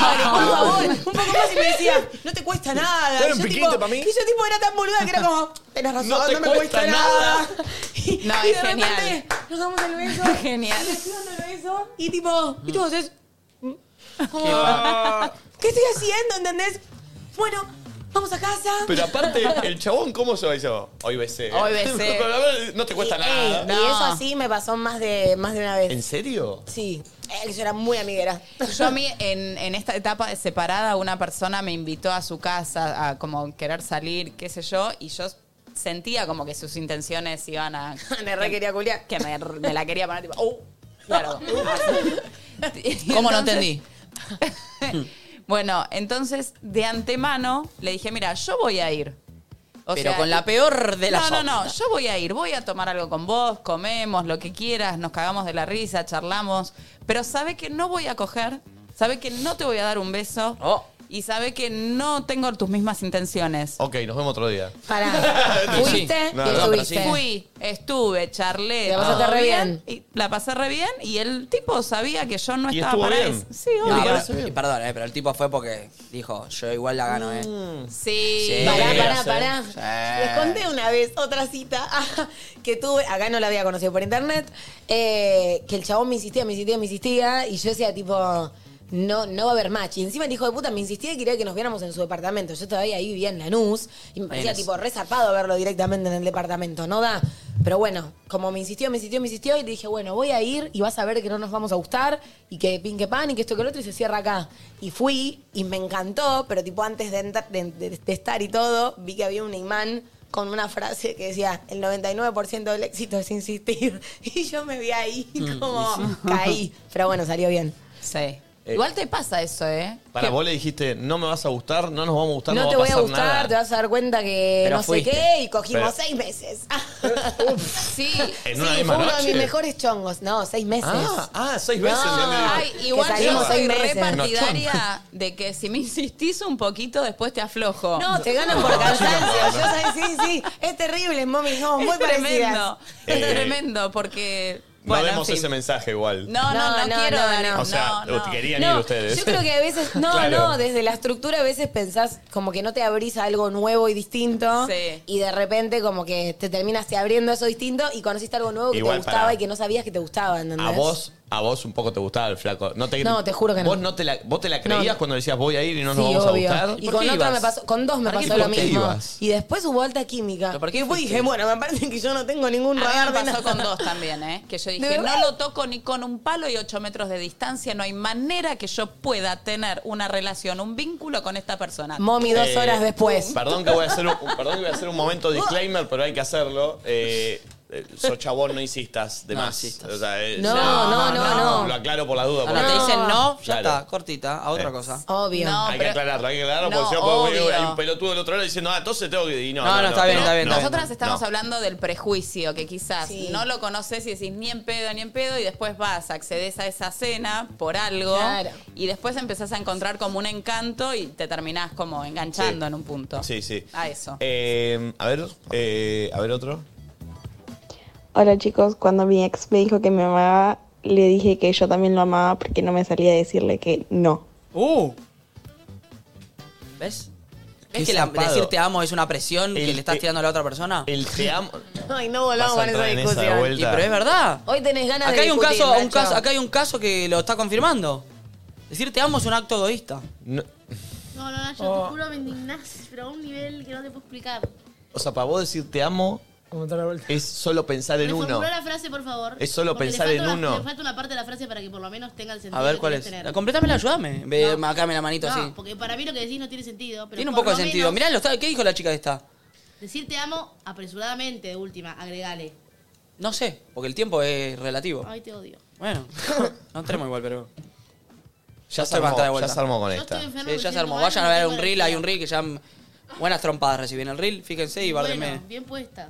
Dale, por favor. Un poco más y me decía, no te cuesta nada. Dale Y un yo, piquito tipo, pa' mí. Y yo tipo era tan boluda que era como, tenés razón, No no, te me cuesta, cuesta nada. nada. *laughs* Y, No, y es de repente, genial. nos damos el beso. *laughs* Genial. Mm. Y le estoy dando el beso. Y tipo, y tú haces, como, Ah. *laughs* ¿qué estoy haciendo? ¿Entendés? Bueno, vamos a casa. *laughs* Pero aparte, el chabón, ¿cómo se va? Dice, oh, hoy besé. *laughs* Hoy besé. no te cuesta y, Ah, nada. ey, Y eso así me pasó más de, más de una vez. ¿En serio? Sí, eh, yo era muy amiguera. Yo a mí, en, en esta etapa de separada, una persona me invitó a su casa a como querer salir, qué sé yo, y yo sentía como que sus intenciones iban a. *laughs* me re quería culiar. Que me, me la quería poner tipo, ¡oh! *laughs* Claro. ¿Cómo Entonces- no entendí? Bueno, entonces de antemano le dije, mira, yo voy a ir. Pero con la peor de las No, no, no, optas. yo voy a ir, voy a tomar algo con vos, comemos, lo que quieras, nos cagamos de la risa, charlamos, pero sabe que no voy a coger, sabe que no te voy a dar un beso Oh. y sabe que no tengo tus mismas intenciones. Ok, nos vemos otro día. *laughs* Fuiste Sí. No, no, pero sí. Fui, estuve, charlé. La pasaste todo re y la pasé re bien y el tipo sabía que yo no Y estaba estuvo para bien. eso. Sí, No, obvio. pero- y perdón, eh, pero el tipo fue porque dijo, yo igual la gano, eh. Mm. Sí. Pará, sí, pará, sí. pará. Sí. Les conté una vez otra cita *laughs* que tuve, acá no la había conocido por internet, eh, que el chabón me insistía, me insistía, me insistía, y yo decía tipo, no, no va a haber match. Y encima el hijo de puta me insistía y quería que nos viéramos en su departamento. Yo todavía ahí vivía en Lanús, y me parecía Menos. tipo re zarpado verlo directamente en el departamento, no da. Pero bueno, como me insistió, me insistió, me insistió, y le dije, bueno, voy a ir y vas a ver que no nos vamos a gustar, y que pin, que pan, y que esto, que lo otro, y se cierra acá. Y fui, y me encantó, pero tipo antes de, entrar- de- de- de estar y todo, vi que había un imán con una frase que decía, el 99% del éxito es insistir. *laughs* Y yo me vi ahí, Mm, como y sí. caí. Pero bueno, salió bien. Sí. Igual te pasa eso, ¿eh? Para vos le dijiste, no me vas a gustar, no nos vamos a gustar, no, no te va a voy a pasar gustar, nada. te vas a dar cuenta que Pero no fuiste. sé qué, y cogimos Pero- seis *laughs* meses. sí, ¿En sí, una fue misma uno de noche? mis mejores chongos. No, seis meses. Ah, ah, seis veces. No. ¿entendés? Ay, Que Igual yo salimos soy seis re meses. partidaria de que si me insistís un poquito, después te aflojo. No, te ganan por cansancio. Yo soy, sí, sí. Es terrible, mami. Somos muy Es tremendo, parecidas. es Eh, tremendo, porque... No bueno, en vemos fin. ese mensaje igual. No, no, no, quiero dar- O sea, querían ir Ah, No, ustedes. Yo creo *laughs* que a veces, no, Claro. no, desde la estructura a veces pensás como que no te abrís a algo nuevo y distinto. Y de repente como que te terminaste abriendo a eso distinto y conociste algo nuevo que Igual, te gustaba pará. y que no sabías que te gustaba, ¿entendés? A vos, a vos un poco te gustaba el flaco. No te, No, te juro que no. Vos, no te, la, vos te la creías No. cuando decías voy a ir y no Sí, nos vamos obvio. a gustar. Y ¿Por con qué otra me ibas? pasó, con dos me ¿Para qué- pasó lo por qué mismo. ibas? Y después hubo alta química. Y después dije, bueno, me parece que yo no tengo ningún A mí radar de me pasó nada. con dos también, ¿eh? Que yo ¿De dije, verdad? no lo toco ni con un palo y ocho metros de distancia, no hay manera que yo pueda tener una relación, un vínculo con esta persona. Eh, *laughs* Perdón que voy a hacer *laughs* un, perdón que voy a hacer un momento disclaimer, pero hay que hacerlo. *laughs* Eh, eh, sos chabón, no insistas de No más. O sea, eh, No, ya- no, no, no. Lo aclaro por la duda. Ahora porque- te dicen no, ya Claro. está, cortita, a otra Eh. cosa. Obvio. hay que aclararlo, hay que aclararlo, No, porque si no, porque obvio. hay un pelotudo del otro lado diciendo, ah, entonces tengo que. y no, No, no, está bien, está bien, está bien. Nosotras estamos No. hablando del prejuicio, que quizás Sí. no lo conoces y decís ni en pedo, ni en pedo, y después vas, accedes a esa cena por algo, Claro. y después empezás a encontrar como un encanto y te terminás como enganchando en un punto. Sí, sí. A eso. Eh, a ver, eh, a ver otro. Hola chicos, cuando mi ex me dijo que me amaba, le dije que yo también lo amaba porque no me salía a decirle que no. Uh. ¿Ves? Qué ¿Ves que la- zarpado. decir te amo es una presión que le estás te- tirando a la otra persona? El *laughs* te amo. Ay, no Vas a volvamos con esa entrar en esa discusión. de vuelta. Y, pero es verdad. Hoy tenés ganas Acá de hay un discutir, caso, un Nacho. caso, acá hay un caso que lo está confirmando. Decir te amo es un acto egoísta. No, no, no, yo te juro, me indignás, pero a un nivel que no te puedo explicar. O sea, para vos decir te amo es solo pensar en uno. Reformulá la frase, por favor. Es solo porque le pensar falta en una- uno. Le falta una parte de la frase para que por lo menos tenga el sentido. A ver que cuál querés es. tener. Complétamela, ayúdame. Ve, Macame la manito No, así. porque para mí lo que decís no tiene sentido. Pero Tiene un por poco de lo sentido. menos Mirá, lo está- ¿qué dijo la chica esta? Decir te amo apresuradamente, de última, agregale. No sé, porque el tiempo es relativo. Ay, te odio. *laughs* Bueno, no entremos igual, pero. Ya estoy se para entrar de armó, vuelta. ya se armó con Yo esta. estoy enfermo, Sí, ya me se siento armó. mal, Vayan a no ver tengo un reel, hay un reel que ya. Buenas trompadas recibí en el reel, fíjense y Bueno, bárdenme. bien puesta.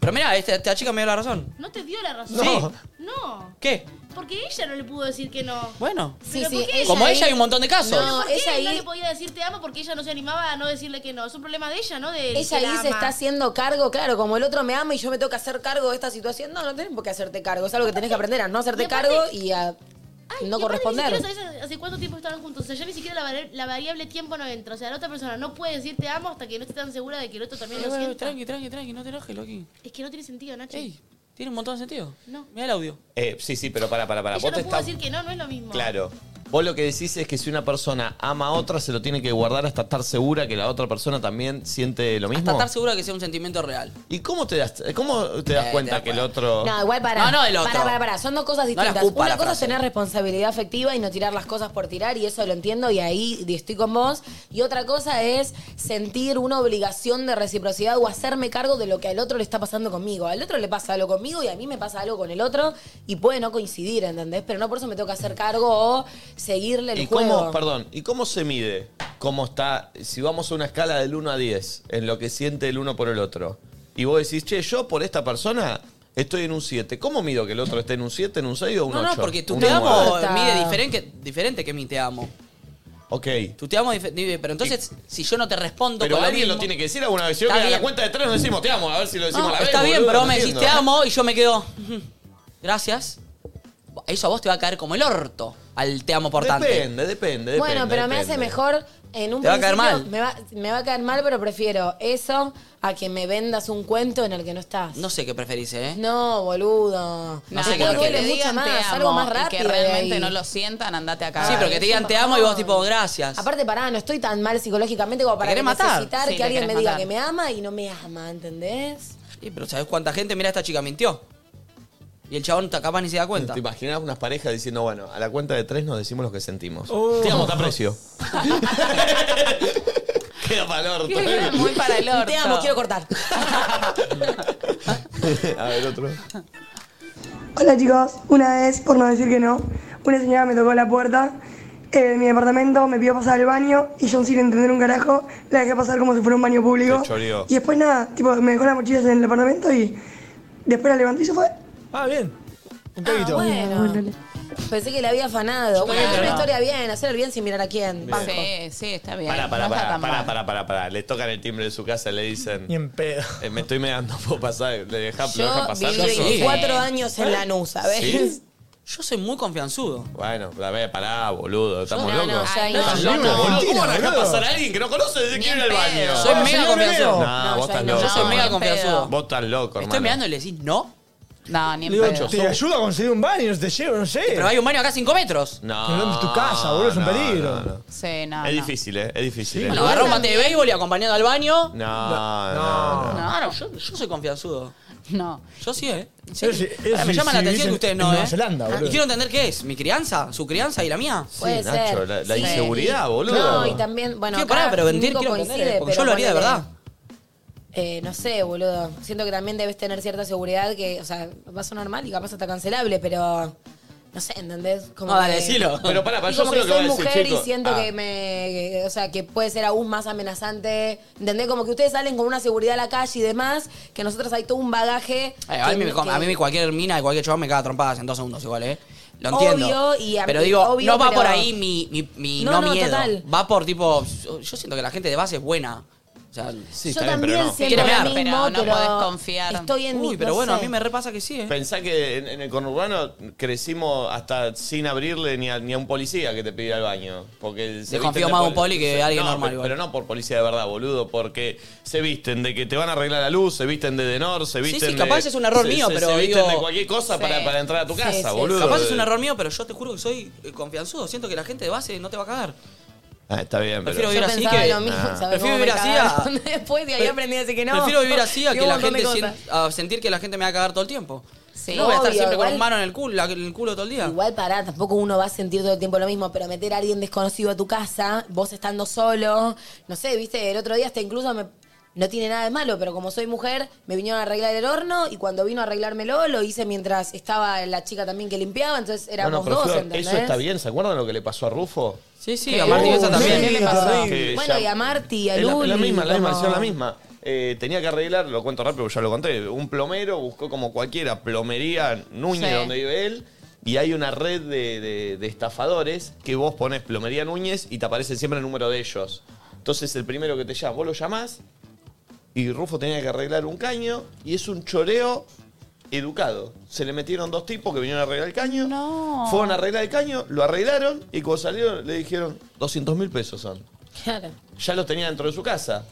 Pero mira, esta, esta chica me dio la razón. No te dio la razón. No. No, ¿Qué? porque ella no le pudo decir que no. Bueno. Pero ¿por qué Como ahí- ella hay un montón de casos. Pero ¿por qué él no le podía decir te amo porque ella no se animaba a no decirle que no? Es un problema de ella, ¿no? De Ella que la ahí se ama. está haciendo cargo, claro, como el otro me ama y yo me tengo que hacer cargo de esta situación. No, no tenés por qué hacerte cargo. Es algo que tenés que aprender a no hacerte cargo y a Y no aparte corresponder. Ni siquiera sabés hace cuánto tiempo estaban juntos. O sea, ya ni siquiera la, vari- la variable tiempo no entra. O sea, la otra persona no puede decir te amo hasta que no esté tan segura de que el otro también Eh, lo bueno, sienta. tranqui, tranqui, tranqui, no te enojes, Loki. Es que no tiene sentido, Nacho. Ey, tiene un montón de sentido. No. Mira el audio. Eh, sí, sí, pero para, para, para. Ella Vos no te pudo estás. decir que no, no es lo mismo. Claro. Vos lo que decís es que si una persona ama a otra, se lo tiene que guardar hasta estar segura que la otra persona también siente lo mismo. Hasta estar segura que sea un sentimiento real. ¿Y cómo te das, cómo te das Eh, cuenta que el otro. No, igual para. No, no, el otro. Para, para, para. Son dos cosas la distintas. escupa Una la cosa frase. es tener responsabilidad afectiva y no tirar las cosas por tirar, y eso lo entiendo, y ahí estoy con vos. Y otra cosa es sentir una obligación de reciprocidad o hacerme cargo de lo que al otro le está pasando conmigo. Al otro le pasa algo conmigo y a mí me pasa algo con el otro, y puede no coincidir, ¿entendés? Pero no por eso me toca hacer cargo o seguirle el ¿Y juego. cómo, perdón, ¿y cómo se mide? ¿Cómo está? Si vamos a una escala del 1 a 10, en lo que siente el uno por el otro, y vos decís, che, yo por esta persona estoy en un 7, ¿cómo mido que el otro esté en un 7, en un 6 o un 8? No, no, porque tu te amo mide diferente, diferente que mi te amo. Ok. Tu te amo dife- mide- pero entonces, si yo no te respondo Pero con lo alguien lo mismo- tiene que decir alguna vez. Si yo que Está a la bien. cuenta de tres nos decimos, te amo, a ver si lo decimos No, a la vez. está bien, boludo, pero no me decís entiendo. te amo y yo me quedo. *laughs* "Ujú, Gracias. Eso a vos te va a caer como el orto al te amo portante. Depende, depende, bueno, pero me hace mejor en un Te va a caer principio, mal. Me va, me va a caer mal, pero prefiero eso a que me vendas un cuento en el que no estás. No sé qué preferís, ¿eh? No, boludo. No sé Creo qué que preferís. duele Que mucho digan te más, amo algo más y rápido. que realmente no lo sientan, andate acá. Sí, pero que te digan te amo y vos tipo gracias. Aparte, pará, no estoy tan mal psicológicamente como para querés matar. necesitar Sí, que te alguien me querés diga matar. que me ama y no me ama, ¿entendés? Sí, pero ¿sabés cuánta gente? Mira, esta chica mintió. Y el chabón capaz ni se da cuenta. ¿Te imaginas unas parejas diciendo, bueno, a la cuenta de tres nos decimos lo que sentimos? Te amo, te *laughs* aprecio. *laughs* Queda para el orto. ¿eh? Muy para el orto. Te amo, quiero cortar. *laughs* a ver, otro. Hola chicos, una vez, por no decir que no, una señora me tocó la puerta eh, de mi departamento, me pidió pasar al baño y yo sin entender un carajo la dejé pasar como si fuera un baño público. Te choreó. Y después nada, tipo, me dejó las mochilas en el departamento y después la levanté y se fue. Ah, bien. Un Ah, caguito. Eh, bueno. Pensé que le había afanado. Bueno, también, es una pero no. historia bien, hacer el bien sin mirar a quién. Banco. Sí, sí, está bien. Pará, pará, no está pará, tan pará, mal. pará, pará, pará. Le tocan el timbre de su casa y le dicen. en pedo. eh, me estoy meando, puedo pasar. Le deja, lo dejan Yo pasar. viví Yo soy- 24 años en Lanús, ¿sabes? Sí. ¿Eh? Yo soy muy confianzudo. Bueno, a ver, pará, boludo. Estamos no, no, locos. ya ahí no. ¿Estás Yo loco, no. boludo? ¿Cómo van a Mentira, dejar boludo. pasar a alguien que no conoce desde que viene al baño? Soy mega confianzudo. No, vos No, yo ahí estás no. loco. Yo soy mega confianzudo. Vos estás loco, hermano. Estoy mirando y le decís no. No, ni Le digo, te ayuda a conseguir un baño, te llevo, no sé. Pero hay un baño acá a 5 metros. No, es tu casa, boludo, es un no, peligro. no, no. Sí, no. es no. difícil, ¿eh? Es difícil. ¿eh? Bueno, agarró un mate de béisbol y acompañado al baño. Ah, No, no, no. No, no, yo, yo soy confianzudo. No. Yo sí, ¿eh? Sí. Ellos- ellos Ahora, me sí llama la vivís atención en- que ustedes en no, Nueva ¿eh? Zelanda, boludo. y quiero entender qué es. ¿Mi crianza? ¿Su crianza y la mía? Puede ser. la, la Sí. inseguridad, boludo. No, y también, bueno, Sí, acá pará, pero mentir Nico quiero entender, coincide, porque pero yo lo haría de ponele, verdad. eh, no sé, boludo. Siento que también debes tener cierta seguridad que, o sea, va a sonar mal y capaz hasta cancelable, pero no sé, ¿entendés? No, dale, que- decilo. Pero pará, pará, y yo como sé que lo que va a soy decir, mujer chico. y siento Ah. que me, que- o sea, que puede ser aún más amenazante, ¿entendés? Como que ustedes salen con una seguridad a la calle y demás, que nosotros hay todo un bagaje. Eh, a, que- mí, me- que- a mí cualquier mina y cualquier chaval me caga trompadas en dos segundos igual, ¿eh? Lo entiendo. Obvio, y a- pero digo, obvio, no va pero- por ahí mi, mi, mi No, no, no, miedo. total. Va por tipo. Yo siento que la gente de base es buena. O sea, Yo también siento Quiere mear. lo mismo, pero no pero podés confiar. Estoy en Uy, mi- pero no bueno, sé. a mí me repasa que sí, ¿eh? Pensá que en, en el conurbano crecimos hasta sin abrirle ni a, ni a un policía que te pide al baño. Porque se Te confío visten de más a un poli- poli que se- a alguien no, normal, Pero, igual. pero no por policía de verdad, boludo. Porque se visten de que te van a arreglar la luz, se visten de Denor, se Sí, visten sí, de- capaz es un error se- mío, se- pero Se visten digo- de cualquier cosa Sí. para, para entrar a tu Sí, casa, sí, boludo. Capaz es un error mío, pero yo te juro que soy eh, confianzudo. Siento que la gente de base no te va a cagar. Ah, está bien, pero... Ah. Prefiero vivir Yo así pensaba que- lo mismo, Nah. ¿sabes? Prefiero Cómo vivir me así cagaron *laughs* Después de ahí Pre- aprendí a decir que no. Prefiero vivir así a Y que un la montón de gente cosas. sien- a sentir que la gente me va a cagar todo el tiempo. Sí, no voy a estar obvio, siempre con igual- un mano en el culo, la- en el culo todo el día. Igual pará, tampoco uno va a sentir todo el tiempo lo mismo, pero meter a alguien desconocido a tu casa, vos estando solo, no sé, viste, el otro día hasta incluso me- no tiene nada de malo, pero como soy mujer, me vinieron a arreglar el horno y cuando vino a arreglármelo lo hice mientras estaba la chica también que limpiaba, entonces éramos Bueno, pero dos, Flor, ¿entendés? eso está bien. ¿Se acuerdan lo que le pasó a Rufo? Sí, sí, ¿Qué? a Martín Besa Uh, también. sí, ¿Qué le pasó? que Bueno, ya- y a Marti y a Es la- Luli. La, misma, la misma, como- versión, la misma. Eh, tenía que arreglar, lo cuento rápido porque ya lo conté, un plomero, buscó como cualquiera, plomería Núñez, Sí. donde vive él, y hay una red de, de- de estafadores que vos pones plomería Núñez y te aparece siempre el número de ellos. Entonces el primero que te llama, vos lo llamás y Rufo tenía que arreglar un caño y es un choreo educado. Se le metieron dos tipos que vinieron a arreglar el caño, fueron a arreglar el caño, lo arreglaron y cuando salieron le dijeron 200 mil pesos son Claro. ya los tenía dentro de su casa.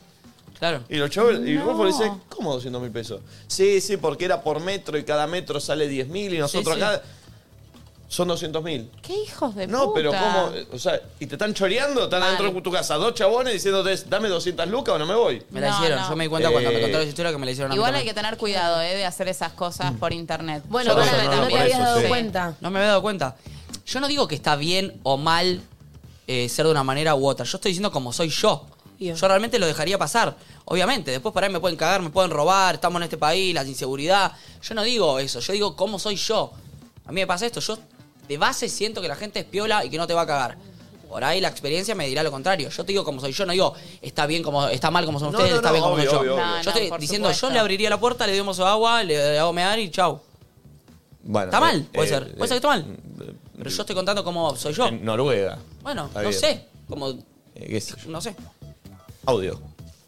Claro. Y los chavales, y No. Rufo le dice, ¿cómo 200 mil pesos? Sí, sí, porque era por metro y cada metro sale 10 mil y nosotros Sí, sí. acá... son 200 mil. ¿Qué hijos de No, puta? pero ¿cómo? O sea, y te están choreando, están adentro de tu casa, dos chabones diciéndote, dame 200 lucas o no me voy. Eh, Me la hicieron, yo me di cuenta cuando me contaron esa historia que me la hicieron a mí Igual hay también. que tener cuidado, ¿eh? De hacer esas cosas por internet. Bueno, pará, no, no te habías dado cuenta. No me había dado cuenta. Yo no digo que está bien o mal eh, ser de una manera u otra. Yo estoy diciendo como soy yo. Yo realmente lo dejaría pasar. Obviamente, después para ahí me pueden cagar, me pueden robar, estamos en este país, la inseguridad. Yo no digo eso, yo digo cómo soy yo. A mí me pasa esto, yo de base siento que la gente es piola y que no te va a cagar. Por ahí la experiencia me dirá lo contrario. Yo te digo como soy yo, no digo está bien como está mal como son No, ustedes, no, está no, bien como obvio, soy obvio, yo. obvio. Yo No, no, estoy por diciendo, yo supueso. le abriría la puerta, le doy un vaso de agua, le hago mear y chau. Bueno, ¿Está mal? eh, Puede eh, ser. Puede ser que está mal. Pero yo estoy contando cómo soy yo. En Noruega. eh, Bueno, Está no bien. sé. Como, Eh, qué sé yo. no sé. Audio.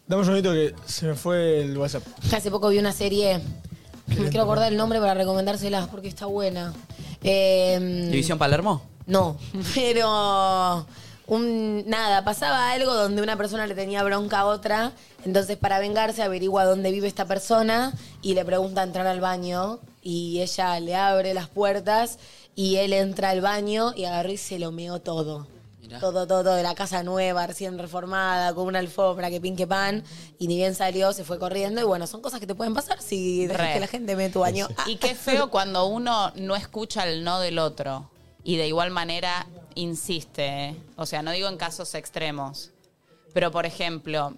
Dame un segundito que se me fue el WhatsApp. Yo hace poco vi una serie. *laughs* Me quiero acordar el nombre para recomendárselas porque está buena. Eh, Mm. ¿División Palermo? No, *laughs* pero un, nada, pasaba algo donde una persona le tenía bronca a otra, entonces para vengarse averigua dónde vive esta persona y le pregunta entrar al baño y ella le abre las puertas y él entra al baño y agarró y se lo meó todo. Todo, todo, todo, de la casa nueva, recién reformada, con una alfombra que pinque pan, y ni bien salió, se fue corriendo, y bueno, son cosas que te pueden pasar si dejas Re. que la gente ve tu Ah, baño. Y *laughs* qué feo cuando uno no escucha el no del otro y de igual manera insiste. ¿eh? O sea, no digo en casos extremos, pero por ejemplo,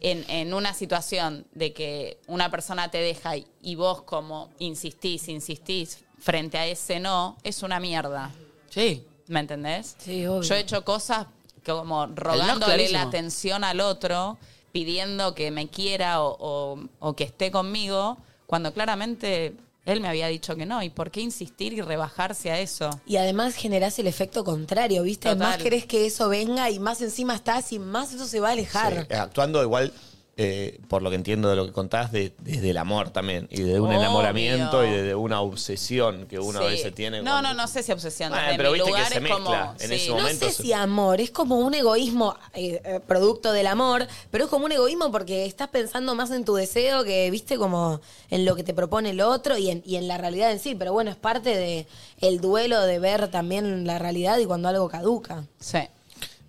en, en una situación de que una persona te deja y, y vos como insistís, insistís frente a ese no, es una mierda. Sí. ¿Me entendés? Sí, obvio. Yo he hecho cosas que como rogándole clarísimo. la atención al otro, pidiendo que me quiera o, o- o que esté conmigo, cuando claramente él me había dicho que no. ¿Y por qué insistir y rebajarse a eso? Y además generás el efecto contrario, ¿viste? Total. Más querés que eso venga y más encima estás y más eso se va a alejar. Eh, Actuando igual, eh, por lo que entiendo de lo que contás, de- desde el amor también. Y de un Obvio. enamoramiento y de una obsesión que uno a Sí. veces tiene. No, con- no, no sé si obsesión. Bueno, desde pero mi viste que lugar se es como- mezcla en ese No No momento. sé si amor, es como un egoísmo eh, eh, producto del amor, pero es como un egoísmo porque estás pensando más en tu deseo que, viste, como en lo que te propone el otro y en, y en la realidad en sí. Pero bueno, es parte de el duelo de ver también la realidad y cuando algo caduca. Sí.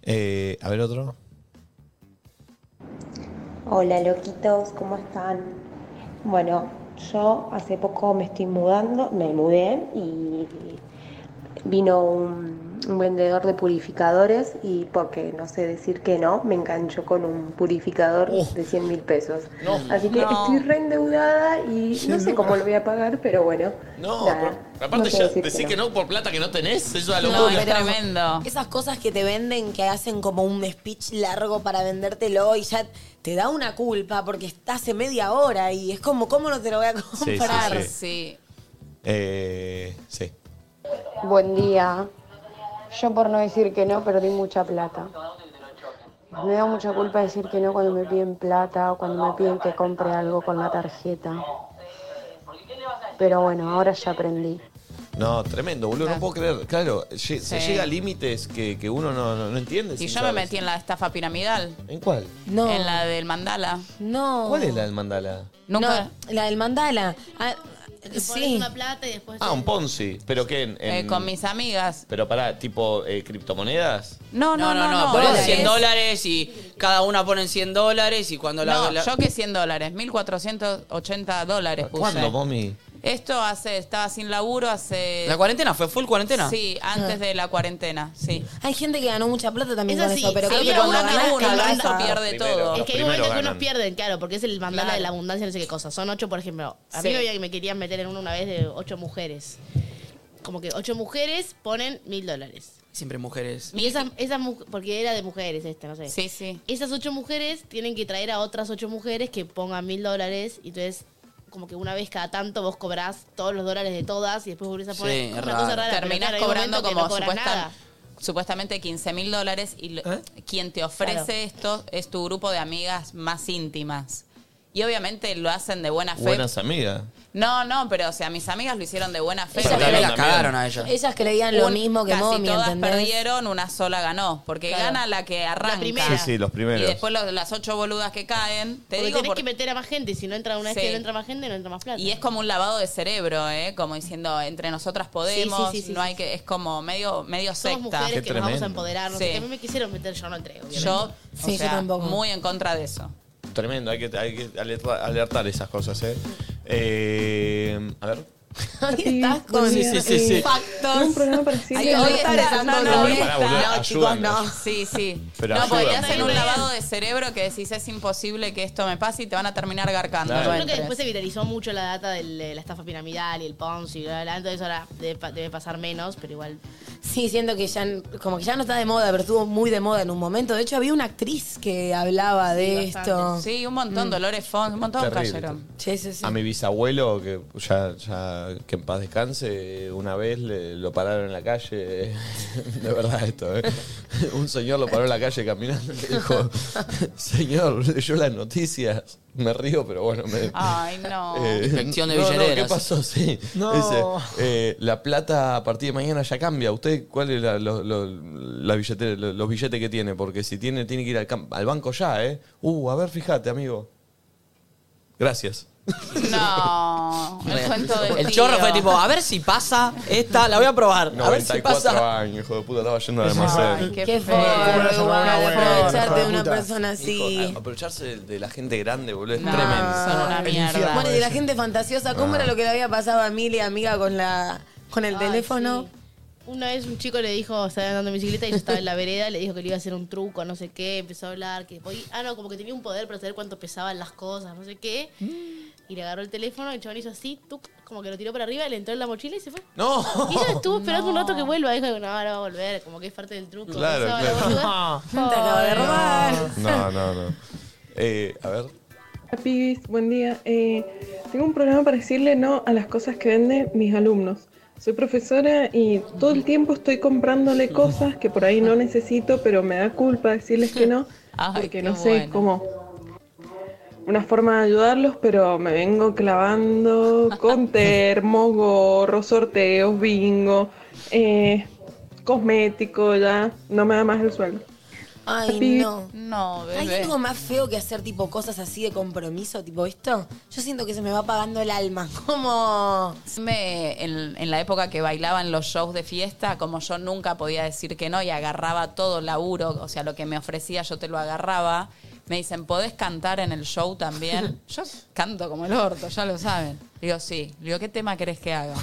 Eh, a ver otro. Hola loquitos, ¿cómo están? Bueno, yo hace poco me estoy mudando, me mudé y vino un, un vendedor de purificadores y porque no sé decir que no, me enganchó con un purificador de 100 mil pesos. Así que Oh. No. estoy reendeudada y no sé cómo lo voy a pagar, pero bueno. No, nada, pero no aparte sé ya decir que decir no. que no por plata que no tenés, eso es una No, locura. pero Esas cosas que te venden, que hacen como un speech largo para vendértelo y ya te da una culpa porque está hace media hora y es como, ¿cómo no te lo voy a sí, comprar? sí. Eh, sí. Buen día. Yo por no decir que no perdí mucha plata. Me da mucha culpa decir que no cuando me piden plata o cuando me piden que compre algo con la tarjeta. Pero bueno, ahora ya aprendí. No, tremendo, boludo, no puedo creer. Claro, lle- se Sí. llega a límites que, que uno no, no, no entiende. Y sin yo me saber. metí en la estafa piramidal, ¿En cuál? en la del mandala. No. ¿Cuál es la del mandala? Nunca. la del mandala. Ah, sí. plata y después. Ah, un Ponzi. ¿Pero qué? En, en- Eh, con mis amigas. Pero pará, tipo eh, criptomonedas. No, no, no, no. Ponen dólares. 100 dólares y cada una ponen 100 dólares y cuando la... No, la- yo que 100 dólares, 1480 dólares puse. ¿Cuándo, mami? Esto hace, estaba sin laburo hace... Eh, ¿La cuarentena? ¿Fue full cuarentena? Sí, antes de la cuarentena, sí. Hay gente que ganó mucha plata también Es con así, eso, pero sí, creo que pero cuando uno que ganás, uno, cagás eso a- pierde Los todo. primeros, Es los que hay momentos que primeros unos ganan. pierden, claro, porque es el mandala Claro. de la abundancia, no sé qué cosa. Son ocho, por ejemplo. A Sí. mí me había- me querían meter en uno una vez de ocho mujeres. Como que ocho mujeres ponen mil dólares. Siempre mujeres. Y *laughs* esas, esas mu- porque era de mujeres esta, no sé. Sí, sí. Esas ocho mujeres tienen que traer a otras ocho mujeres que pongan mil dólares. Y entonces, como que una vez cada tanto vos cobrás todos los dólares de todas y después volvés a Sí, poner una es cosa raro. rara. pero Terminás claro, hay un cobrando momento que como no cobras supuesta- nada. Supuestamente 15 mil ¿Eh? dólares y lo- quien te ofrece Claro. esto es tu grupo de amigas más íntimas. Y obviamente lo hacen de buena fe. Buenas amigas. No, no, pero o sea, mis amigas lo hicieron de buena fe. Ellas que Perdieron la también. cagaron a ellas. Ellas que le digan lo mismo que casi Momi, todas ¿entendés? perdieron, una sola ganó. Porque gana la que arranca. primera. Sí, sí, los primeros. Y después los- las ocho boludas que caen. Te Porque digo tenés por- que meter a más gente. Si no entra una vez Sí. que no entra más gente, no entra más plata. Y es como un lavado de cerebro, ¿eh? Como diciendo, entre nosotras podemos, Sí, sí, sí, sí, no hay que... Es como medio, medio Somos secta. mujeres que nos vamos a empoderar. No sé Sí. qué. a mí me quisieron meter, yo no entrego. obviamente. Yo, o Sí, yo sea, tampoco. muy en contra de eso. Tremendo, hay que, hay que alertar, alertar esas cosas, ¿eh? Eh, a ver. Estás con- Sí, sí, sí, sí. Factos. Un programa Hay parecido. que alertar esas no, cosas. no, Pará, boludo, No, chicos, ayúdanos. no. Sí, sí. Pero no, porque te ayúdanos. hacen un lavado de cerebro que decís, es imposible que esto me pase y te van a terminar garcando. Yo no creo que entres. después se viralizó mucho la data de la estafa piramidal y el Ponzi y bla, bla, bla. Entonces ahora debe, pa- debe pasar menos, pero igual. Sí, siento que ya n- como que ya no está de moda, pero estuvo muy de moda en un momento. De hecho, había una actriz que hablaba de bastante. esto. Sí, Mm. un montón, Dolores Fons, un montón Terrible. cayeron. Sí, sí, A mi bisabuelo, que ya, ya que en paz descanse, una vez le- lo pararon en la calle, *laughs* de verdad esto, ¿eh? *laughs* un señor lo paró en la calle caminando y le *laughs* dijo, señor, leyó las noticias, me río, pero bueno, me... eh, Ay, no. Ah, Inspección de no, no, billeteras. ¿Qué pasó? Sí. No. Dice, eh, la plata a partir de mañana ya cambia. ¿Usted cuál es la, lo- lo- la billetera- lo- los billetes que tiene? Porque si tiene, tiene que ir al, cam- al banco ya, ¿eh? Uh, a ver, fíjate, amigo. Gracias. No, el cuento del El tío. chorro fue tipo, a ver si pasa esta, la voy a probar. A ver si 94 pasa. años, hijo de puta, estaba yendo al almacén. Qué, Qué feo, ¿Cómo la igual, semana buena, aprovecharte hijo de una puta? persona así. Hijo, a- aprovecharse de, de la gente grande, boludo, es No, tremendo. Ah, son una mierda. Bueno, y de la gente fantasiosa, ¿cómo Ah. era lo que le había pasado a Mili, amiga, con la con el Ay, teléfono? Una vez un chico le dijo, estaba andando en bicicleta y yo estaba en la vereda, le dijo que le iba a hacer un truco, no sé qué, empezó a hablar, que voy- ah no, como que tenía un poder para saber cuánto pesaban las cosas, no sé qué. Y le agarró el teléfono, el chaval hizo así, tuc, como que lo tiró para arriba, le entró en la mochila y se fue. No. Y ella estuvo esperando un rato que vuelva, dijo, no, ahora va a volver, como que es parte del truco. Claro, Pensaba, claro. "La boluda". *laughs* Te acaba de robar. No, no, no. Eh, a ver. Hola, pibis, buen día. Eh, tengo un programa para decirle no a las cosas que venden mis alumnos. Soy profesora y todo el tiempo estoy comprándole cosas que por ahí no necesito, pero me da culpa decirles que no, porque no sé, es como una forma de ayudarlos, pero me vengo clavando con termos, gorros, sorteos, bingo, eh, cosmético, ya no me da más el sueldo. Ay, Papi. no. No, ¿Hay algo más feo que hacer tipo cosas así de compromiso, tipo esto? Yo siento que se me va apagando el alma. *laughs* Como... Me- en, en la época que bailaba en los shows de fiesta, como yo nunca podía decir que no y agarraba todo laburo, o sea, lo que me ofrecía yo te lo agarraba, me dicen, ¿podés cantar en el show también? yo canto como el orto, ya lo saben. Digo, sí. Digo, ¿qué tema querés que haga?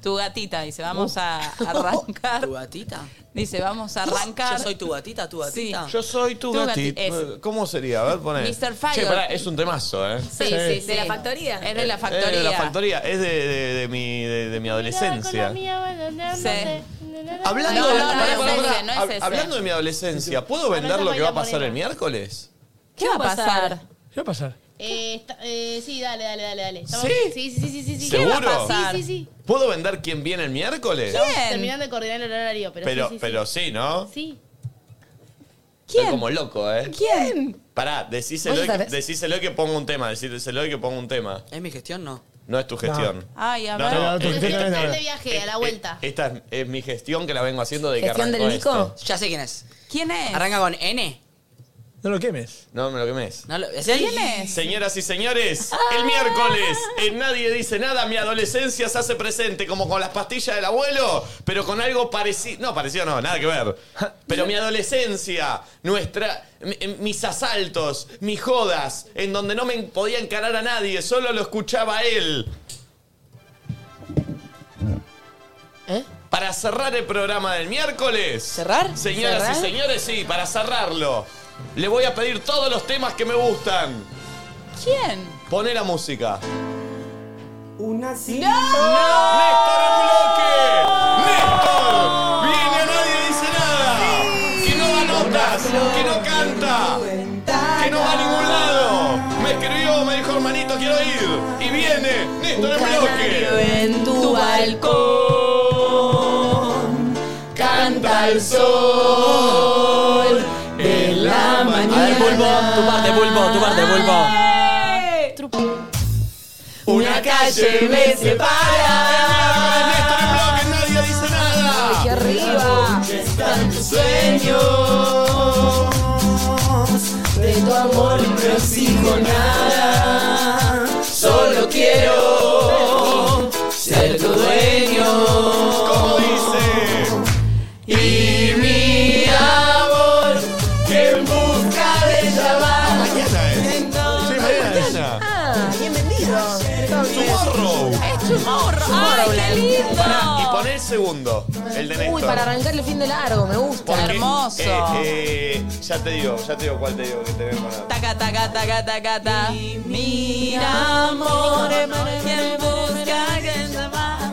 tu gatita, dice, vamos a arrancar. Uh. ¿Tu gatita? Dice, vamos a arrancar. Yo soy tu gatita, tu gatita. Sí. Yo soy tu, Tu gati- gatito. ¿Cómo sería? A ver, poné. Mr. Fire. Che, pará, es un temazo, ¿eh? Sí, sí, sí. ¿De la factoría? Es Eh, de la factoría. Es de la factoría, es de, de- de mi, de, de mi adolescencia. Hablando, No, no, de- no, pará, es pará, ese, pará. no es Hab- ese. hablando de mi adolescencia, ¿puedo vender lo que va a pasar el miércoles? ¿Qué va a pasar? ¿Qué va a pasar? Eh, está- eh, sí, dale, dale, dale, dale. Estamos- ¿Sí? Sí, sí, sí, sí, sí, sí. ¿Seguro? Sí, sí, sí. ¿Puedo vender quién viene el miércoles? Estamos terminando de coordinar el horario, pero, Pero, sí, sí, pero sí, ¿no? sí. Estoy como loco, ¿eh? ¿Quién? Pará, decíselo, ¿Vos y- sabés? decíselo y que ponga un tema, decíselo y que ponga un tema. ¿Es mi gestión? No. No es tu gestión. Ay, a No, ver. no, no, Pero eh, sí, eh, están de eh, viaje, a la vuelta. Esta es, es mi gestión que la vengo haciendo de que ¿Gestión arrancó del Nico? esto. Ya sé quién es. ¿Quién es? Arranca con N. No lo quemes. No me lo quemes. No lo- ¿Es él? Señoras y señores, el miércoles en Nadie Dice Nada, mi adolescencia se hace presente, como con las pastillas del abuelo, pero con algo parecido. No, parecido no, nada que ver. Pero mi adolescencia, nuestra, mi- eh, mis asaltos, mis jodas, en donde no me podía encarar a nadie, solo lo escuchaba a él. Para cerrar el programa del miércoles. ¿Cerrar? Señoras ¿Cerrar? y señores, sí, para cerrarlo. Le voy a pedir todos los temas que me gustan. ¿Quién? Pone la música. Una sí. ¡Néstor! ¡Viene a nadie dice nada! ¡Que no da notas! ¡Que no canta! ¡Que no va a ningún lado! Me escribió, me dijo hermanito, quiero ir. Y viene Néstor en bloque. En tu balcón canta el sol en la mañana. Ah. A ver, Pulpo, tu parte, Pulpo, tu parte, Pulpo. Eh. calle me separa. En este bloque nadie dice nada. Aquí arriba están tus sueños. De tu amor no exijo nada. Solo quiero ser tu dueño. Como dice. Y mi amor que en busca de llamar. Mañana es. Sí, mañana. Ah, bienvenido. Tomorrow. Es chumorro. Ay, qué lindo. Pará, y pon el segundo, el de Néstor. Uy, para arrancar el fin de largo, me gusta. Porque, eh, eh, ya te digo, ya te digo cuál te digo que te veo para. Taca, taca, taca, taca, taca. Mi amor, quien busca que llamar.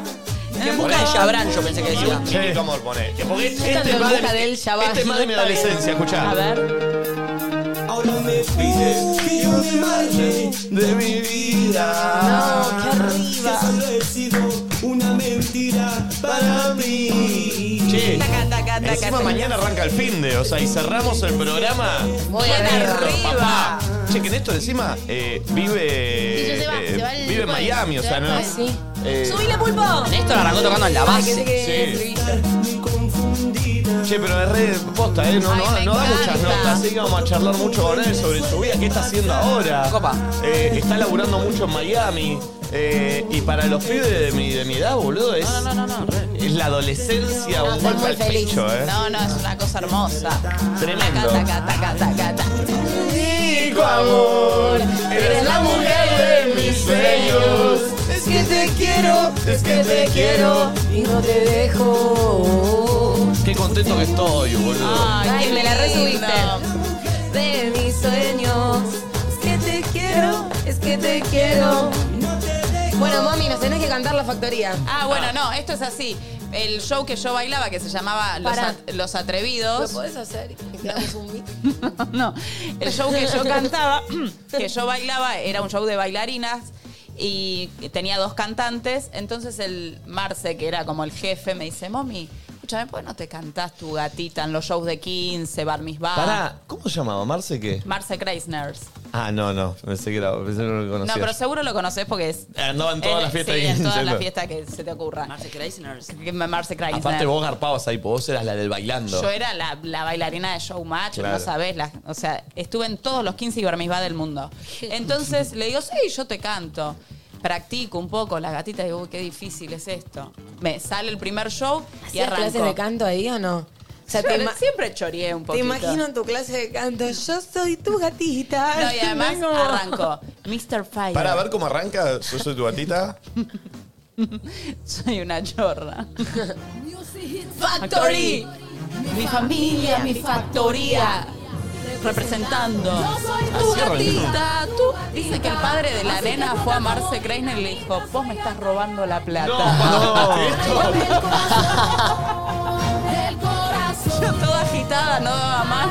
En busca de Chabran, yo pensé que decía. Chiquito amor, poné. Que Porque este Estando es en más busca de él, ya va. Este es más de mi adolescencia, escuchá. A ver. Ahora me pides que yo me marche de mi vida. No, que arriba. solo he sido una mentira para mí. Che, taca, encima taca. mañana arranca el fin de, o sea, y cerramos el programa. Muy Con arriba. Néstor, papá. Che, que Néstor encima eh, vive, Sí, se va, eh, se va el vive en jueves, Miami, o se sea, va ¿no? el jueves. Eh, ¡Subile, pulpo! Néstor arrancó tocando en la base. Sí. Che, pero es re posta, ¿eh? No, no, no da muchas notas, así que vamos a charlar mucho con él sobre su vida, qué está haciendo ahora. Eh, está laburando mucho en Miami. Eh, y para los pibes de mi, de mi edad, boludo, es, es la adolescencia, No, un estoy golpe muy al feliz. pecho, ¿eh? No, no, es una cosa hermosa. Tremendo. Taca, taca, taca, taca. Chico amor, eres la mujer de mis sueños. Es que te quiero, es que te quiero y no te dejo. Qué contento que estoy, boludo. Ay, me la resubiste. De mis sueños, es que te quiero, es que te quiero. Bueno, mami, nos tenés que cantar la factoría. Ah, bueno, no, esto es así. El show que yo bailaba que se llamaba Los, Pará. At- Los Atrevidos. ¿Lo podés hacer? Quedamos un mito. El show que yo cantaba, *clears throat* que yo bailaba, era un show de bailarinas y tenía dos cantantes. Entonces el Marce, que era como el jefe, me dice, Mami, escúchame, ¿por qué no te cantás tu gatita en los shows de 15, Bar Mitzvah?" Pará, ¿cómo se llamaba? ¿Marce qué? Marce Kreisners. Ah, no, no, pensé que era, pensé que no lo No, conocía. pero seguro lo conoces porque es. Andaba en todas Él- las fiestas sí, de en 15, todas las ¿no? fiestas que se te ocurra. Marce Kreisners. Marce Kreisner. Aparte vos garpabas ahí, vos eras la del bailando. Yo era la, la bailarina de showmatch, Claro. no sabés. la- o sea, estuve en todos los 15 Ibermisba del *laughs* mundo. Entonces le digo, sí, yo te canto. Practico un poco la gatita y digo, uy, qué difícil es esto. Me sale el primer show y ¿Hacías arranco. clases de canto ahí o no? O sea, te, Yo ima- siempre choreé un te poquito. imagino en tu clase de canto. Yo soy tu gatita. No, y además Vengo. arrancó. Mr. Fire. Para ver cómo arranca, yo soy tu gatita. *laughs* Soy una chorra. Factory. Mi familia, mi factoría. Representando. Yo soy tu Así arrancó. gatita, Tú- Dice que el padre de la nena fue a Marce Kreisner y le dijo, vos me estás robando la plata. *laughs* El corazón. Yo toda agitada, no daba *laughs* más.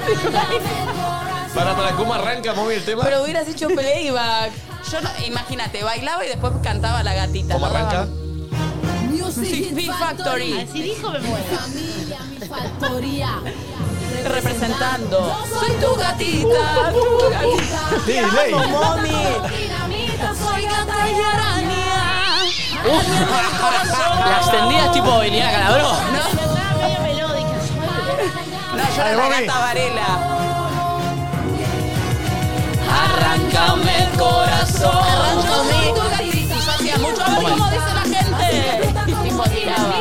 Para, para, ¿cómo arranca, mami, el tema? hubieras hecho playback. Yo no- imagínate, bailaba y después cantaba la gatita. ¿Cómo no daba arranca? Music Beat Factory. Así dijo, me muero. Factoría. Representando. Soy tu gatita, tu gatita. Sí, ley. Dinamita, soy gata y araña. *laughs* La extendías tipo Liliana Calabró. Estaba medio melódica. No, yo era la gata Varela. Arráncame el corazón. Arráncame tu gatita. Y yo hacía mucho amor ¿Cómo como dice la gente. Y tipo tiraba.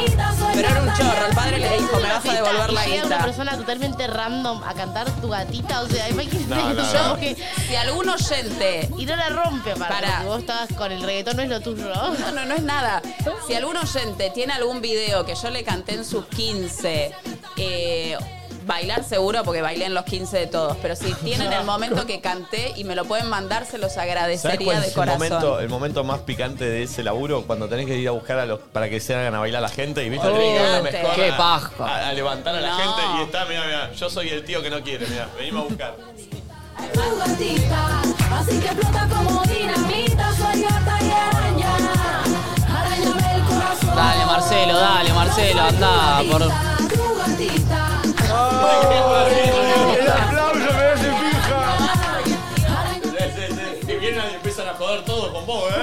Pero era un chorro, el padre le dijo, me vas a devolver la Y llega una guita. persona totalmente random a cantar tu gatita, o sea, imagínate *laughs* No, no, yo no. que... Si algún oyente... Y no la rompe, aparte, Pará. porque vos estabas con el reggaetón, no es lo tuyo. No, no, no es nada. Si algún oyente tiene algún video que yo le canté en sus 15, eh, bailar seguro porque bailé en los 15 de todos, pero si tienen *laughs* el momento que canté y me lo pueden mandar, se los ¿Sabes cuál agradecería de es el momento, corazón. el momento más picante de ese laburo? Cuando tenés que ir a buscar a los, para que se hagan a bailar a la gente y viste, Oh, tenés que ir a la olvídate. mejor Qué a- paja. A, a levantar a la No. gente y está, mira, mira, yo soy el tío que no quiere, mira, venimos a buscar. Tu gatita, así que explota como dinamita. Soy gata y araña. Arañame el corazón. Dale, Marcelo, dale, Marcelo, anda. Por... Tu gatita. El aplauso me hace fija. Si vienen empiezan a joder todos con vos, ¿eh?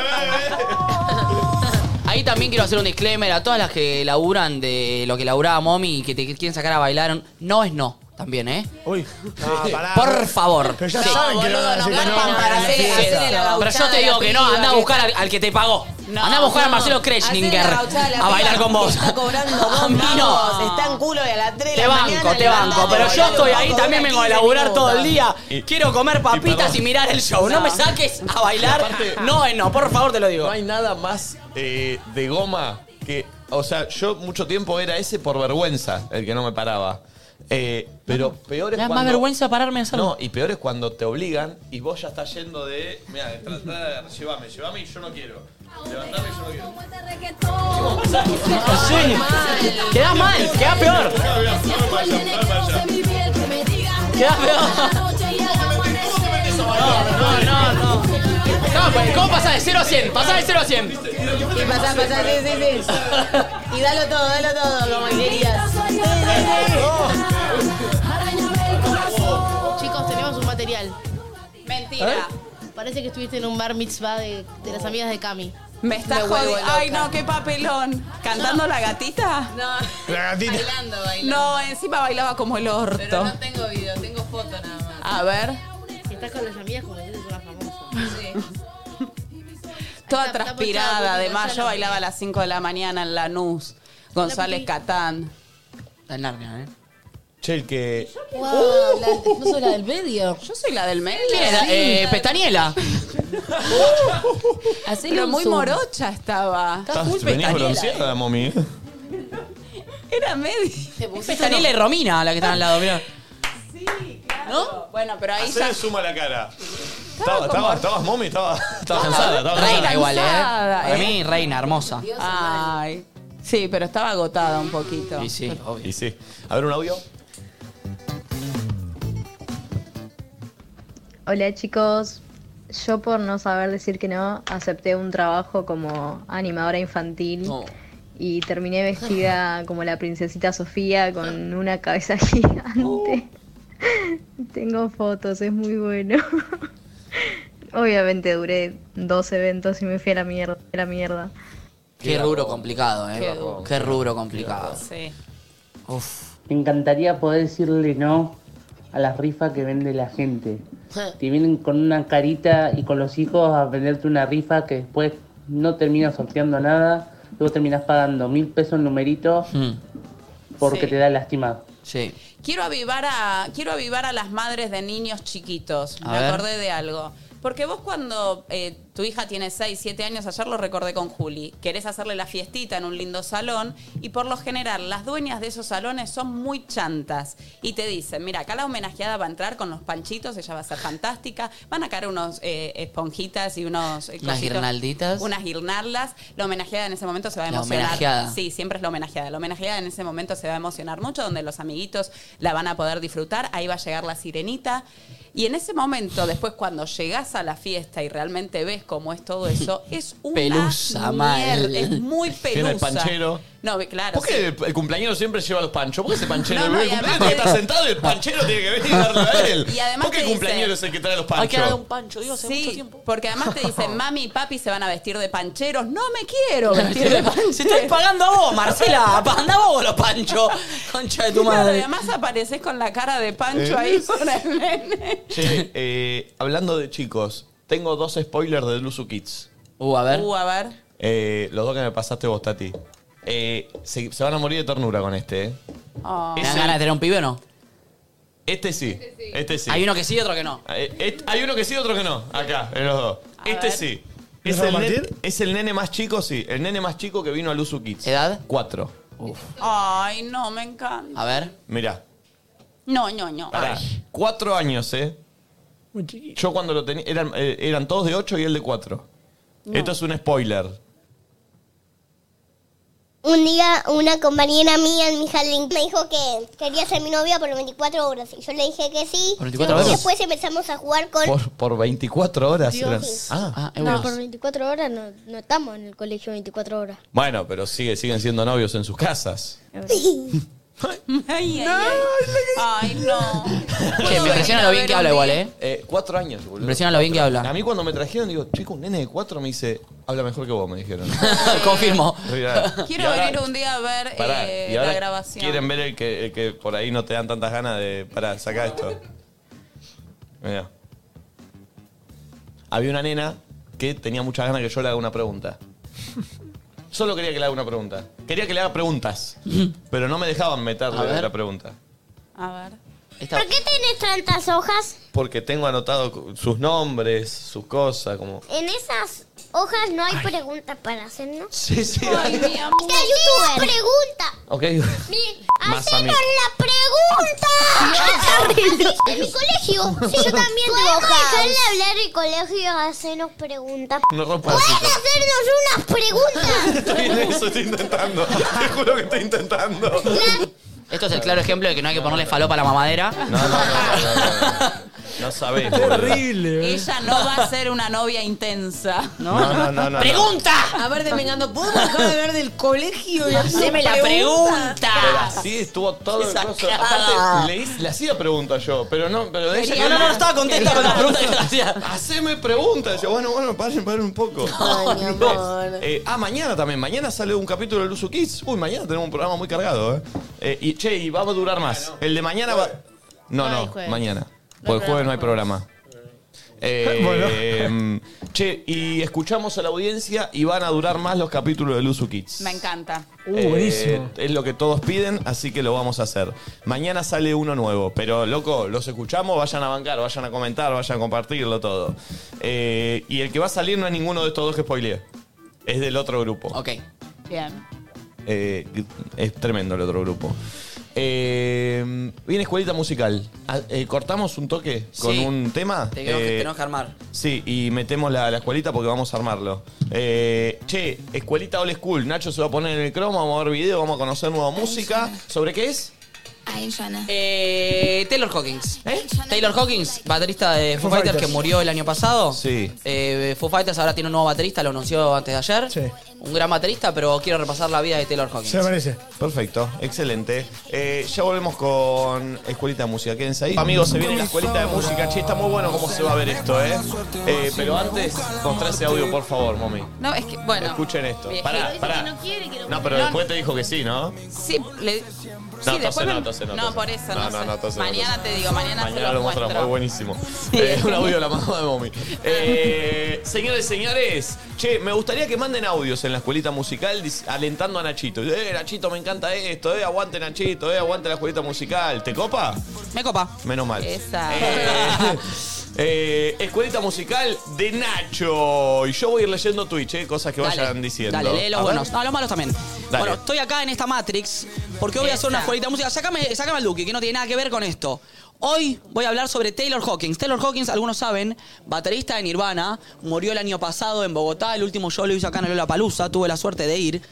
Ahí también quiero hacer un disclaimer a todas las que laburan de lo que laburaba mommy y que te quieren sacar a bailar. No es no, también, ¿eh? Uy. Ah, pará. Por favor. Pero ya Sí. saben que no van a decir que no. Sí, sí. Pero yo te digo que no, anda a buscar al, al que te pagó. No, anda a buscar a no. Marcelo Hacé Kretschninger la gauchada la a bailar piba con vos. que Está cobrando dos *laughs* A mí no. mangos, Está en culo y a las 3 de Te la banco, mañana te banco, levantate, pero yo bailalo, estoy ahí, banco, también dura vengo a 15 laburar todo el minutos. día. Quiero comer papitas y, mirar el show. No. me saques a bailar. *laughs* no, eh, no, por favor te lo digo. No hay nada más eh, de goma que. O sea, yo mucho tiempo era ese por vergüenza, el que no me paraba. Eh, pero peor es Me da cuando. Ah. más vergüenza pararme a hacerlo. No, y peor es cuando te obligan y vos ya estás yendo de. Mira, de tratar de. Llévame, llévame y yo no quiero. Levantame y yo no quiero. Sí. Quedás mal, quedás peor. Quedás peor. No, no, no. No, pues, ¿Cómo pasás de 0 a 100? Pasás de 0 a 100. Y pasá, pasá, sí, sí, sí. Y dalo todo, dalo todo, como querías. Sí, sí, Chicos, tenemos un material. ¿Eh? Mentira. Parece que estuviste en un bar mitzvah de, de las amigas de Cami. Me está jodiendo. Ay, no, qué papelón. ¿Cantando la gatita? No. La gatita. Bailando, bailando. No, encima bailaba como el orto. Pero no tengo video, tengo foto nada más. A ver, Si estás con las amigas, como que eres una famosa. Está- toda está transpirada. pochada, Además, pochada. yo bailaba a las 5 de la mañana en Lanús. González Catán. Está en larga, ¿eh? Che, el que. Wow, la- no soy la del medio. Uh. Yo soy la del medio. ¿Quién era? Eh, Petaniela. Hacele Pero un muy zoom. morocha estaba. Estás, venís bronceada, mami. Era medio. Petaniela y Romina, la que están al lado, mirá. ¿No? Bueno, pero ahí Hacele ya. suma la cara. Estaba, como- estaba, estabas mommy, estaba, estaba cansada, estaba Reina cansada. igual, ¿eh? cansada, Para ¿eh? mí, reina, hermosa. Ay. Sí, pero estaba agotada un poquito. Y sí, obvio. Y sí. A ver un audio. Hola chicos, yo por no saber decir que no, acepté un trabajo como animadora infantil y *laughs* terminé vestida como la princesita Sofía con una cabeza gigante. Tengo fotos, es muy bueno. Obviamente duré dos eventos y me fui a la mierda. A la mierda. Qué rubro complicado, ¿eh? Qué duro. Qué rubro complicado. Sí. Me encantaría poder decirle no a las rifas que vende la *laughs* gente. Te vienen con una carita y con los hijos a venderte una rifa que después no terminas sorteando nada. Luego terminas pagando mil pesos en numeritos porque Sí. te da lástima. Mm. Sí. Quiero avivar a, quiero avivar a las madres de niños chiquitos. A Me ver. acordé de algo. Porque vos cuando eh, tu hija tiene 6, 7 años, ayer lo recordé con Juli, querés hacerle la fiestita en un lindo salón y por lo general las dueñas de esos salones son muy chantas y te dicen, mira, acá la homenajeada va a entrar con los panchitos, ella va a ser fantástica, van a caer unos eh, esponjitas y unos... eh, Unas cositos, guirnalditas. Unas guirnaldas. La homenajeada en ese momento se va a La emocionar. homenajeada. Sí, siempre es la homenajeada. La homenajeada en ese momento se va a emocionar mucho, donde los amiguitos la van a poder disfrutar. Ahí va a llegar la sirenita. Y en ese momento, después cuando llegas a la fiesta y realmente ves cómo es todo eso, es una Pelusa, mal. mierda, Es *laughs* muy pelusa. Viene el panchero. No, ve- claro. ¿Por qué el, el cumpleañero siempre lleva los panchos? ¿Por qué ese panchero? No, el bebé no, y cumpleaños además- tiene que estar sentado y el panchero tiene que venir y darle a él. Y además ¿Por qué te el dice- cumpleaños es el que trae los Hay que darle panchos? un sí, porque además te dicen, mami y papi se van a vestir de pancheros. No me quiero vestir de Se estoy pagando a vos, Marcela. *laughs* Anda vos los pancho. Concha de tu Y madre. además apareces con la cara de Pancho Eh. ahí con el nene. Che, eh, hablando de chicos, tengo dos spoilers de Luzu Kids. Uh, a ver. Uh, a ver. Eh, los dos que me pasaste vos, Tati. Eh, se, se van a morir de ternura con este, ¿eh? ¿Me dan ganas de tener un pibe o no? Este sí. Este sí. Hay uno que sí y otro que no. Eh, et- Hay uno que sí, otro que no. Acá, en los dos. este ver. sí. ¿Nos Es va a el, nen- partir? es el nene más chico, sí. El nene más chico que vino a Luzu Kids. ¿Edad? Cuatro. Ay, no, me encanta. A ver. Mirá. No, no, no. Pará. Cuatro años, ¿eh? Yo cuando lo tenía. Eran, eh, eran todos de ocho y él de cuatro. No. Esto es un spoiler. Un día una compañera mía en mi jardín me dijo que quería ser mi novia por 24 horas. Y yo le dije que sí. ¿Por 24 horas? Y después empezamos a jugar con... Por, por 24 horas. Dios. eran- Ah, No, por 24 horas no, no estamos en el colegio 24 horas. *laughs* Bueno, pero sigue, siguen siendo novios en sus casas. Ay, ay, ay. Ay, no. Che, me impresiona lo bien que habla igual, ¿eh? cuatro años, boludo. Impresiona lo bien que habla. A mí cuando me trajeron, digo, chico, un nene de cuatro me dice, habla mejor que vos, me dijeron. *laughs* Confirmo. Quiero Y ahora- venir un día a ver Pará, eh, y ahora la grabación. quieren ver el que, el que por ahí no te dan tantas ganas de... Pará, saca esto. Mira. Había una nena que tenía muchas ganas que yo le haga una pregunta. Solo quería que le haga una pregunta. Quería que le haga *laughs* preguntas, pero no me dejaban A meterle ver. la pregunta. A ver. ¿Por qué tenés tantas hojas? Porque tengo anotado cu- sus nombres, sus cosas, como... En esas hojas no hay preguntas para hacer, ¿no? Sí, sí. mi amor. la pregunta. Ok. Mi, Más *laughs* a mí. ¡Hacemos la pregunta! en mi colegio. Sí, yo también tengo hojas. dejarle hablar el colegio y hacernos preguntas? No rompa ¿Pueden la cinta. hacernos unas *laughs* preguntas? Estoy en eso, estoy intentando. Te juro que estoy intentando. Esto es el claro ejemplo de que no hay que ponerle falopa a la mamadera. No, no, No sabés. Terrible. Ella no va a ser una novia intensa, ¿no? No, no, no, no. A ver, Demengando, ¿podemos dejar de hablar del colegio? y hacer Haceme la preguntas? Pero así estuvo todo el Esa coso. cara. Aparte, le, hice- le hacía preguntas yo, pero no, pero de ella. No, no, no, estaba contenta con las preguntas que yo le hacía. Haceme preguntas. Yo, bueno, bueno, paren, paren un poco. Ay, mi *laughs* amor. Eh, ah, mañana también. Mañana sale un capítulo de Luzu Kids. Uy, mañana tenemos un programa muy cargado, ¿eh? Eh, y che, y va a durar más. El de mañana va. No, Ay, no, jueves. mañana. No Porque el hay jueves no hay programa. Eh, Bueno. em, che, y escuchamos a la audiencia y van a durar más los capítulos de Luzu Kids. Me encanta. Uh, Eh, es lo que todos piden, así que lo vamos a hacer. Mañana sale uno nuevo, pero loco, los escuchamos, vayan a bancar, vayan a comentar, vayan a compartirlo todo. Eh, y el que va a salir no es ninguno de estos dos que spoileé. Es del otro grupo. Ok. Bien. Eh, es tremendo el otro grupo. Eh, viene escuelita musical. Ah, eh, ¿Cortamos un toque con Sí. un tema? Tenemos que- Eh, tenemos que armar. Sí, y metemos la, la escuelita porque vamos a armarlo. Eh, che, escuelita old school. Nacho se va a poner en el cromo, vamos a ver video, vamos a conocer nueva música. ¿Sobre qué es? Eh, Taylor Hawkins. Taylor Hawkins, baterista de Foo Foo Fighters que Fighters. murió el año pasado. Sí. Eh, Foo Fighters ahora tiene un nuevo baterista, lo anunció antes de ayer. Un gran baterista, pero quiero repasar la vida de Taylor Hawkins. me parece. Perfecto, excelente. Eh, ya volvemos con Escuelita de Música. Quédense ahí. Amigos, se viene la Escuelita de Música. Che, está muy bueno cómo se va a ver esto, ¿eh? Eh, pero antes, mostrá ese audio, por favor, mami. No, es que, bueno. Escuchen esto. Viejito. Pará, pará. No, pero después te dijo que sí, ¿no? Sí, le- sí, entonces después no, me- entonces no, No, entonces por eso, no, no, no, sé. no, entonces no, Mañana entonces te digo, mañana, Mañana se lo los mostramos, muy muestro. buenísimo. Eh, un audio de la mamá de Momi. Eh, señores, señores, che, me gustaría que manden audios en la escuelita musical dis- alentando a Nachito. Eh, Nachito, me encanta esto, eh, aguante Nachito, eh, aguante la escuelita musical. ¿Te copa? Me copa. Eh. Menos mal. Esa. *laughs* Eh, escuelita musical de Nacho. Y yo voy a ir leyendo Twitch, eh, cosas que Dale, vayan diciendo. Dale, lee los A ver. buenos. No, los malos también. Dale. Bueno, estoy acá en esta Matrix porque hoy voy a hacer una Esa. escuelita de música. Sácame, sácame al Duque, que no tiene nada que ver con esto. Hoy voy a hablar sobre Taylor Hawkins. Taylor Hawkins, algunos saben, baterista de Nirvana, murió el año pasado en Bogotá. El último show lo hizo acá en Lola Palusa, tuve la suerte de ir.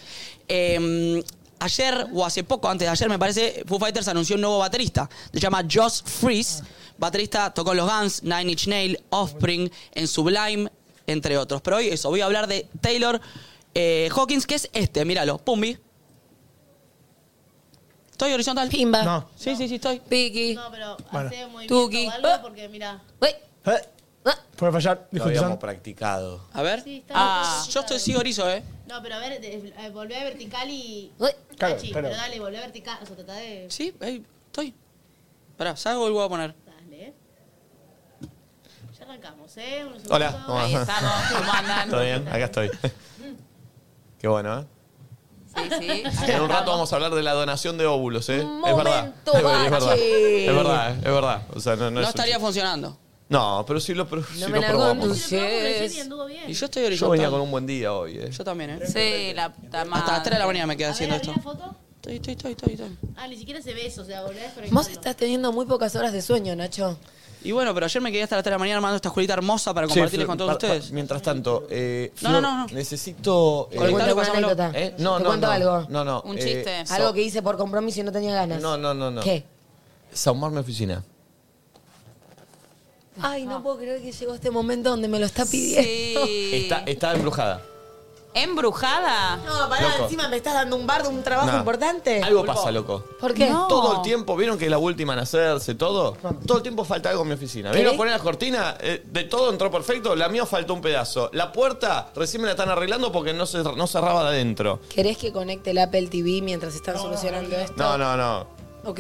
Eh, ayer, o hace poco, antes de ayer, me parece, Foo Fighters anunció un nuevo baterista. Se llama Josh Freeze. Baterista tocó en los Guns, Nine Inch Nail, Offspring, en Sublime, entre otros. Pero hoy eso, voy a hablar de Taylor eh, Hawkins, que es este, míralo, Pumbi. ¿Estoy horizontal? Pimba. No. Sí, sí, sí, estoy. Piki. No, pero Bueno. hace muy Tuki. bien algo porque mirá. Puede fallar, Lo dijo habíamos Tizán. practicado. A ver. Sí, está ah, bien. yo estoy sí orizo, ¿eh? No, pero a ver, de- eh, volvé a vertical y. Claro, Nachi, pero- pero dale, volvé a vertical. O sea, tratá de. Sí, ahí estoy. Pará, salgo y vuelvo a poner. Dale. Ya arrancamos, ¿eh? Unos Hola, segundos. ¿cómo Ahí va? estamos, *laughs* ¿cómo andan? ¿Todo bien? Acá *laughs* estoy. Qué bueno, ¿eh? Sí, *laughs* sí. En un rato vamos a hablar de la donación de óvulos, ¿eh? es Momento, verdad. *laughs* Es verdad, es verdad. Bache. Es verdad, ¿eh? es verdad. O sea, no, no No, es un estaría chiste. funcionando. No, pero si lo, pro- si lo probamos. Y yo estoy Yo horizontal. venía con un buen día hoy, ¿eh? Yo también, ¿eh? Sí, la puta madre. Hasta las 3 de la mañana me quedé haciendo esto. ¿La foto? Estoy, estoy, estoy, estoy, estoy. Ah, ni siquiera se ve eso, o sea, volvé a Vos desconectarlo. estás teniendo muy pocas horas de sueño, Nacho. Y bueno, pero ayer me quedé hasta las 3 de la mañana armando esta escuelita hermosa para compartirles Che, con todos pa- pa- ustedes. mientras tanto, eh, No, Flor, no, no, necesito... Te cuento una pásamelo. anécdota. ¿Eh? No, Te no, cuento no. algo. No, no. eh, sa- Algo que hice por compromiso y no tenía ganas. No, no, no, no. ¿Qué? Saumar mi oficina. Ay, no puedo creer que llegó este momento donde me lo está pidiendo. Está, está embrujada. ¿Embrujada? No, pará, Loco. encima me estás dando un bar de un trabajo Nah. importante. Algo pasa, loco. ¿Por qué? No. Todo el tiempo, ¿vieron que es la última en hacerse todo? Todo el tiempo falta algo en mi oficina. Vino ¿Querés? a poner la cortina, eh, de todo entró perfecto, la mía faltó un pedazo. La puerta recién me la están arreglando porque no, se, no cerraba de adentro. ¿Querés que conecte el Apple TV mientras están solucionando esto? No, no, no. Ok.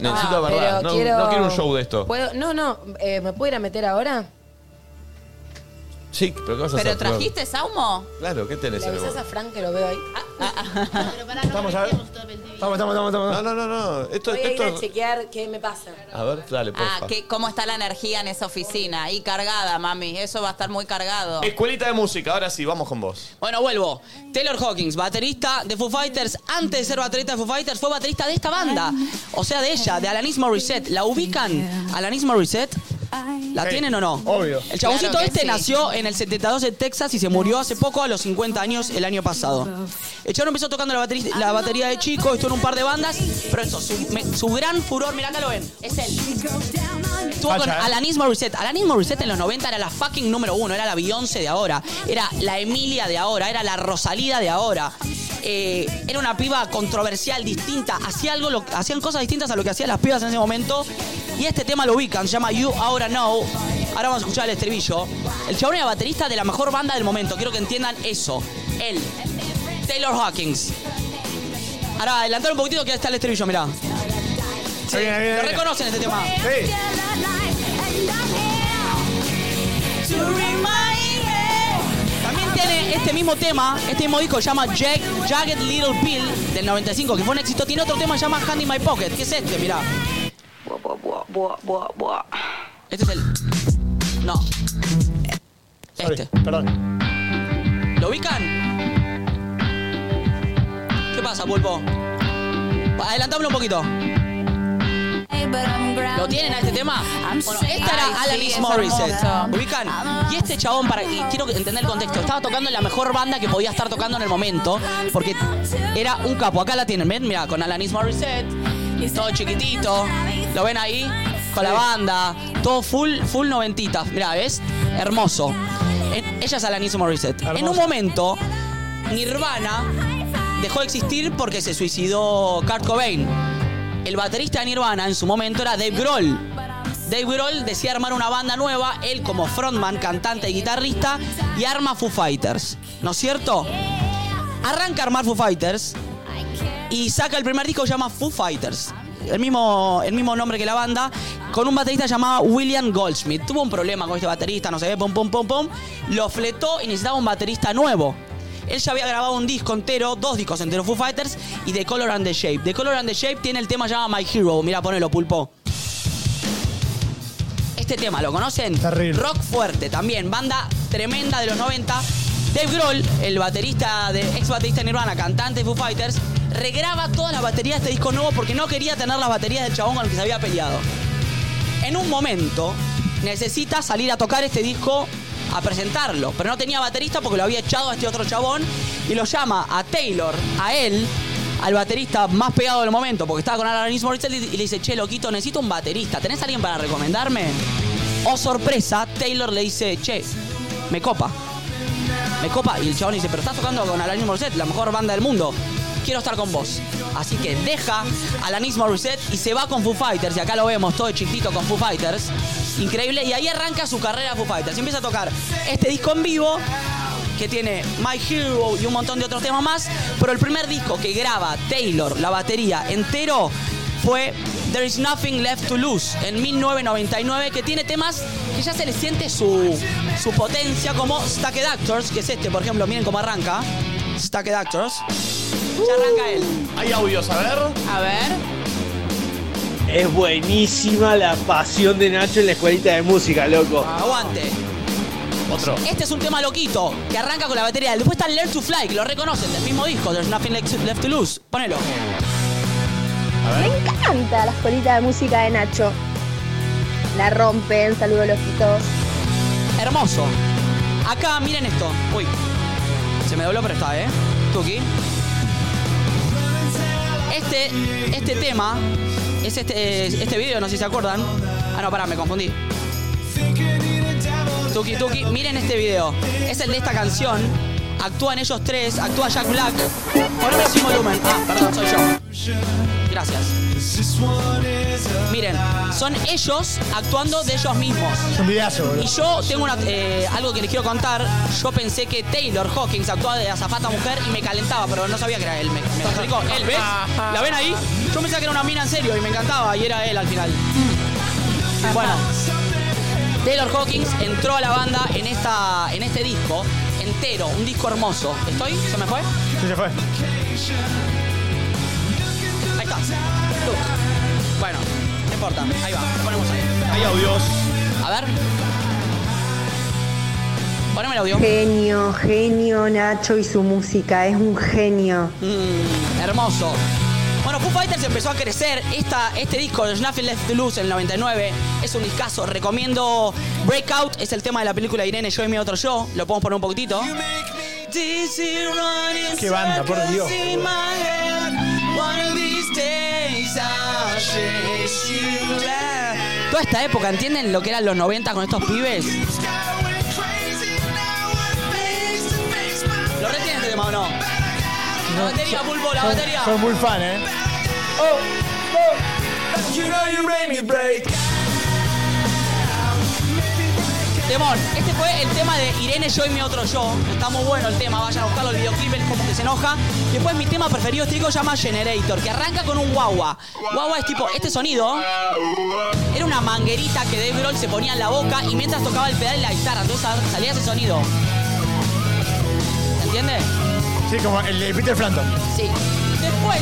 Necesito Ah, verdad. pero No no quiero... un show de esto. ¿Puedo? No, no. eh, ¿Me puedo ir a meter ahora? Sí, pero ¿qué vas a ¿Pero hacer? trajiste saumo? Claro, ¿qué ¿Le tenés en el avisas a Frank que lo veo ahí? Estamos, ya. Estamos, estamos, estamos, No, no, no, no. Esto, Voy a ir esto... a chequear qué me pasa. A ver, dale, porfa. Ah, ¿qué- ¿cómo está la energía en esa oficina? Y cargada, mami. Eso va a estar muy cargado. Escuelita de música, ahora sí, vamos con vos. Bueno, vuelvo. Taylor Hawkins, baterista de Foo Fighters, antes de ser baterista de Foo Fighters, fue baterista de esta banda. O sea, de ella, de Alanis Morissette. ¿La ubican? ¿Alanis Morissette? ¿La Sí, tienen o no? obvio. El chaboncito Claro que este sí. nació en el 72 en Texas y se murió hace poco, a los 50 años, el año pasado. El chabón empezó tocando la, bateri- la batería de chico, estuvo en un par de bandas, pero eso, su, me- su gran furor, mirá acá lo ven, es él. Estuvo con Facha, ¿eh? Alanis Morissette. Alanis Morissette en los 90 era la fucking número uno, era la Beyoncé de ahora, era la Emilia de ahora, era la Rosalía de ahora. Eh, era una piba controversial, distinta, hacía algo, lo- hacían cosas distintas a lo que hacían las pibas en ese momento. Y este tema lo ubican, se llama You Ahora Know. Ahora vamos a escuchar el estribillo. El chabón era baterista de la mejor banda del momento, quiero que entiendan eso. Él, Taylor Hawkins. Ahora, adelantar un poquitito que ahí está el estribillo, mirá. Sí, lo reconocen este tema. También tiene este mismo tema, este mismo disco se llama Jack, Jagged Little Pill del 95, que fue un éxito. Tiene otro tema que se llama Hand in My Pocket, que es este, mirá. Este es el. No. Este. Perdón. ¿Lo ubican? ¿Qué pasa, pulpo? Adelantámoslo un poquito. ¿Lo tienen a este tema? Bueno, esta era Ay, sí, Alanis es Morissette. hermoso. Ubican. Y este chabón, para y quiero entender el contexto, estaba tocando en la mejor banda que podía estar tocando en el momento, porque era un capo. Acá la tienen, ven, mira, con Alanis Morissette, todo chiquitito. ¿Lo ven ahí? Con la banda, todo full, full noventitas. Mira, ¿ves? Hermoso. En- ella es Alanis Morissette. En un momento, Nirvana dejó de existir porque se suicidó Kurt Cobain. El baterista de Nirvana en su momento era Dave Grohl. Dave Grohl decía armar una banda nueva, él como frontman, cantante y guitarrista, y arma Foo Fighters. ¿No es cierto? Arranca a armar Foo Fighters y saca el primer disco que se llama Foo Fighters. El mismo, el mismo nombre que la banda, con un baterista llamado William Goldschmidt. Tuvo un problema con este baterista, no sé, pum, pum, pum, pum. Lo fletó y necesitaba un baterista nuevo. Él ya había grabado un disco entero, dos discos enteros, Foo Fighters y The Color and the Shape. The Color and the Shape tiene el tema llamado My Hero. Mira, ponelo, pulpo. Este tema, ¿lo conocen? Rock fuerte también, banda tremenda de los 90. Dave Grohl, el baterista de, ex baterista de Nirvana, cantante de Foo Fighters, regraba todas las baterías de este disco nuevo porque no quería tener las baterías del chabón con el que se había peleado. En un momento necesita salir a tocar este disco a presentarlo, pero no tenía baterista porque lo había echado a este otro chabón y lo llama a Taylor, a él, al baterista más pegado del momento, porque estaba con Alanis Morissette y le dice, che, loquito, necesito un baterista, ¿tenés alguien para recomendarme? Oh, sorpresa, Taylor le dice, che, me copa, me copa. Y el chabón dice, pero estás tocando con Alanis Morissette, la mejor banda del mundo. Quiero estar con vos. Así que deja a Alanis Morissette y se va con Foo Fighters. Y acá lo vemos todo chiquito con Foo Fighters. Increíble. Y ahí arranca su carrera Foo Fighters. Y empieza a tocar este disco en vivo que tiene My Hero y un montón de otros temas más. Pero el primer disco que graba Taylor, la batería entero, fue There Is Nothing Left to Lose en 1999, que tiene temas que ya se le siente su, su potencia, como Stacked Actors, que es este, por ejemplo, miren cómo arranca. Stacked Actors. Ya arranca él. Hay audios, a ver. A ver. Es buenísima la pasión de Nacho en la escuelita de música, loco. Aguante. Otro. Este es un tema loquito, que arranca con la batería. Después está Learn to Fly, que lo reconocen, del mismo disco, There's Nothing Lex- Left to Lose. Ponelo. Me encanta la escuelita de música de Nacho. La rompen, saludos loquitos. Hermoso. Acá, miren esto. Uy. Se me dobló, pero está, ¿eh? Tuki. Este, este tema es este, este video, no sé si se acuerdan. Ah, no, pará, me confundí. Tuki, tuki, miren este video. Es el de esta canción. actúan ellos tres, actúa Jack Black. Poneme sin volumen. Ah, perdón, soy yo. Gracias. Miren, son ellos actuando de ellos mismos. Es un videazo, boludo. Y yo tengo una, eh, algo que les quiero contar. Yo pensé que Taylor Hawkins actuaba de azafata mujer y me calentaba, pero no sabía que era él. Me, me explicó. Él, ¿ves? ¿La ven ahí? Yo pensaba que era una mina en serio y me encantaba y era él al final. Bueno, Taylor Hawkins entró a la banda en, esta, en este disco entero, un disco hermoso. ¿Estoy? ¿Se me fue? Sí, se fue. Ahí está. Look. Bueno, no importa. Ahí va. Lo ponemos ahí. Hay audios. A ver. Poneme el audio. Genio, genio Nacho y su música, es un genio. Mm, hermoso. Bueno, Foo Fighters empezó a crecer. Esta, este disco, There's Nothing Left to Lose, el 99, es un discazo. Recomiendo Breakout, es el tema de la película de Irene, Yo y mi otro yo. Lo podemos poner un poquitito. Qué banda, por Dios. Toda esta época, ¿entienden lo que eran los 90 con estos pibes? ¿Lo retienen este tema o no? La batería, pulpo, la Soy- batería. Soy muy fan, ¿eh? Oh, oh. You know you made me break. Temón, este fue el tema de Irene, yo y mi otro yo. Está muy bueno el tema, vayan a buscarlo, el videoclip es como que se enoja. Después mi tema preferido estrico se llama Generator, que arranca con un guagua. Guagua es tipo, este sonido era una manguerita que Dave Grohl se ponía en la boca y mientras tocaba el pedal de la guitarra, entonces salía ese sonido. ¿Se entiende? Sí, como el de Peter Frampton. Sí. Después,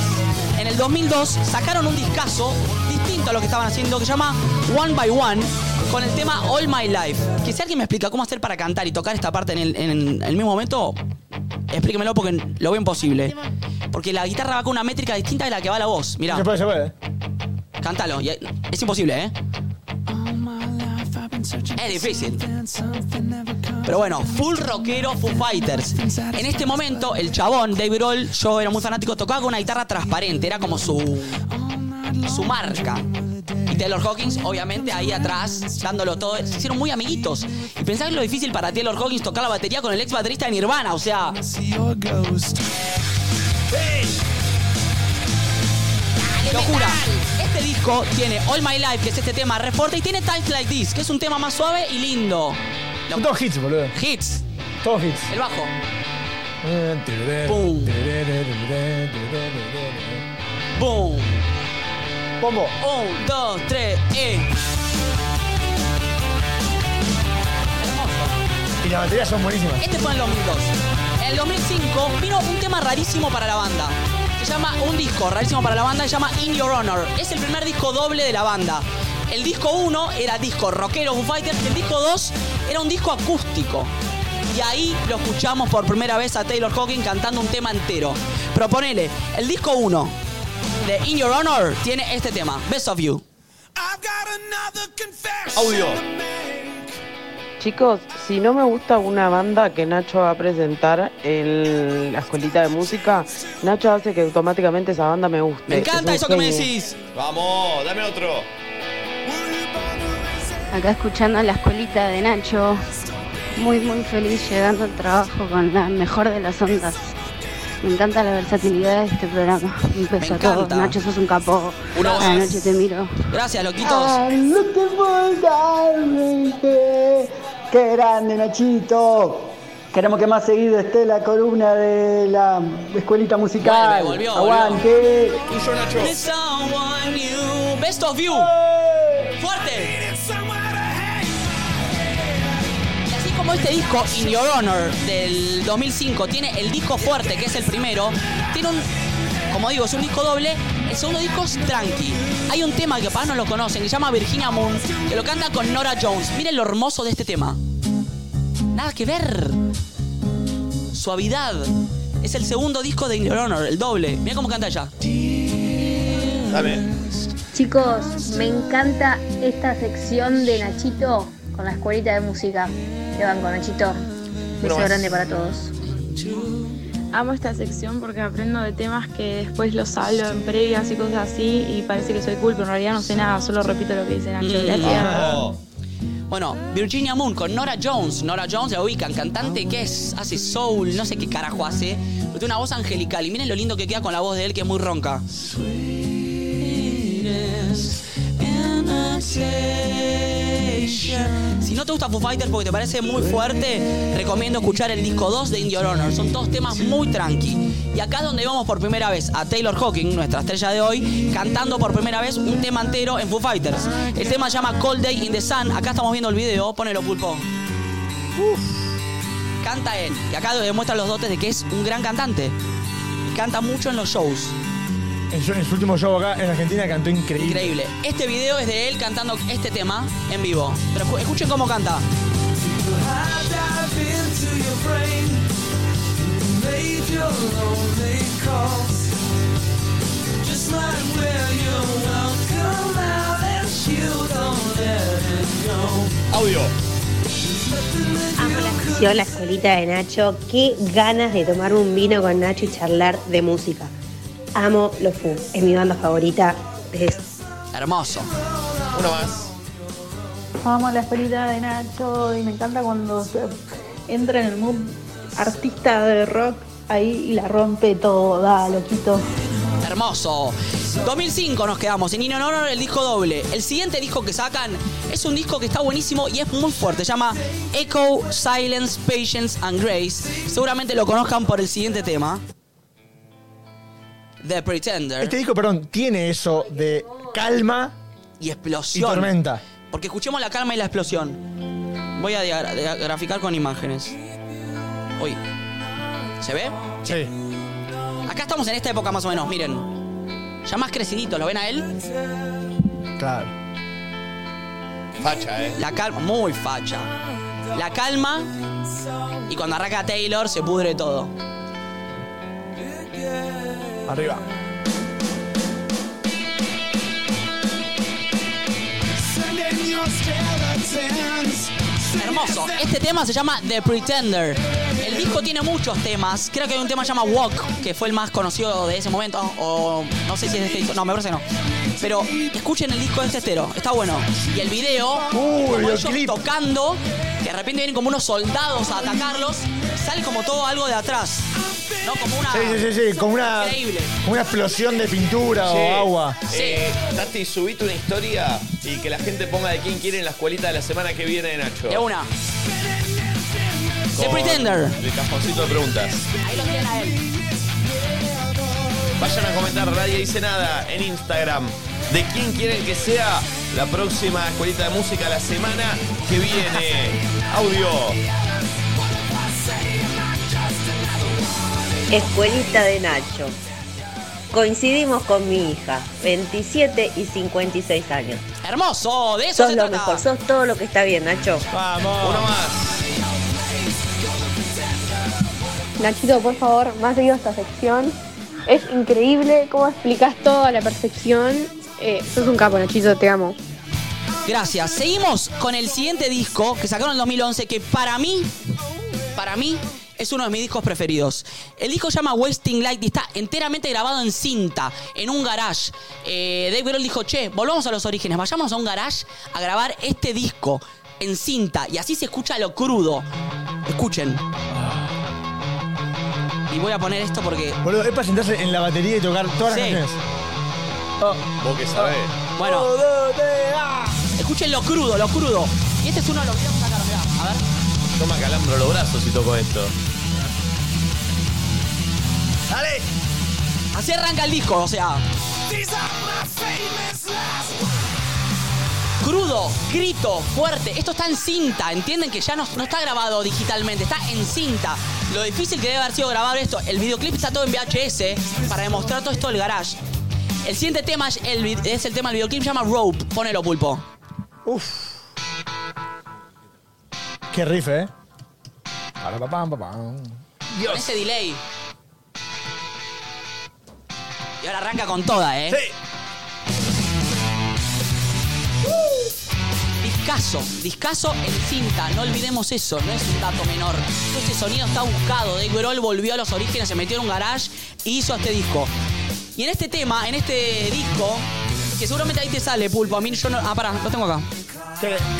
en el 2002, sacaron un discazo distinto a lo que estaban haciendo que se llama One by One con el tema All My Life. Que si alguien me explica cómo hacer para cantar y tocar esta parte en el, en el mismo momento, explíquemelo porque lo veo imposible. Porque la guitarra va con una métrica distinta de la que va la voz. Mirá. Se puede, se puede. Cántalo. y- Es imposible, ¿eh? Es difícil. Pero bueno, full rockero Foo Fighters. En este momento, el chabón, Dave Grohl, yo era muy fanático, tocaba con una guitarra transparente, era como su, su marca. Y Taylor Hawkins, obviamente, ahí atrás, dándolo todo, se hicieron muy amiguitos. Y pensá que lo difícil para Taylor Hawkins tocar la batería con el ex baterista de Nirvana, o sea. Locura. Este disco tiene All My Life, que es este tema re fuerte, y tiene Times Like This, que es un tema más suave y lindo. Son todos hits, boludo. Hits. Todos hits. El bajo. Pum. Boom. Bombo. Un, dos, tres, y. Y las baterías son buenísimas. Este fue en el 2002. En el 2005 vino un tema rarísimo para la banda. Se llama un disco rarísimo para la banda, se llama In Your Honor. Es el primer disco doble de la banda. El disco 1 era disco rockero Foo Fighters, el disco 2 era un disco acústico. Y ahí lo escuchamos por primera vez a Taylor Hawking cantando un tema entero. Proponele, el disco 1 de In Your Honor tiene este tema, Best of You. Audio. Chicos, si no me gusta una banda que Nacho va a presentar en la escuelita de música, Nacho hace que automáticamente esa banda me guste. Me Es un genio. Vamos, dame otro. Acá escuchando la escuelita de Nacho. Muy, muy feliz llegando al trabajo con la mejor de las ondas. Me encanta la versatilidad de este programa. Un beso a todos. encanta. Nacho, sos un capo. Una Cada voz. noche te miro. Gracias, loquitos. Ay, no te puedo dar, viste. ¡Qué grande, Nachito! Queremos que más seguido esté la columna de la escuelita musical. Vuelve, volvió, ¡Aguante! yo, Nacho. Best of you. Fuerte. Y así como este disco, In Your Honor, del 2005, tiene el disco fuerte, que es el primero, tiene un, como digo, es un disco doble, el segundo disco es tranqui. Hay un tema que capaz no lo conocen, que se llama Virginia Moon, que lo canta con Nora Jones. Miren lo hermoso de este tema. Nada que ver. Suavidad. Es el segundo disco de In Your Honor, el doble. Mira cómo canta ella. Dame. Chicos, me encanta esta sección de Nachito con la escuelita de música. Te banco, Nachito. Beso Uno más. grande para todos. Amo esta sección porque aprendo de temas que después los hablo en previas y Mm. cosas así y parece que soy cool, pero en realidad no sé nada, solo repito lo que dice Nacho. Gracias. Mm. Oh. Bueno, Virginia Moon con Nora Jones. Nora Jones la ubican, cantante que es, hace soul, no sé qué carajo hace. Pero tiene una voz angelical y miren lo lindo que queda con la voz de él que es muy ronca. Si no te gusta Foo Fighters porque te parece muy fuerte, recomiendo escuchar el disco 2 de In Your Honor. Son todos temas muy tranqui. Y acá es donde vamos por primera vez a Taylor Hawking, nuestra estrella de hoy, cantando por primera vez un tema entero en Foo Fighters. El tema se llama Cold Day in the Sun. Acá estamos viendo el video, ponelo pulpo. Canta él. Y acá demuestra los dotes de que es un gran cantante. Canta mucho en los shows. En su, en su último show acá en Argentina cantó increíble. Increíble. Este video es de él cantando este tema en vivo. Pero escu- escuchen cómo canta. Audio. Yo la escuelita de Nacho, qué ganas de tomar un vino con Nacho y charlar de música. Amo los Foo, es mi banda favorita. Es- Hermoso. Uno más. Vamos a la escuelita de Nacho y me encanta cuando se entra en el mood artista de rock ahí y la rompe toda, loquito. Hermoso. 2005 nos quedamos. En In Honor el disco doble. El siguiente disco que sacan es un disco que está buenísimo y es muy fuerte. Se llama Echo, Silence, Patience and Grace. Seguramente lo conozcan por el siguiente tema. The Pretender. Este disco, perdón, tiene eso de calma y explosión. y tormenta. Porque escuchemos la calma y la explosión. Voy a dia- dia- graficar con imágenes. Uy. ¿Se ve? Sí. Acá estamos en esta época más o menos, miren. Ya más crecidito, ¿lo ven a él? Claro. Facha, ¿eh? La calma, muy facha. La calma y cuando arranca Taylor se pudre todo. Arriba. Hermoso. Este tema se llama The Pretender. El disco tiene muchos temas. Creo que hay un tema que se llama Walk, que fue el más conocido de ese momento. O no sé si es de este disco. No, me parece que no. Pero escuchen el disco de este estero. Está bueno. Y el video, como ellos tocando, que de repente vienen como unos soldados a atacarlos. Sale como todo algo de atrás. ¿No? Como una. Sí, sí, sí, sí, como una, Increíble. como una explosión de pintura Che, o agua. eh, Tati, subite una historia y que la gente ponga de quién quiere en la escuelita de la semana que viene de Nacho. De una. Con The Pretender. El cajoncito de preguntas. Ahí lo tienen a él. Vayan a comentar, nadie dice nada en Instagram. ¿De quién quieren que sea la próxima escuelita de música la semana que *laughs* viene? Audio. Escuelita de Nacho. Coincidimos con mi hija, 27 y 56 años. Hermoso, de eso sos se lo trata. mejor, sos todo lo que está bien, Nacho. Vamos. Uno más. Nachito, por favor, más seguido esta sección. Es increíble cómo explicas todo a la perfección. Eh, sos un capo, Nachito, te amo. Gracias. Seguimos con el siguiente disco que sacaron en el 2011 que para mí, para mí es uno de mis discos preferidos. El disco se llama Wasting Light y está enteramente grabado en cinta, en un garage. Eh, Dave Grohl dijo, che, volvamos a los orígenes, vayámonos a un garage a grabar este disco en cinta y así se escucha lo crudo. Escuchen. Y voy a poner esto porque... Boludo, es para sentarse en la batería y tocar todas Sí. Oh. las canciones. Vos que sabés. Bueno. Escuchen lo crudo, lo crudo. Y este es uno de los videos que sacaron, mirá, a ver. Toma calambro los brazos si toco esto. ¡Dale! Así arranca el disco, o sea. Crudo, grito, fuerte. Esto está en cinta, entienden que ya no, no está grabado digitalmente, está en cinta. Lo difícil que debe haber sido grabar esto. El videoclip está todo en VHS para demostrar todo esto del garage. El siguiente tema es el, vi- es el tema del videoclip, se llama Rope. Ponelo, pulpo. Uf. Qué riff, eh. Parapapam, papam. Con ese delay. Y ahora arranca con toda, ¿eh? Uh. Discaso, discaso en cinta, no olvidemos eso, no es un dato menor. Este sonido está buscado, Dave Grohl volvió a los orígenes, se metió en un garage y hizo este disco. Y en este tema, en este disco, que seguramente ahí te sale, Pulpo, a mí yo no... Ah, pará, lo tengo acá.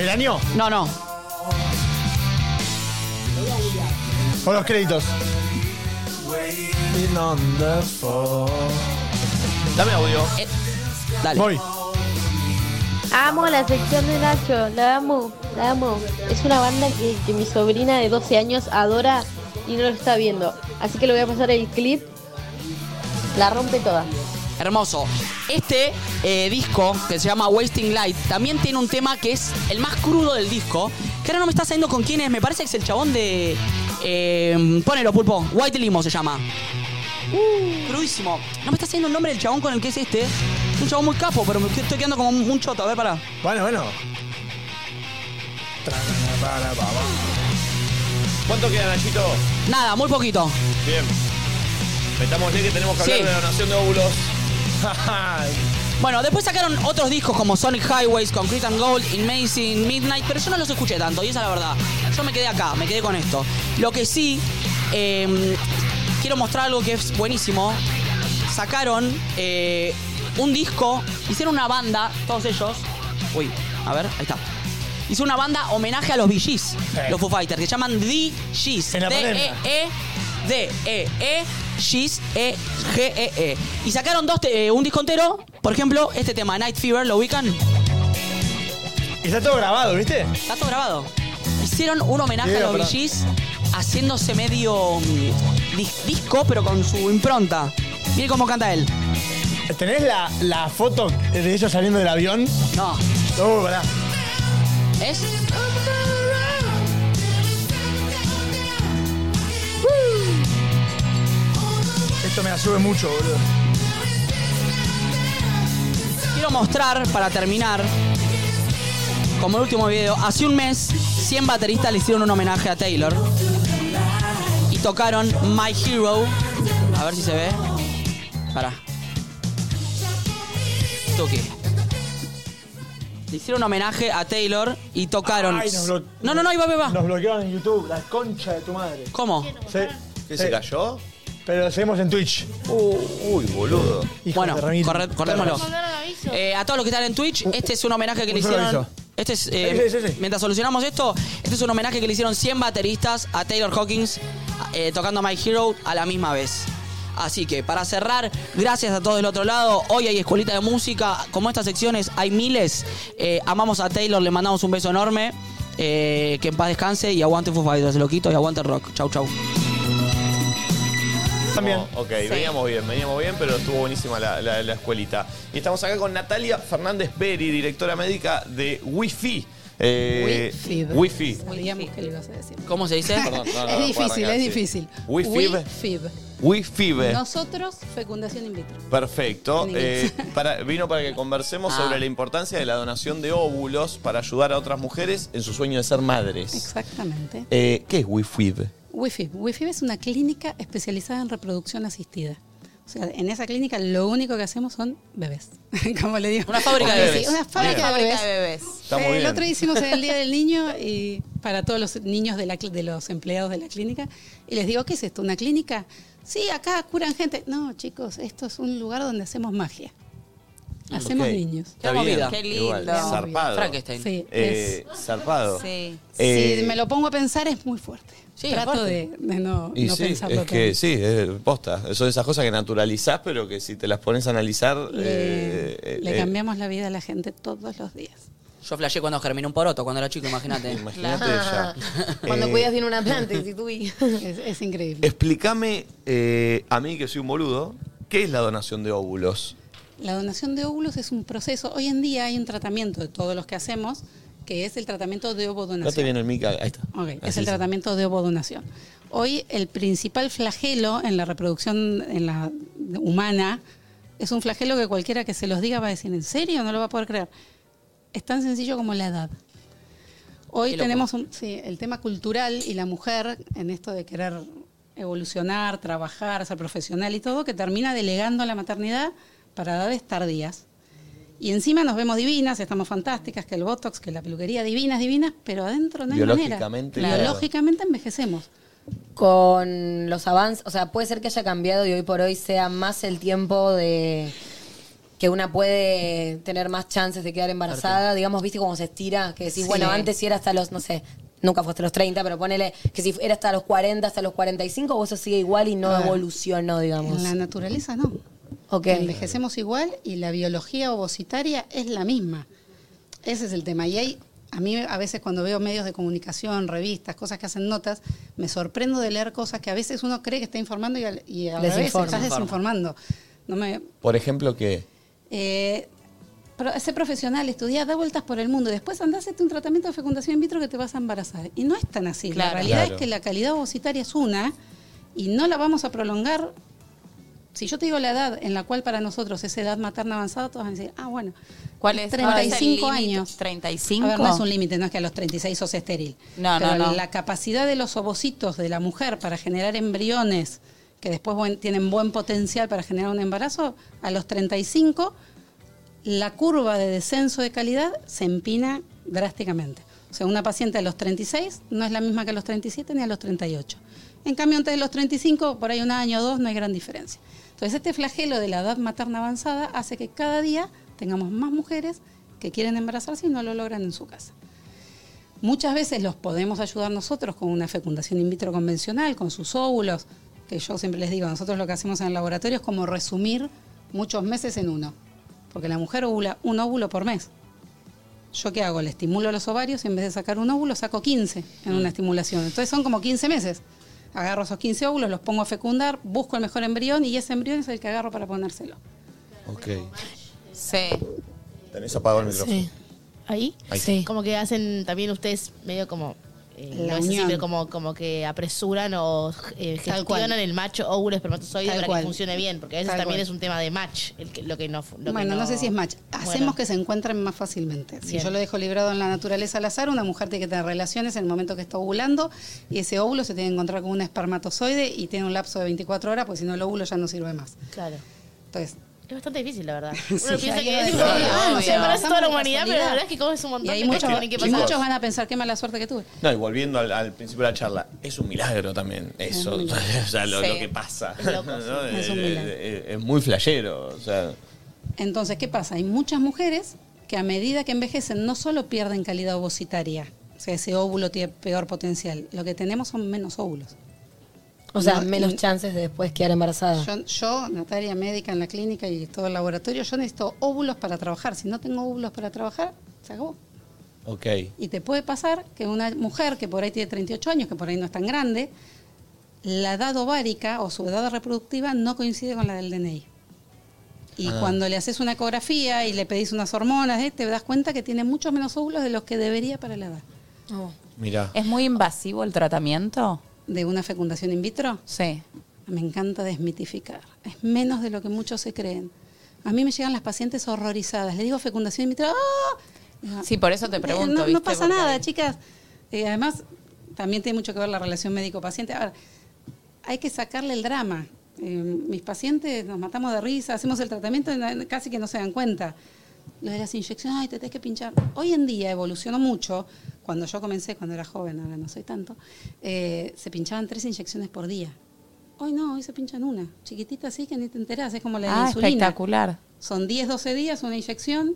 ¿El año? No, no. O los créditos. Dame audio. Eh, Dale. Voy. Amo la sección de Nacho, la amo, la amo. Es una banda que, que mi sobrina de 12 años adora y no lo está viendo. Así que le voy a pasar el clip. La rompe toda. Hermoso. Este eh, disco que se llama Wasting Light también tiene un tema que es el más crudo del disco. Que ahora no me está saliendo con quién es. Me parece que es el chabón de. eh, ponelo, pulpo. White Limo se llama. Crudísimo. No me está saliendo el nombre del chabón con el que es este. Es un chabón muy capo, pero me estoy quedando como un un choto. A ver, pará. Bueno, bueno. ¿Cuánto queda, Nachito? Nada, muy poquito. Bien. Metámosle que tenemos que Sí. hablar de la donación de óvulos. *laughs* Bueno, después sacaron otros discos como Sonic Highways, Concrete and Gold, Amazing, Midnight, pero yo no los escuché tanto, y esa es la verdad. Yo me quedé acá, me quedé con esto. Lo que sí, eh, quiero mostrar algo que es buenísimo. Sacaron eh, un disco, hicieron una banda, todos ellos. Uy, a ver, ahí está. Hicieron una banda homenaje a los VGs, los Foo Fighters, que se llaman DGs. En la D-E-E, pandemia. D, E, E, X, E, G, E, E. Y sacaron dos te- eh, un disco entero. Por ejemplo, este tema, Night Fever, ¿lo ubican? Está todo grabado, ¿viste? Está todo grabado. Hicieron un homenaje Diego, a los perdón. VGs haciéndose medio mm, dis- disco, pero con su impronta. Miren cómo canta él. ¿Tenés la, la foto de ellos saliendo del avión? No. Uh, pará. *laughs* ¿Es? Esto me la sube mucho, boludo. Quiero mostrar, para terminar, como el último video, hace un mes, 100 bateristas le hicieron un homenaje a Taylor. Y tocaron My Hero. A ver si se ve. Pará. Toque. Le hicieron un homenaje a Taylor y tocaron. Ay, nos blo- no, no, no, ahí va, ahí va. Nos bloquearon en YouTube, la concha de tu madre. ¿Cómo? Sí. ¿Qué, se cayó? Uh, Pero seguimos en Twitch. Uy, boludo. Bueno, de Ramiro. corre- cortémoslo. Eh, a todos los que están en Twitch, este es un homenaje que un le solo hicieron. aviso. Este es, eh, Sí, sí, sí, sí. Mientras solucionamos esto, este es un homenaje que le hicieron 100 bateristas a Taylor Hawkins eh, tocando My Hero a la misma vez. Así que para cerrar, gracias a todos del otro lado. Hoy hay escuelita de música. Como estas secciones hay miles. Eh, amamos a Taylor, le mandamos un beso enorme. Eh, que en paz descanse y aguante Foo Fighters, loquito, y aguante el rock. Chau, chau. También. ok, veníamos bien, veníamos bien, pero estuvo buenísima la, la- la escuelita. Y estamos acá con Natalia Fernández Peri, directora médica de Wi-Fi. Eh, Wi-Fi. Wi-Fi. Sabíamos que lo ibas a decir. ¿Cómo se dice? Perdón, no, no, no, es puedo difícil, arrancar, es sí. difícil. Wi-Fi. Wi-Fi. Wi-Fi. Nosotros, fecundación in vitro. Perfecto. En inglés. Eh, para- vino para que conversemos Ah. sobre la importancia de la donación de óvulos para ayudar a otras mujeres en su sueño de ser madres. Exactamente. Eh, ¿Qué es Wi-Fi? WIFIB. WIFIB es una clínica especializada en reproducción asistida. O sea, en esa clínica lo único que hacemos son bebés. Como le digo. Una fábrica de Sí, bebés. Una fábrica de bebés. Bien. Eh, Fábrica de bebés. Está muy el bien. otro día hicimos el *laughs* Día del Niño y para todos los niños de, la cl- de los empleados de la clínica. Y les digo, ¿qué es esto? ¿Una clínica? Sí, acá curan gente. No, chicos, esto es un lugar donde hacemos magia. Hacemos Ok. niños. Está Qué bien, movida. qué lindo. igual, zarpado. Frankenstein. Sí, Eh, zarpado. Sí. Eh, si me lo pongo a pensar es muy fuerte. Sí, Trato aparte. de, de no, Y no sí, es pensarlo que sí, es posta. Son esas cosas que naturalizás, pero que si te las pones a analizar. Le- eh, eh, Le eh, cambiamos la vida a la gente todos los días. Yo flasheé cuando germiné un poroto cuando era chico, imagínate. Imagínate Ah, *laughs* Cuando Eh, cuidas bien una planta y si tú vi- *laughs* Es, es increíble. Explícame eh, a mí, que soy un boludo, ¿qué es la donación de óvulos? La donación de óvulos es un proceso. Hoy en día hay un tratamiento de todos los que hacemos, que es el tratamiento de No te ovodonación. viene el mica, ahí está. Ok, es Así el se- tratamiento de ovodonación. Hoy el principal flagelo en la reproducción en la humana es un flagelo que cualquiera que se los diga va a decir, ¿en serio? No lo va a poder creer. Es tan sencillo como la edad. Qué Hoy loco. tenemos un- sí, el tema cultural y la mujer en esto de querer evolucionar, trabajar, ser profesional y todo, que termina delegando la maternidad para edades tardías. Y encima nos vemos divinas, estamos fantásticas, que el Botox, que la peluquería, divinas, divinas, pero adentro no hay Biológicamente, manera. claro. Biológicamente envejecemos. con los avances, o sea, puede ser que haya cambiado y hoy por hoy sea más el tiempo de que una puede tener más chances de quedar embarazada, digamos, viste cómo se estira, que decís, Sí. bueno, antes sí era hasta los, no sé, nunca fue hasta los 30, pero ponele que si era hasta los 40, hasta los 45, o eso sigue igual y no Claro. evolucionó, digamos. En la naturaleza no. Ok. Envejecemos igual y la biología ovocitaria es la misma. Ese es el tema. Y hay, a mí a veces cuando veo medios de comunicación, revistas, cosas que hacen notas, me sorprendo de leer cosas que a veces uno cree que está informando y al, y al revés, Desinforma. estás desinformando. No me, Por ejemplo, que eh, pro- sé profesional, estudiá, da vueltas por el mundo y después andás a hacerte un tratamiento de fecundación in vitro que te vas a embarazar. Y no es tan así. Claro. La realidad Claro. es que la calidad ovocitaria es una y no la vamos a prolongar. Si yo te digo la edad en la cual para nosotros es edad materna avanzada, todos van a decir, ah, bueno, ¿Cuál es? ¿Cuál es el 35 límite? años. 35. A ver, no es un límite, no es que a los 36 sos estéril. No, Pero no, no. La capacidad de los ovocitos de la mujer para generar embriones que después buen- tienen buen potencial para generar un embarazo, a los 35 la curva de descenso de calidad se empina drásticamente. O sea, una paciente a los 36 no es la misma que a los 37 ni a los 38. En cambio, antes de los 35, por ahí un año o dos, no hay gran diferencia. Entonces, este flagelo de la edad materna avanzada hace que cada día tengamos más mujeres que quieren embarazarse y no lo logran en su casa. Muchas veces los podemos ayudar nosotros con una fecundación in vitro convencional, con sus óvulos, que yo siempre les digo, nosotros lo que hacemos en el laboratorio es como resumir muchos meses en uno, porque la mujer ovula un óvulo por mes. ¿Yo qué hago? Le estimulo los ovarios y en vez de sacar un óvulo saco 15 en una estimulación. Entonces son como 15 meses. Agarro esos 15 óvulos, los pongo a fecundar, busco el mejor embrión y ese embrión es el que agarro para ponérselo. Ok. Sí. Tenés apagado el micrófono. Sí. ¿Ahí? Ahí. Sí. Como que hacen también ustedes medio como... eh, La no es así, unión. pero como, como que apresuran o eh, Tal cual. gestionan el macho óvulo espermatozoide Tal para cual. que funcione bien, porque a veces Tal también cual. es un tema de match, el que- lo que no... fu- Lo que bueno, no... sé si es match. Hacemos Bueno. que se encuentren más fácilmente. Si Bien. yo lo dejo librado en la naturaleza al azar, una mujer tiene que tener relaciones en el momento que está ovulando y ese óvulo se tiene que encontrar con un espermatozoide y tiene un lapso de 24 horas, pues si no el óvulo ya no sirve más. Claro. Entonces, Es bastante difícil, *laughs* la verdad. Sí. Uno piensa Hay que que es decir, como, sí, ah, obvio. se parece toda la Estamos humanidad, pero la verdad es que como es un y montón hay de cosas muchos, que tienen que y pasar. muchos van a pensar qué mala suerte que tuve. No, y volviendo al, al principio de la charla, es un milagro también eso, Es un milagro. *laughs* o sea, lo, Sí. lo que pasa. Loco, sí. ¿no? Es un Eh, milagro. eh, es muy flashero, o sea, Entonces, ¿qué pasa? Hay muchas mujeres que a medida que envejecen no solo pierden calidad ovocitaria, o sea, ese óvulo tiene peor potencial, lo que tenemos son menos óvulos. O sea, No, menos y- chances de después quedar embarazada. Yo, yo, Natalia, médica en la clínica y todo el laboratorio, yo necesito óvulos para trabajar. Si no tengo óvulos para trabajar, se acabó. ok. Y te puede pasar que una mujer que por ahí tiene 38 años, que por ahí no es tan grande, la edad ovárica o su edad reproductiva no coincide con la del DNI. Y Ah. cuando le haces una ecografía y le pedís unas hormonas, eh, te das cuenta que tiene muchos menos óvulos de los que debería para la edad. Mirá. ¿Es muy invasivo el tratamiento? ¿De una fecundación in vitro? Sí. Me encanta desmitificar. Es menos de lo que muchos se creen. A mí me llegan las pacientes horrorizadas. Le digo fecundación in vitro. ¡ah! Digo, Sí, por eso te "Eh, pregunto, No, no ¿viste? pasa Porque nada, ahí- chicas. Eh, además, también tiene mucho que ver la relación médico-paciente. Ahora, hay que sacarle el drama. Eh, mis pacientes nos matamos de risa, hacemos el tratamiento y na- casi que no se dan cuenta. Lo de las inyecciones, ay, te tenés que pinchar. Hoy en día evolucionó mucho. Cuando yo comencé, cuando era joven, ahora no soy tanto, eh, se pinchaban tres inyecciones por día. Hoy no, hoy se pinchan una. Chiquitita así que ni te enterás, es como la de la Ah, insulina. espectacular. Son 10, 12 días, una inyección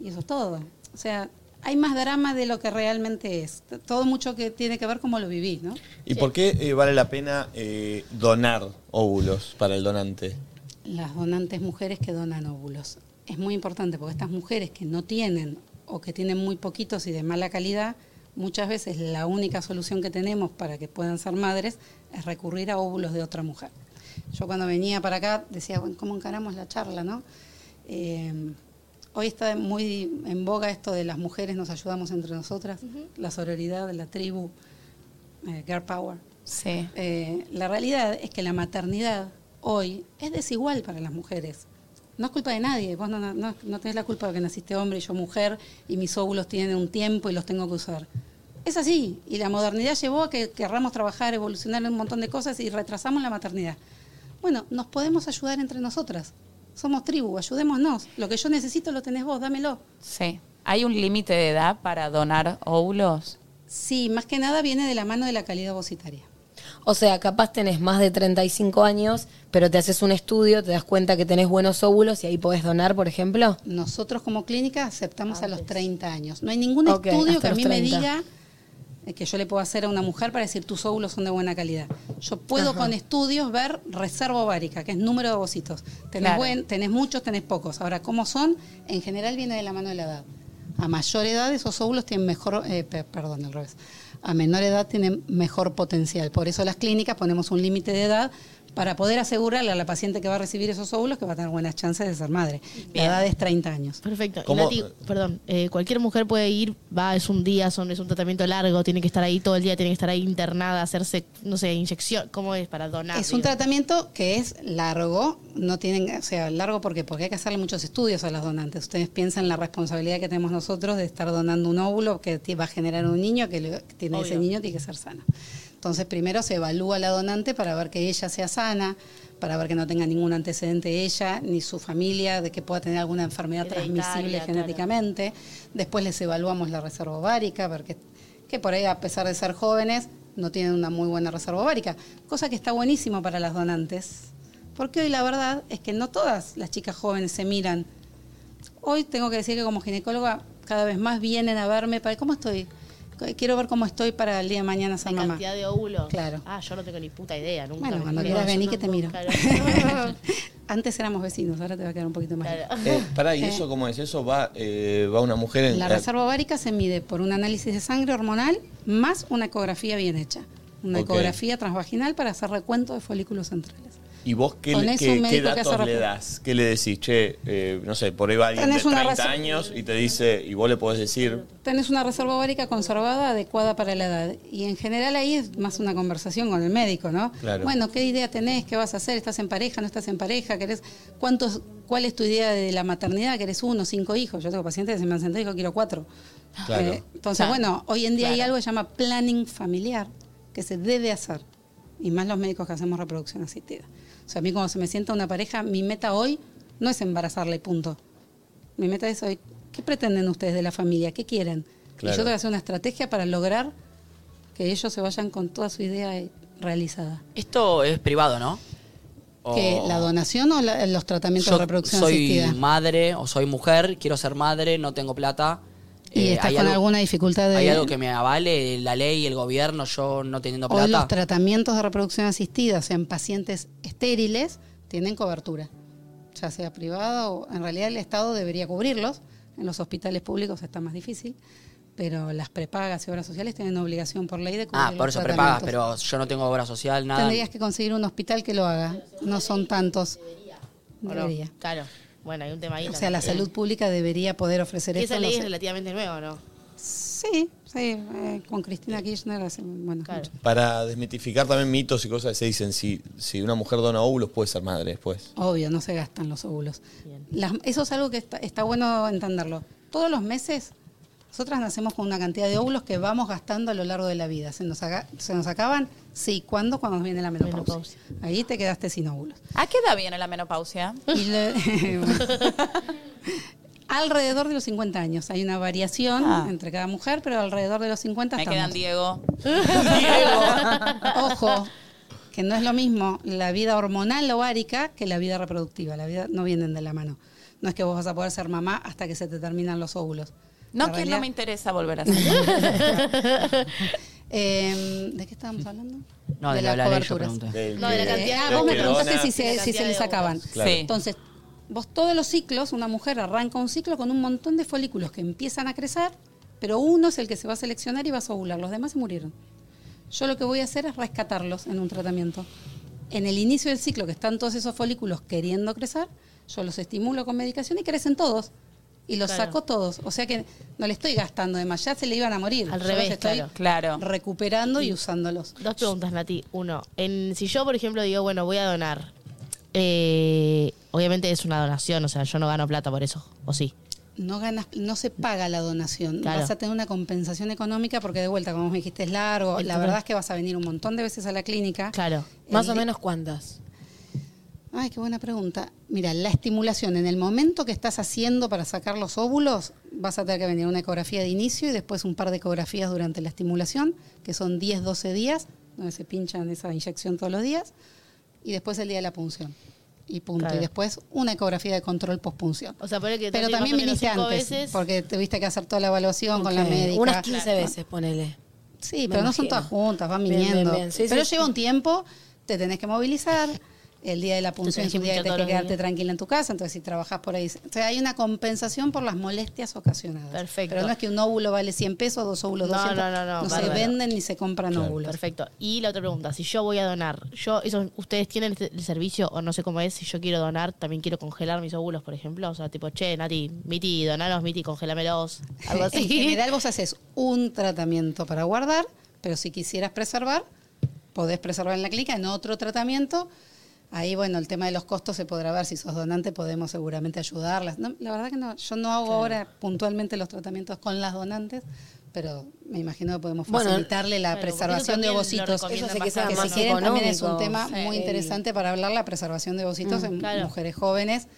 y eso es todo. O sea, hay más drama de lo que realmente es. T- Todo mucho que tiene que ver cómo lo vivís, ¿no? ¿Y por qué eh, vale la pena eh, donar óvulos para el donante? Las donantes mujeres que donan óvulos. Es muy importante porque estas mujeres que no tienen o que tienen muy poquitos y de mala calidad, muchas veces la única solución que tenemos para que puedan ser madres es recurrir a óvulos de otra mujer. Yo cuando venía para acá decía, bueno, ¿cómo encaramos la charla, no? Eh, hoy está muy en boga esto de las mujeres nos ayudamos entre nosotras, la sororidad, la tribu, eh, girl power. Sí. Eh, la realidad es que la maternidad hoy es desigual para las mujeres. No es culpa de nadie, vos no, no- no- no tenés la culpa de que naciste hombre y yo mujer y mis óvulos tienen un tiempo y los tengo que usar. Es así, y la modernidad llevó a que querramos trabajar, evolucionar en un montón de cosas y retrasamos la maternidad. Bueno, nos podemos ayudar entre nosotras. Somos tribu, ayudémonos. Lo que yo necesito lo tenés vos, dámelo. Sí. ¿Hay un límite de edad para donar óvulos? Sí, más que nada viene de la mano de la calidad ovocitaria. O sea, capaz tenés más de 35 años, pero te haces un estudio, te das cuenta que tenés buenos óvulos y ahí podés donar, por ejemplo. Nosotros como clínica aceptamos a los 30 años. No hay ningún Ah, Ok, estudio hasta que a los mí me 30. diga eh, que yo le puedo hacer a una mujer para decir tus óvulos son de buena calidad. Yo puedo Ajá. con estudios ver reserva ovárica, que es número de ovocitos. Tenés, Claro. buen- tenés muchos, tenés pocos. Ahora, ¿cómo son? En general viene de la mano de la edad. A mayor edad esos óvulos tienen mejor, eh, pe- perdón, al revés. A menor edad tienen mejor potencial. Por eso las clínicas ponemos un límite de edad para poder asegurarle a la paciente que va a recibir esos óvulos que va a tener buenas chances de ser madre. Bien. La edad es 30 años. Perfecto. Y ¿Cómo- Nati, perdón, eh, cualquier mujer puede ir, va, es un día, son, es un tratamiento largo, tiene que estar ahí todo el día, tiene que estar ahí internada, hacerse, no sé, inyección, ¿cómo es para donar? Es un tratamiento que es largo, no tienen, o sea, largo porque porque hay que hacerle muchos estudios a las donantes. Ustedes piensan la responsabilidad que tenemos nosotros de estar donando un óvulo que ti- va a generar un niño que, le- que tiene ese Obvio. niño tiene que ser sano. Entonces, primero se evalúa la donante para ver que ella sea sana, para ver que no tenga ningún antecedente ella ni su familia de que pueda tener alguna enfermedad Hereditaria, transmisible claro. genéticamente. Después les evaluamos la reserva ovárica, ver que que por ahí a pesar de ser jóvenes no tienen una muy buena reserva ovárica, cosa que está buenísimo para las donantes, porque hoy la verdad es que no todas las chicas jóvenes se miran. Hoy tengo que decir que como ginecóloga cada vez más vienen a verme para cómo estoy. Quiero ver cómo estoy para el día de mañana ser La mamá. cantidad de óvulos. Claro. Ah, yo no tengo ni puta idea, nunca. Bueno, me cuando fijé. quieras No, yo vení que te miro. tampoco. *laughs* Antes éramos vecinos, ahora te va a quedar un poquito más. lejos. Eh, pará, ¿y Eh, eso cómo es? ¿Eso va, eh, va una mujer en La eh, reserva ovárica se mide por un análisis de sangre hormonal más una ecografía bien hecha. Una Ok. ecografía transvaginal para hacer recuento de folículos centrales. ¿Y vos qué, Con le- eso qué- un qué médico que datos hace le recu- das? ¿Qué le decís? Che, eh, no sé, por ahí va alguien de Tenés una 30 razón. años y te dice, y vos le podés decir, Tenés una reserva ovárica conservada adecuada para la edad. Y en general ahí es más una conversación con el médico, ¿no? Claro. Bueno, ¿qué idea tenés? ¿Qué vas a hacer? ¿Estás en pareja? ¿No estás en pareja? ¿Querés cuántos, ¿Cuál es tu idea de la maternidad? ¿Querés uno, cinco hijos? Yo tengo pacientes que se me han sentado y dijo, quiero cuatro. Claro. Eh, entonces, Claro. bueno, hoy en día hay Claro. algo que se llama planning familiar, que se debe hacer. Y más los médicos que hacemos reproducción asistida. O sea, a mí cuando se me sienta una pareja, mi meta hoy no es embarazarle, punto. Mi meta es hoy, ¿qué pretenden ustedes de la familia? ¿Qué quieren? Claro. Y yo te voy a hacer una estrategia para lograr que ellos se vayan con toda su idea eh, realizada. Esto es privado, ¿no? O- ¿Que ¿La donación o la- los tratamientos Oh. Yo de reproducción soy asistida? madre o soy mujer, quiero ser madre, no tengo plata. ¿Y Eh, estás ¿hay con algo- alguna dificultad de...? ¿Hay algo que me avale la ley, el gobierno, yo no teniendo Hoy plata? los tratamientos de reproducción asistida, o sea, en pacientes estériles, tienen cobertura. Ya sea privada o en realidad el Estado debería cubrirlos. En los hospitales públicos está más difícil. Pero las prepagas y obras sociales tienen obligación por ley de cubrir ah, por los eso prepagas, tratamientos. pero yo no tengo obra social, nada. Tendrías que conseguir un hospital que lo haga. No son tantos. ¿O no? Debería. Claro. Bueno, hay un tema ahí. O sea, la salud pública debería poder ofrecer esto. no Esa ley sé. es relativamente nueva, ¿o ¿no? Sí, sí. eh, con Cristina Kirchner hace, bueno, mucho. para desmitificar también mitos y cosas que se dicen, si, si una mujer dona óvulos puede ser madre después. Obvio, no se gastan los óvulos. Las- eso es algo que está, está bueno entenderlo. Todos los meses, nosotras nacemos con una cantidad de óvulos que vamos gastando a lo largo de la vida. ¿Se nos, aga- se nos acaban? Sí. ¿Cuándo? Cuando nos viene la menopausia. Ahí te quedaste sin óvulos. ¿A qué edad viene la menopausia? Y le- *laughs* bueno. alrededor de los 50 años. Hay una variación Ah. entre cada mujer, pero alrededor de los 50 Me estamos. quedan Diego. Ojo, que no es lo mismo la vida hormonal ovárica que la vida reproductiva. La vida no vienen de la mano. No es que vos vas a poder ser mamá hasta que se te terminan los óvulos. No, La que realidad- no me interesa volver a ser. *laughs* Eh, ¿De qué estábamos hablando? No, de la- las la ley, yo coberturas. pregunté. No, de la Eh, cantidad. de vos me que preguntaste dona- si de se, la si se cantidad les de acaban. óvulos. Claro. Sí. Entonces, vos todos los ciclos, una mujer arranca un ciclo con un montón de folículos que empiezan a crecer, pero uno es el que se va a seleccionar y vas a ovular. Los demás se murieron. Yo lo que voy a hacer es rescatarlos en un tratamiento. En el inicio del ciclo, que están todos esos folículos queriendo crecer, yo los estimulo con medicación y crecen todos. Y los Claro. saco todos. O sea que no le estoy gastando de más. Ya se le iban a morir. Al Yo revés, los estoy claro. recuperando y usándolos. Dos preguntas, Nati. Uno, en, si yo, por ejemplo, digo, bueno, voy a donar. eh, obviamente es una donación, o sea, yo no gano plata por eso, ¿o sí? no ganas, no se paga la donación. Claro. Vas a tener una compensación económica porque de vuelta, como me dijiste, es largo. la Entonces- verdad es que vas a venir un montón de veces a la clínica. Claro. Más o menos cuántas. Ay, qué buena pregunta. Mira, la estimulación, en el momento que estás haciendo para sacar los óvulos, vas a tener que venir una ecografía de inicio y después un par de ecografías durante la estimulación, que son 10, 12 días, donde se pinchan esa inyección todos los días, y después el día de la punción. Y punto. Claro. Y después una ecografía de control pospunción. O sea, ponele que te Pero hace también más o menos viniste cinco antes, veces. porque tuviste que hacer toda la evaluación con la Ok, médica. Unas 15 veces, ponele. Sí, Me pero no son imagino. todas juntas, van Bien, bien, viniendo. bien. Sí, pero sí, lleva sí. un tiempo, te tenés que movilizar. El día de la punción tenés es un que día que pinchar tenés todos que los quedarte días. tranquila en tu casa, entonces si trabajás por ahí. O sea, hay una compensación por las molestias ocasionadas. Perfecto. Pero no es que un óvulo vale 100 pesos, dos óvulos No, 200. no, no, no, se bárbaro. venden ni se compran óvulos. Perfecto. Y la otra pregunta, si yo voy a donar, yo, eso, ¿ustedes tienen este- el servicio o no sé cómo es? Si yo quiero donar, también quiero congelar mis óvulos, por ejemplo. O sea, tipo, che, Nati, Miti, donalos, *laughs* Miti, congelamelos. Algo En así. *laughs* general vos haces un tratamiento para guardar, pero si quisieras preservar, podés preservar en la clínica en otro tratamiento. Ahí, bueno, el tema de los costos se podrá ver. Si sos donante, podemos seguramente ayudarlas. No, la verdad que no, yo no hago Claro. ahora puntualmente los tratamientos con las donantes, pero me imagino que podemos Bueno, facilitarle la claro, preservación de imagino ovocitos. también lo Eso sé que, recomiendan si bastante. quieren también es un Económico. tema muy Sí. interesante para hablar, la preservación de ovocitos Mm, en claro. mujeres jóvenes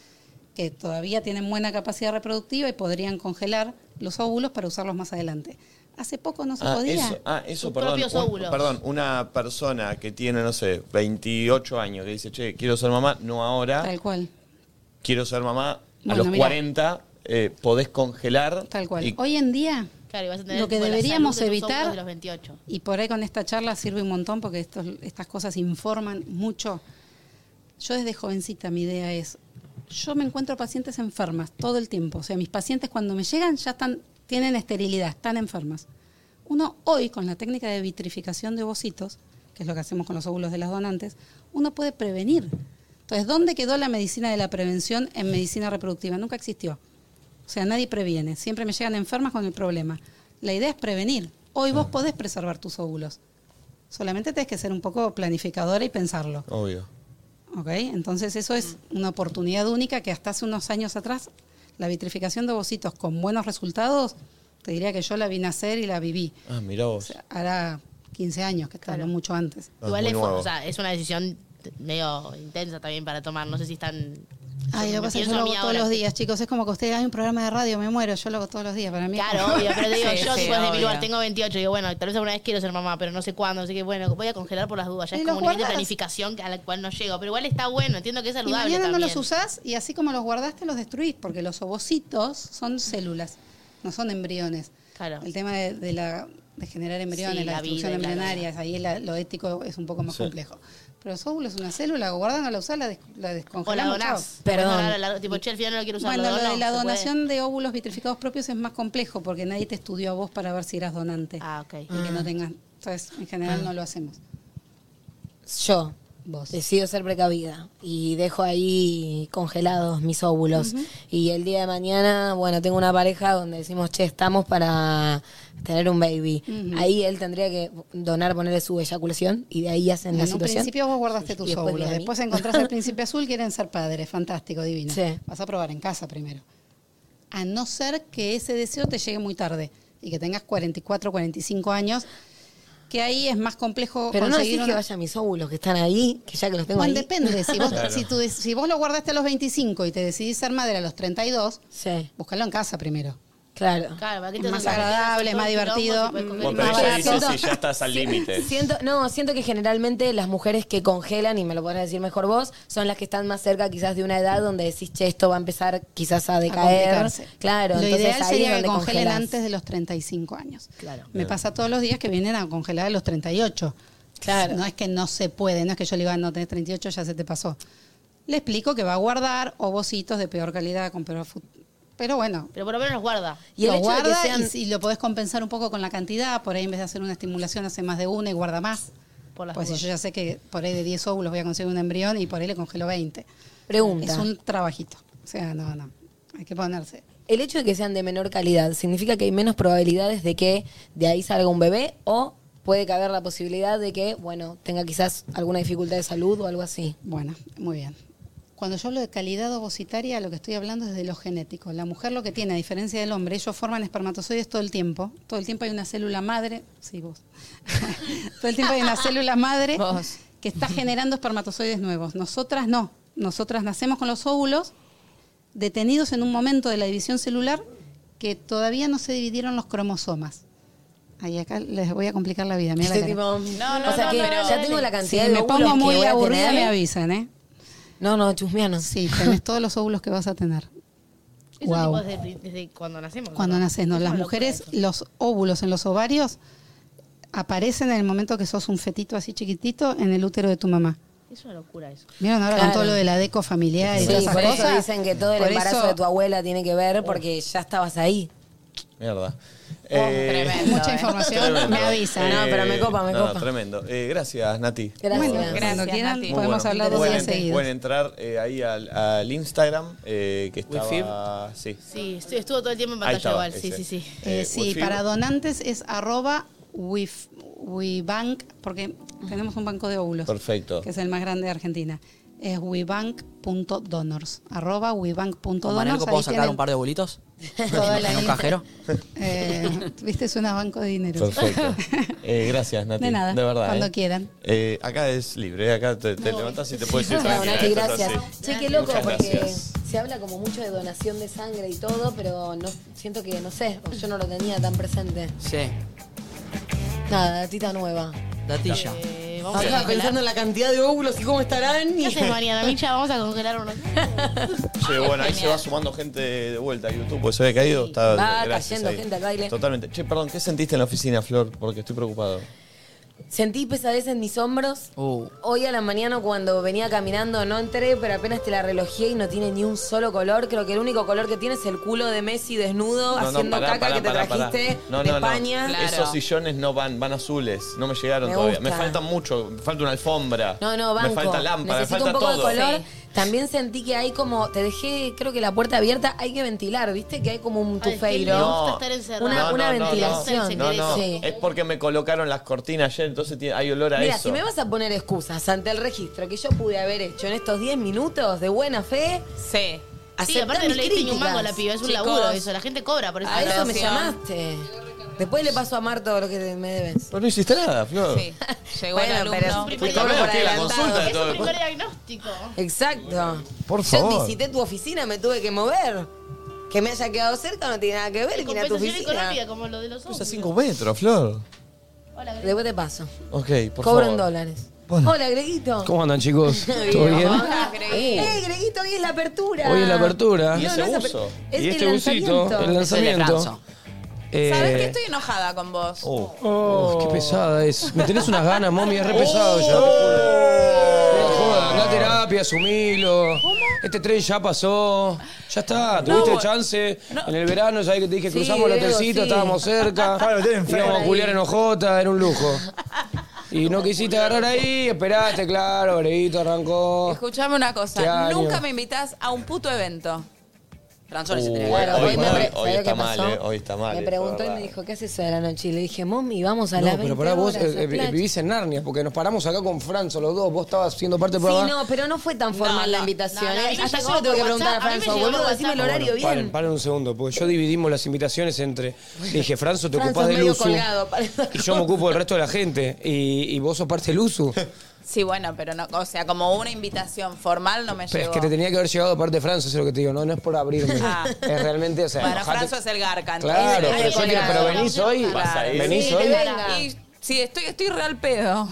que todavía tienen buena capacidad reproductiva y podrían congelar los óvulos para usarlos más adelante. Hace poco no se Ah, podía. eso, ah, eso, Sus perdón. propios un- óvulos. perdón, una persona que tiene, no sé, 28 años, que dice, che, quiero ser mamá, no ahora, Tal cual, quiero ser mamá Bueno, a los mirá. 40, eh, podés congelar. tal cual. y- Hoy en día, Claro, y vas a tener Lo que tipo la deberíamos salud de tus evitar- óvulos de los 28. y por ahí con esta charla sirve un montón porque estos- estas cosas informan mucho. Yo desde jovencita mi idea es, yo me encuentro pacientes enfermas todo el tiempo. O sea, mis pacientes cuando me llegan ya están, tienen esterilidad, están enfermas. Uno hoy con la técnica de vitrificación de ovocitos, que es lo que hacemos con los óvulos de las donantes, uno puede prevenir. Entonces, ¿dónde quedó la medicina de la prevención en medicina reproductiva? Nunca existió. O sea, nadie previene. Siempre me llegan enfermas con el problema. La idea es prevenir. Hoy Ah. vos podés preservar tus óvulos. Solamente tenés que ser un poco planificadora y pensarlo. Obvio. ¿ok? Entonces eso es una oportunidad única que hasta hace unos años atrás la vitrificación de ovocitos con buenos resultados, te diría que yo la vi nacer y la viví. Ah, mirá vos. Hará 15 años, que estaba mucho antes. Igual es, o sea, es una decisión medio intensa también para tomar. No sé si están... Ay, lo que pasa es que yo lo hago todos los días, chicos. Es como que ustedes hay un programa de radio, me muero, yo lo hago todos los días. Para mí es Claro, como- obvio, pero te digo, *laughs* Sí, yo sí, tipo, desde mi lugar obvio. tengo 28, digo, bueno, tal vez alguna vez quiero ser mamá, pero no sé cuándo, así que bueno, voy a congelar por las dudas, ya Y es los como un nivel de guardás. planificación a la cual no llego, pero igual está bueno, entiendo que es Y saludable mañana también. no los usás y así como los guardaste los destruís, porque los ovocitos son células, no son embriones. Claro. El tema de, de la, de generar embriones, Sí, la, la destrucción vida y la embrionaria, ahí la- lo ético es un poco más Sí. complejo. Pero los óvulos es una célula, guardás, no la usás, la, des- la O la descongelamos. donás. chao. Bueno, a la larga, tipo, che, al final no lo quiero usar. Bueno, lo lo dono, de la se puede. donación de óvulos vitrificados propios es más complejo porque nadie te estudió a vos para ver si eras donante. Ah, ok. Y que no tengas. Entonces, en general Ah. no lo hacemos. Yo Vos. decido ser precavida y dejo ahí congelados mis óvulos. Ujú. Y el día de mañana, bueno, tengo una pareja donde decimos, che, estamos para tener un baby. Ujú. Ahí él tendría que donar, ponerle su eyaculación y de ahí hacen En la un situación. principio vos guardaste tus después viene óvulos, a mí. después encontrás *laughs* al príncipe azul, quieren ser padres, fantástico, divino. Sí. Vas a probar en casa primero. A no ser que ese deseo te llegue muy tarde y que tengas 44, 45 años, que ahí es más complejo Pero no conseguir decís que una- vayan mis óvulos que están ahí, que ya que los tengo Bueno, ahí. depende. Si vos, *laughs* Claro. si, tú dec- si vos lo guardaste a los 25 y te decidís ser madre a los 32, búscalo en casa primero. Claro. Claro, ¿para qué te Es más haces la- agradable, es más todo el divertido. quilombo, si puedes Bueno, Mm, pero más eso barato. dice si ya estás al límite. Siento, no, siento que generalmente las mujeres que congelan, y me lo podrás decir mejor vos, son las que están más cerca quizás de una edad donde decís, che, esto va a empezar quizás a decaer. complicarse. claro, Lo entonces ideal ahí es sería que donde congelen congelás. antes de los 35 años. Claro. Me pasa todos los días que vienen a congelar a los 38. Claro. No es que no se puede, no es que yo le diga, "Ah, no tenés 38, ya se te pasó. Le explico que va a guardar ovocitos de peor calidad, con peor fu- Pero bueno, Pero por lo menos los guarda. lo guarda y si lo podés compensar un poco con la cantidad, por ahí en vez de hacer una estimulación hace más de una y guarda más. Por las pues si dudas. yo ya sé que por ahí de 10 óvulos voy a conseguir un embrión y por ahí le congelo 20. Pregunta. Es un trabajito. O sea, no, no. Hay que ponerse. El hecho de que sean de menor calidad, ¿significa que hay menos probabilidades de que de ahí salga un bebé o puede caber la posibilidad de que, bueno, tenga quizás alguna dificultad de salud o algo así? Bueno, muy bien. Cuando yo hablo de calidad ovocitaria, lo que estoy hablando es de lo genético. La mujer lo que tiene, a diferencia del hombre, ellos forman espermatozoides todo el tiempo. Todo el tiempo hay una célula madre. Sí, vos. *laughs* todo el tiempo hay una célula madre que está generando espermatozoides nuevos. Nosotras no. Nosotras nacemos con los óvulos detenidos en un momento de la división celular que todavía no se dividieron los cromosomas. Ay, acá les voy a complicar la vida. Mirá la Este cara. tipo, No, no, o sea no, que pero ya dale. tengo la Si cantidad de me óvulos pongo que muy voy a aburrida, tener. me avisan, ¿eh? No, no, chusmianos. Sí, tenés todos los óvulos que vas a tener. Eso Wow. tipo desde, desde cuando nacemos. Cuando ¿no? naces, no. Es Las una locura mujeres, eso. los óvulos en los ovarios aparecen en el momento que sos un fetito así chiquitito en el útero de tu mamá. Es una locura eso. ¿Vieron ahora Claro. con todo lo de la deco familiar y Sí, todas esas por eso cosas? dicen que todo el Por embarazo eso- de tu abuela tiene que ver porque ya estabas ahí. Mierda. Eh, Oh, tremendo, Mucha eh. información, me avisan. No, pero me copa, me no, no, copa. tremendo. Eh, gracias, Nati. Gracias. Bueno, Gracias, cuando quieran, Muy podemos hablar dos Pueden- días seguidos. Pueden entrar eh, ahí al, al Instagram eh, que estaba... Sí. Sí, estu- estuvo todo el tiempo en Ahí pantalla estaba, igual. Sí, ese. sí, sí. Eh, Eh, sí, Wefib. para donantes es arroba wef- webank, porque tenemos un banco de óvulos. Perfecto. Que es el más grande de Argentina. Es webank.donors. Arroba ¿Con Maneco webank.donors. puedo Ahí sacar tienen un par de bolitos? toda la ¿En un info. cajero? Eh, *laughs* Viste, suena a banco de dinero. Perfecto. *laughs* *laughs* Eh, gracias, Nati. De nada, verdad. cuando eh. quieran. Eh, acá es libre, acá te, te levantás y te puedes ir. Bueno, tranquila, Nati, esto es gracias. así. Che, qué loco, Muchas porque gracias. se habla como mucho de donación de sangre y todo, pero no siento que, no sé, o yo no lo tenía tan presente. Sí. Nada, datita nueva. Datilla. Eh, vamos a Acá congelar. pensando en la cantidad de óvulos y cómo estarán. ¿Qué haces, *laughs* Mariana? Micha, vamos a congelar unos. Che, bueno, ahí se va sumando gente de vuelta a YouTube, pues se ve caído. Está, Va gracias cayendo ahí. Ah, gente al baile. Totalmente. Che, perdón, ¿qué sentiste en la oficina, Flor? Porque estoy preocupado. Sentí pesadez en mis hombros. Uh. Hoy a la mañana cuando venía caminando no entré, pero apenas te la relojé y no tiene ni un solo color. Creo que el único color que tiene es el culo de Messi desnudo haciendo pará, caca pará, que te pará, pará. trajiste No, de no, no. España. Esos sillones no van, van azules. No me llegaron Me todavía. Me gusta. falta mucho. Me falta una alfombra. No, no, banco. Me falta lámpara, Necesito me falta un poco todo. de color. También sentí que hay como, te dejé, creo que la puerta abierta, hay que ventilar, ¿viste? Que hay como un tufeiro. Una, No, una no, no, ventilación. No, no, Sí. Es porque me colocaron las cortinas ayer, entonces tiene- hay olor a Mira, eso. si me vas a poner excusas ante el registro que yo pude haber hecho en estos 10 minutos de buena fe, sí. Sí, aparte no le diste ni un mango a la piba, es un laburo eso, la gente cobra por eso. A eso me Atención. llamaste. Después le paso a Marto lo que me debes. Pero no hiciste nada, Flor. Sí. Llegó Bueno, el pero es alumno. un primer Te cobran laburo. que la consulta de Es todo un el- primer diagnóstico. Exacto. Por Yo favor. visité tu oficina, me tuve que mover. Que me haya quedado cerca no tiene nada que ver. Vine a tu Compensación oficina. económica como lo de los Es a hombres. 5 metros, Flor. Después te paso. Ok, por Cobro en favor. dólares. Bueno. Hola, Greguito. ¿Cómo andan, chicos? ¿Todo bien? ¡Eh, Greguito! Hoy es la apertura. Hoy es la apertura. No, no es aper- es y el este busito, lanzamiento. el lanzamiento. lanzo. Eh, Sabes que estoy enojada con vos. Oh, qué pesada es. Me tenés unas ganas, mami, es re pesado ya. Oh. No jodas, andá a terapia, asumilo. Este tren ya pasó. Ya está, tuviste bueno. chance. En el verano, sabés que te dije, Sí, cruzamos la Diego, tercita, sí. estábamos cerca. Claro, tenés Íbamos a enfermo. culiar en Ojota, era un lujo. Y no quisiste agarrar ahí, esperaste, claro, breguito arrancó. Escuchame una cosa. Te año. Nunca me invitas a un puto evento. Transones Oh, se tiene que Bueno, ver. hoy, me hoy- pre- hoy ¿sabés está qué mal, pasó? eh, hoy está mal. Me eso, preguntó y ¿verdad? me dijo, ¿qué haces eso de la noche? Y le dije, mami, vamos a la No, pero pará, vos eh, eh, vivís en Narnia, porque nos paramos acá con Franzo los dos, vos estabas siendo parte del Sí, programa. no, pero no fue tan formal la invitación. no, a mí ¿eh? me Hasta yo llegó le tengo que por preguntar a WhatsApp, a mí me Franzo, llegó boludo, por decime el WhatsApp. horario bien. Paren, paren un segundo, porque yo dividimos las invitaciones entre. Le dije, Franzo, te Franzo ocupás es del medio uso. colgado, para- Y yo me ocupo del resto de la gente. Y, y vos sos parte del *laughs* uso. Sí, bueno, pero no, o sea, como una invitación formal no me Pero es llegó. que te tenía que haber llegado de parte de Franzo, eso es lo que te digo, no, no es por abrirme. Ah. Es realmente, o sea, Bueno, enojate. Franzo es el garca. Claro, pero, yo quiero- pero venís hoy. Venís hoy. Y, sí, estoy, estoy real pedo.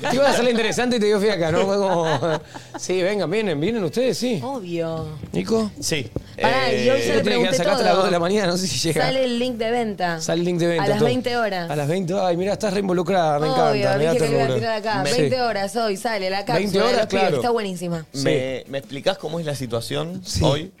Te iba a hacerle interesante y te digo, fui acá, ¿no? Fue como, *laughs* sí, vengan, vienen, vienen ustedes, sí. Obvio. Nico. Eh, Sí. Pará, y hoy yo le tiene que pregunté sacar hasta las todo. 2 de la mañana, no sé si llega. Sale el link de venta. Sale el link de venta. A las todo. 20 horas. A las 20, ay, mira, estás reinvolucrada, me Obvio, encanta. me da dije que le iba a ternura. tirar acá. Me- 20 Sí. horas hoy sale la cápsula. 20 de los horas, pibes, claro. Está buenísima. ¿Me, ¿Me explicás cómo es la situación hoy?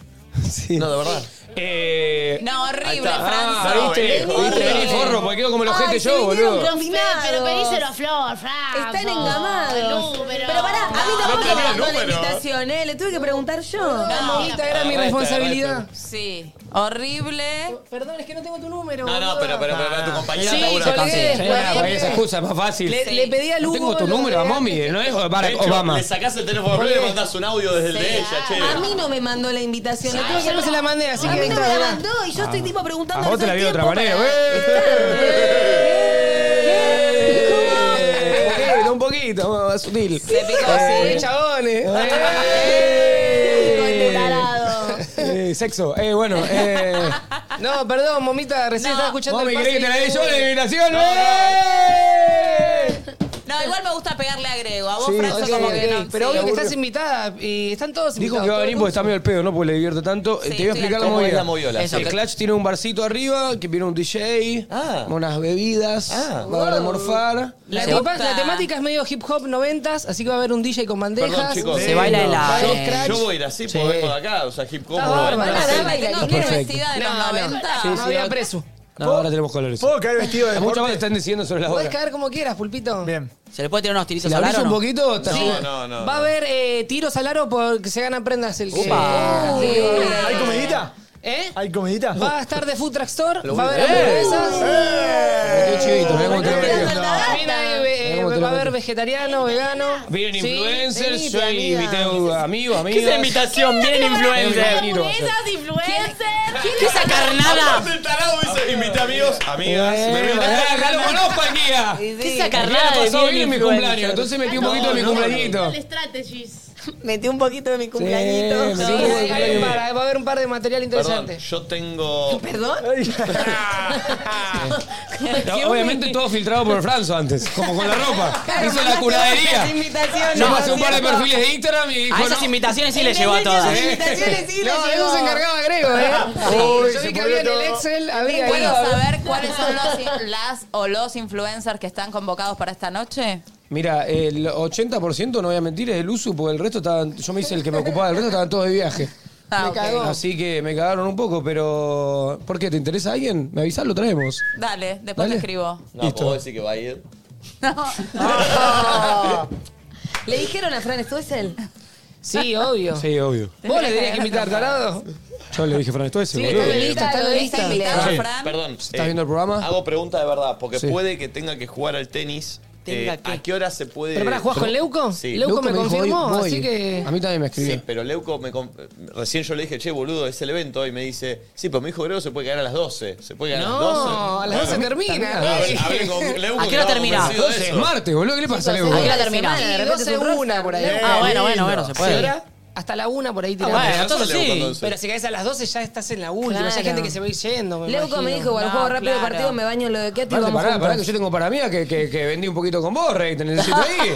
Sí. No, de verdad. Eh, No, horrible, Ah, Franzo. viste, Horrible. viste, vení forro, porque quedo como el ojete Ay, se yo, vinieron boludo. con- Pero, pero pedíselo a Flor, Franzo. Están engamados. Lu, pero- Pero pará, a mí No, tampoco no me mandó la número. invitación, ¿eh? Le tuve que preguntar yo. No, era mi responsabilidad. Sí, horrible. Perdón, es que no tengo tu número. No, no, pero, pero, pero, tu compañera Sí, labura colgué, también. después. Sí, nada, porque esa excusa es más fácil. Le- le pedí al No Hugo tengo tu lo número, a de- mommy, no es De Barack hecho, Obama. Le sacás el teléfono a y le mandás un audio desde el de ella, che. A mí no me mandó la invitación. le Sí, tuve que yo no se la mandé, así a que mí no entra, me la ¿verdad? mandó y yo estoy tipo A preguntando. vos te la vi de otra todo el manera, tiempo ¡Eh! Un poquito, un poquito, más sutil. Se picó, eh, sí. *laughs* chabones. Eh, para- Hijo de tarado. Eh, sexo, eh, bueno, eh, No, perdón, momita, recién No. estaba escuchando Mami, el ¿querés que te la dé yo la adivinación? No, No, igual me gusta pegarle a Grego. A vos, Sí, Franzo, ok, como ok, que no. Pero sí. obvio que estás invitada y están todos Dijo invitados. que va a venir porque está medio el pedo, ¿no? Porque le divierte tanto. Eh, Te Sí, voy a estoy explicar al la tanto. movida. ¿Cómo es la moviola? Eso, Sí. el Clutch tiene un barcito arriba que viene un DJ, unas bebidas, va a haber de morfar. La, Se tipa- va- la temática es medio hip hop noventas, así que va a haber un DJ con bandejas. Perdón, chicos. Se baila en la- Yo, eh, yo voy a ir así, porque vengo de acá. O sea, hip hop. Está bárbaro. bueno, Van a dar sí. bailarines. Está perfecto. vestida de No, los no, 90. Sí, sí, no había ahora- preso. No, ahora tenemos colores. ¿Puedo caer vestido de Muchas deporte? más están diciendo sobre la Podés hora. caer como quieras, pulpito. Bien. ¿Se le puede tirar unos tiritos ¿La al abrís aro? un no? poquito? Está- Sí. No, no, Va a haber eh, tiros al aro porque se ganan prendas el que. Upa. Sí. ¿Hay comidita? ¿Eh? ¿Hay comidita? Va a estar de Food Truck Store, Lo va a voy a- haber hamburguesas. Qué chivito, mirá cómo te lo metió. También hay, eh, Mirá cómo te lo va a haber metió. vegetariano, vegano. Vienen Sí. influencers, Venite, yo amiga. invité a amigos, ¿Qué es amigas. la invitación? Bien influencer. Esas influencers. ¿Qué esa carnada? El tarado ese, invité amigos, amigas. Eh, me voy a- acá- acá lo conozco al guía. ¿Qué esa carnada El guía de pasó bien bien en mi influencer? cumpleaños, entonces metí un poquito de mi cumpleañito. Google Strategies. Metí un poquito de mi Eh, cumpleañito. Sí, Sí, hay- sí. hay un par, va a haber un par de material Perdón, interesante. yo tengo. *laughs* ¿Perdón? *laughs* No, obviamente todo filtrado por Franzo antes, como con la ropa. Claro, Hizo la mandaste curadería. las invitaciones, Yo pasé ¿no un par de es cierto? perfiles de Instagram y dijo. A esas no. invitaciones sí le llevó a todas. No, de eso se encargaba Grego, ¿eh? *laughs* Uy, Yo se vi que pudrió había en el todo. Excel, había ¿Puedo ahí. saber cuáles son los, las o los influencers que están convocados para esta noche? Mira, el 80% no voy a mentir es el uso, porque el resto estaban. Yo me hice el que me ocupaba, el resto estaban todos de viaje. Ah, ok. Así que me cagaron un poco, pero. ¿Por qué? ¿Te interesa alguien? Me avisás, lo traemos. Dale, después te Dale. escribo. *laughs* No, puedo decir que va a ir. Ah. Le dijeron a Fran, ¿esto es él? Sí, obvio. Sí, obvio. ¿Vos le tenías que invitar, tarado? Yo le dije, Fran, esto es Sí, boludo. está en la lista, está en la lista. Sí. Perdón. eh, ¿Estás viendo el programa? Hago pregunta de verdad, porque Sí. puede que tenga que jugar al tenis. Tenga Eh, que. ¿A qué hora se puede...? ¿Pero para jugás con Leuco? Sí. Leuco, Leuco me, me dijo, confirmó, voy, voy. así que... A mí también me escribió. Sí, pero Leuco me... con- Recién yo le dije, che, boludo, es el evento. Y me dice, sí, pero mi hijo Grego se puede quedar a las 12. ¿Se puede quedar No, a a las 12? las 12 Bueno, termina. a ver, hablé con Leuco, ¿A qué hora estaba termina? convencido de 12 es eso. martes, boludo. ¿Qué le pasa a Leuco? ¿A qué hora termina? De repente es una por ahí. Ah, bueno, bueno, bueno, se puede. Ah, Sí, Hasta la una por ahí tirado. bueno, entonces sí. Pero si caes a las 12 ya estás en la última. Ya hay Claro. gente que se va a ir yendo. Me Leuco me dijo, bueno, juego rápido partido, me baño en lo de Kiati y Aparte, vamos pará, pará, que juntos. yo tengo para mí que, que, que vendí un poquito con vos, Rey, te necesito ahí.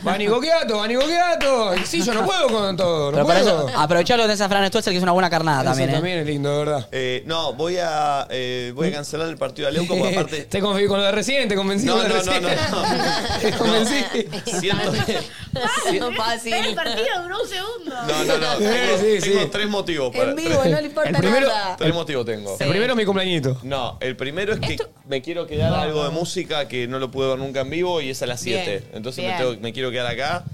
Van y goqueato, van y goqueato. Y Sí, yo no puedo con todo, no Pero para puedo. eso, aprovechalo de esa Fran Stuetzel, que es una buena carnada Eso también, ¿eh? también es lindo, de verdad. Eh, no, voy a, eh, voy a cancelar el partido de Leuco, porque aparte... *laughs* Te confío con lo de recién, te convencí No, con lo de no, no, recién. no. no. Te convencí. *laughs* Siento que... No, fácil. El partido duró un segundo. No, no, no. Tengo, tengo tres motivos para... tres- el primero, Tres motivos tengo. El primero es mi cumpleañito. No, el primero es que me quiero quedar algo de música que no lo pude ver nunca en vivo y es a las Bien, 7. Entonces me, bien. tengo- me quiero quedar acá.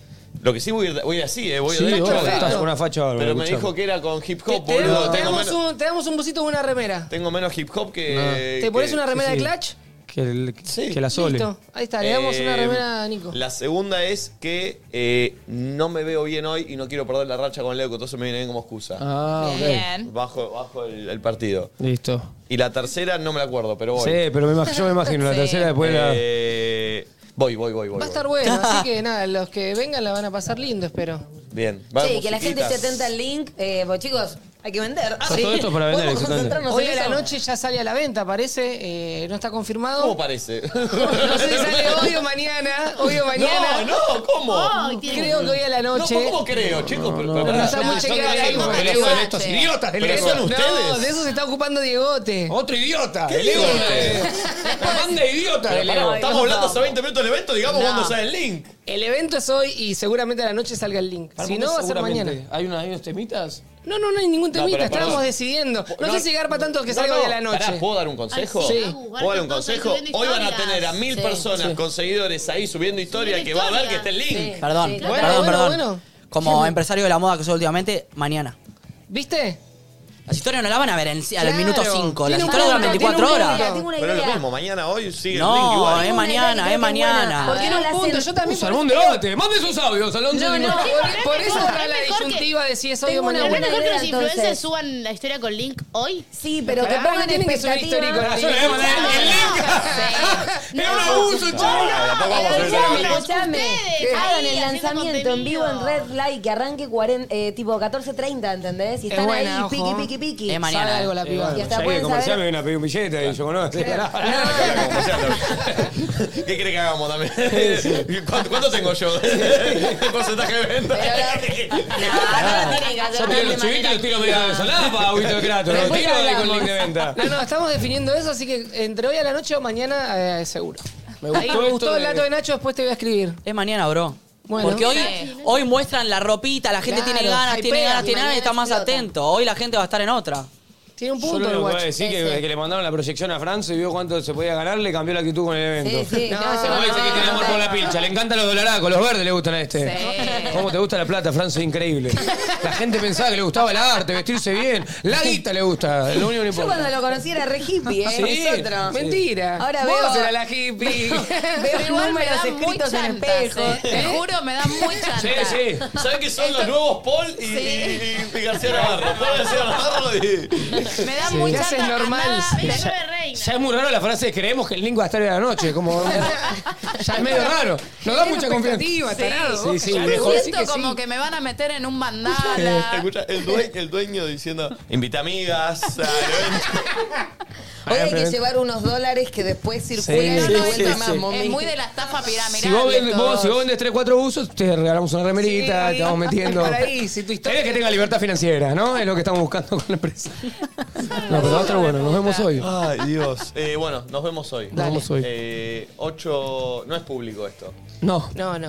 Lo que sí voy a ir, voy a ir así, eh, voy a Sí, derecho. vos a la- estás con una facha bárbara, Pero me escuchame. dijo que era con hip hop, Te boludo. damos- te Tengo damos, menos, un, te damos un busito con una remera. tengo menos hip hop que. ¿Te pones Eh, que- una remera Sí, de sí. Clutch? *laughs* Que, el- que la sole. Listo. Ahí está, le damos una Eh, remera a Nico. La segunda es que eh, no me veo bien hoy y no quiero perder la racha con Leuco, entonces me viene bien como excusa. Ah, ok. Bien. Bajo, bajo el, el partido. Listo. Y la tercera no me la acuerdo, pero voy. Sí, pero me imag- yo me imagino la tercera después la. Eh, voy, voy, voy, voy. Va a voy. estar bueno, *laughs* así que nada, los que vengan la van a pasar lindo, espero. Bien. Sí, que la gente musiquita. se atenta al link. Eh, pues chicos, hay que vender. Ah, Todo esto es para vender, Podemos exactamente. concentrarnos Hoy en a eso. la noche ya sale a la venta, parece. eh, no está confirmado. ¿Cómo parece? No sé si sale hoy o mañana. *laughs* Hoy o mañana. No, no, ¿cómo? Hoy tiene- creo que hoy a la noche. No, ¿cómo creo, chicos? Pero- pero Pero pará, está no, muy son chequeado de- ahí, no, porque pero le son gusta. estos idiotas, el Pero ego son No, de ustedes. eso se está ocupando Diegote. Otro idiota. ¿Qué idiotas? La banda de idiotas. Pero del pará, ego. Estamos hablando hace 20 minutos del evento, digamos No. cuando sale el link. El evento es hoy y seguramente a la noche salga el link. Pará, Si porque no, va a ser seguramente mañana. ¿Hay, una- hay unos temitas? No, no, no hay ningún pero temita. perdón. Estábamos decidiendo. No, No, sé si garpa tanto que No, salga no, hoy a la noche. pará, ¿Puedo dar un consejo? Ay, sí. ¿Puedo dar un consejo? Hoy van a tener a mil Sí. personas Sí. con seguidores ahí subiendo historia que va a ver que está el link. Perdón, Eh, Sí. perdón, Bueno, bueno, perdón. bueno. Como empresario de la moda que soy últimamente, mañana. ¿Viste? Las historias no las van a ver en- al Claro. minuto 5. Las Tiene un punto, historias duran tiene 24 un horas. punto. Tengo una Pero es lo idea. mismo, mañana, hoy sigue el link No, igual. es mañana, es mañana. ¿Por qué no la punto? Yo también. Salmón un debate. Mande sus audios al 11 No, de- no, Sí, por, es por mejor, eso está es la mejor que- disyuntiva de si es hoy o ¿No mañana. es mejor que los entonces. influencers suban la historia con link hoy? Sí, pero Pará, que pongan tienen que subir historia con expectativas. la- Yo le voy a mandar el- el ¡Es un abuso, chaval! Escuchame, Ustedes, escuchame. ahí, Hagan el haciendo lanzamiento en vivo en Red Light que arranque 40, eh, tipo 14.30, ¿entendés? Y Es están buena, ahí, ojo. piqui, piqui, piqui piqui. Es mañana. Sabe algo la Sí, piba. bueno, y hasta ya que pueden comercial saber me viene a pedir un billete y yo no. *laughs* ¿Qué querés que hagamos también? *laughs* ¿Cuánto, cuánto tengo *laughs* yo? ¿Qué porcentaje de venta? *laughs* Yo tiro los chivitos y los tiro medio de solapa, agüito de crato. No Después tiro ahí con hablamos. link de venta. No, no, estamos definiendo eso, así que entre hoy a la noche o mañana, eh, seguro. Me Ahí gustó me esto gustó el de- dato de Nacho, después te voy a escribir. Es mañana, bro. Bueno. Porque hoy, Sí. hoy muestran la ropita, la gente tiene Claro, ganas, tiene hypea, ganas, y tiene ganas y mañana está más explota. atento. Hoy la gente va a estar en otra. Tiene un Solo lo que voy a decir que, que le mandaron la proyección a Franzo y vio cuánto se podía ganar, le cambió la actitud con el evento. Sí, sí, no, *laughs* eso no, no, ese que no, tiene no, amor no. por la pilcha, le encantan los dolaracos, los verdes le gustan a este. ¿Cómo te gusta la plata, Franzo? Increíble. La gente pensaba que le gustaba el arte, vestirse bien. La guita le gusta, lo único que le Yo importa. cuando Cuando lo conocí era re hippie, ¿eh? Sí. Es otro. Mentira. Ahora Vos veo. eras la hippie. *laughs* veo *laughs* Pero igual me números dan muy escritos en chantas, espejo. eh. Te juro, me dan muy *laughs* chantas. ¿Sabes que son los nuevos Paul y, y- y García Navarro? Paul García Navarro y. Me da Sí. muy Ya chata. sé, es normal. Ah, andá, Ya- Ya es muy raro la frase creemos que el link va a estar de la noche, *laughs* como ya es medio raro. Nos da mucha confianza. Sí, sí, mejor sí siento que sí. como que me van a meter en un mandala. *laughs* Escucha, el, dueño, el dueño diciendo: Invita amigas. Hoy hay que llevar unos dólares que después circulan Sí, y no sí, vuelven sí, más, sí. mami. Es muy de la estafa piramidal. Si vos, vendes, esto. vos- si vos vendes 3, 4 usos, te regalamos una remerita, Sí, te vamos metiendo. por ahí, si tu historia- Tenés que tenga libertad financiera, ¿no? Es lo que estamos buscando con la empresa. No, pero va a estar bueno, nos vemos hoy. Ay, Dios. Eh, bueno, nos vemos hoy. Nos vemos hoy. Eh, 8. No es público esto. No. No, no.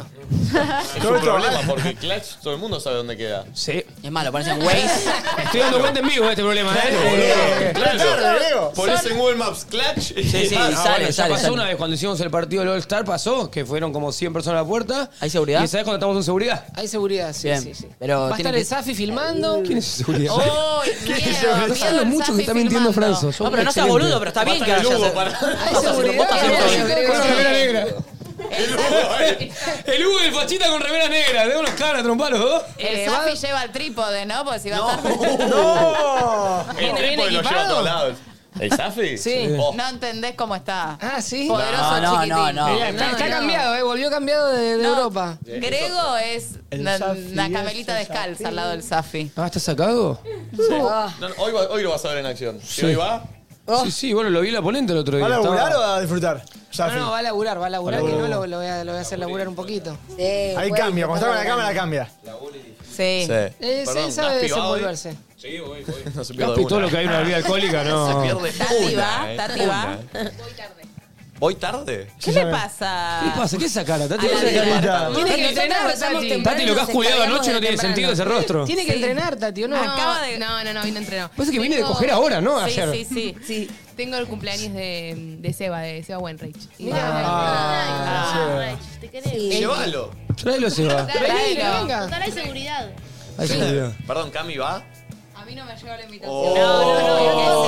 Es un problema porque Clutch todo el mundo sabe dónde queda. Sí. Es malo, parecen *laughs* Waze. Estoy dando cuenta en vivo de este problema, ¿eh? Claro, ponés en Google Maps Clutch y Sí, sí, Ah, bueno, sale, ya sale, pasó pasó una- una vez cuando hicimos el partido del All-Star, pasó que fueron como 100 personas a la puerta. ¿Hay seguridad? ¿Y sabes cuando estamos en seguridad? Hay seguridad, sí, Bien, sí, sí. pero Va a tiene estar que- el Safi filmando. ¿Quién es ese seguridad? Oh, *laughs* No saben lo mucho que está mintiendo Franzo. No, pero no seas boludo, pero está bien que haya. El Hugo, el Hugo y el Fachita con remera negra. De unos caras, trompa los dos. El Eh, Safi lleva el trípode, ¿no? Porque si va a *laughs* *laughs* estar. El ¿Viene bien trípode lo lleva a equipado? todos lados. ¿El Safi? Oh. No entendés cómo está. Ah, sí. Poderoso No, no, chiquitín. no, no. Está, está cambiado, eh. Volvió cambiado de, de Europa. Grego es El una, Safi una es camelita el descalza Safi. al lado del Safi. Ah, ¿estás sacado? Sí. No, no, hoy, va- hoy lo vas a ver en acción. Si Sí. hoy va, Sí, sí, bueno, lo vi en la ponente el otro ¿Va día. a laburar o Estaba- a disfrutar? No, no, va a laburar, va a laburar, Va a que no laburar. lo, lo voy a, lo voy a hacer laburar un poquito. Ahí cambia, cuando está con la cámara cambia. Sí. Eh, sí, sabe desenvolverse. Sí, voy, voy. No se Capi, todo lo que hay en una bebida alcohólica, *laughs* no. Se pierde Tati una, va, eh. Tati va. ¿Voy tarde? ¿Qué le pasa? ¿Qué pasa? ¿Qué es esa cara? Tati, A la ¿Qué es esa vida. cara? Tiene que entrenar, empezamos Tati. temprano Tati, lo que has nos culiado encargamos anoche no de tiene temprano. sentido ese rostro. Tiene que entrenar, Tati, ¿o no? No, Acaba de- no, no, no, hoy no entrenó. Parece que viene de Tengo- coger ahora, ¿no? Ayer. Sí, sí, sí. Tengo el cumpleaños de, de Seba, de Seba Wenreich. Y- Ah, ¿Te querés? Llévalo. Tráelo, se va. Claro. venga. Total hay seguridad. Ahí se olvidó. Perdón, Cami va. A mí no me llegó la invitación. Oh.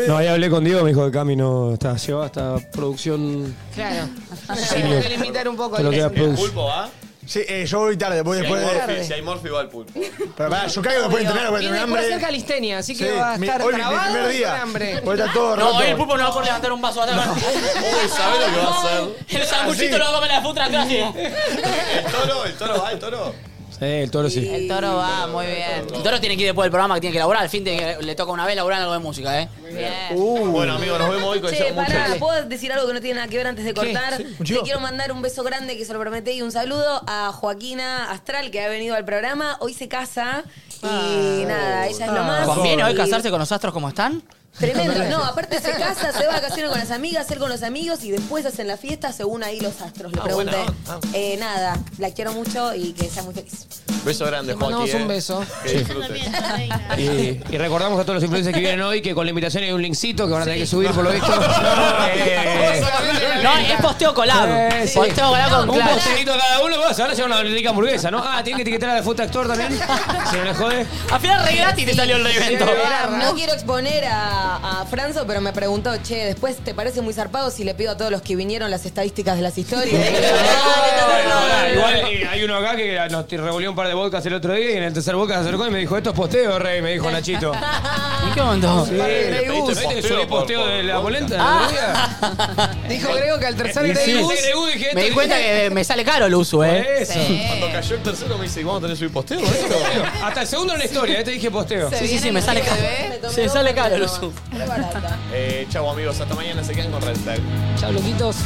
¿eh? No, ahí hablé con Diego, me dijo que Cami no está, llevaba hasta producción. Claro. Sí, Tengo que no. limitar un poco. Te lo el- queda el- ¿El Plus. pulpo va? Sí, eh, yo voy tarde, voy Si hay, después morfi, si de. hay morfi, va el pulpo. Pero pará, yo caigo después de entrenar, voy a Viene después tener a hacer hambre. calistenia, así que Sí, va a mi- estar hoy mi trabado primer y día. con hambre. Voy a estar todo No, hoy el roto. pulpo no va a poder levantar un vaso. va a *laughs* tener- Uy, ¿sabes lo que va a hacer? El sanguchito lo va a comer la puta atrás. ¿El toro? ¿El toro va? ¿El toro? Sí, el toro sí. El toro va, muy bien. El toro tiene que ir después del programa que tiene que laburar. Al fin de que le toca una vez laburar algo de música, ¿eh? Bueno, amigo, nos vemos hoy con Uh. Che, eso. pará, ¿puedo decir algo que no tiene nada que ver antes de cortar? Sí, Te yo. quiero mandar un beso grande que se lo prometí y un saludo a Joaquina Astral que ha venido al programa. Hoy se casa y nada, ella es lo más. ¿Conviene hoy Y- casarse con los astros como están? Tremendo. No, aparte se casa, se va a vacaciones con las amigas, él con los amigos y después hacen la fiesta según ahí los astros. Le Ah, pregunté. buena onda. Eh, nada, la quiero mucho y que sea muy feliz. Beso grande, Joaquín. eh. mandamos un beso. Que disfrutes. Y, y recordamos a todos los influencers que vienen hoy que con la invitación hay un linkcito que van a tener que subir por lo visto. Eh, *laughs* No, es posteo colado. Eh, sí. Posteo colado con Un Clash. posterito cada uno, vas, ahora lleva una rica hamburguesa, ¿no? Ah, tiene que etiquetar a la foto actor *laughs* también. Se me la jode. Al final re gratis te salió el evento. No quiero exponer a, a Franzo, pero me preguntó, che, después te parece muy zarpado si le pido a todos los que vinieron las estadísticas de las historias. Bueno, pará, Igual eh, hay uno acá que nos revolvió un par de vodkas el otro día y en el tercer vodka se acercó y me dijo, esto es posteo, rey, me dijo Nachito. ¿Y *laughs* qué onda? Ah, Sí, ¿no viste que subí posteo de la polenta? el otro día? Dijo Grego que al tercer Y sí. Grego Me di cuenta que me sale *laughs* caro el uso, ¿eh? Eso. Cuando cayó el tercero me dice, ¿y vamos a tener que subir posteo esto? Hasta el segundo en la historia, eh, te dije posteo. Sí, sí, sí, me sale caro. Sí, me sale caro el uso. eh, chau amigos, hasta mañana se quedan con Red Flag. Chau, loquitos.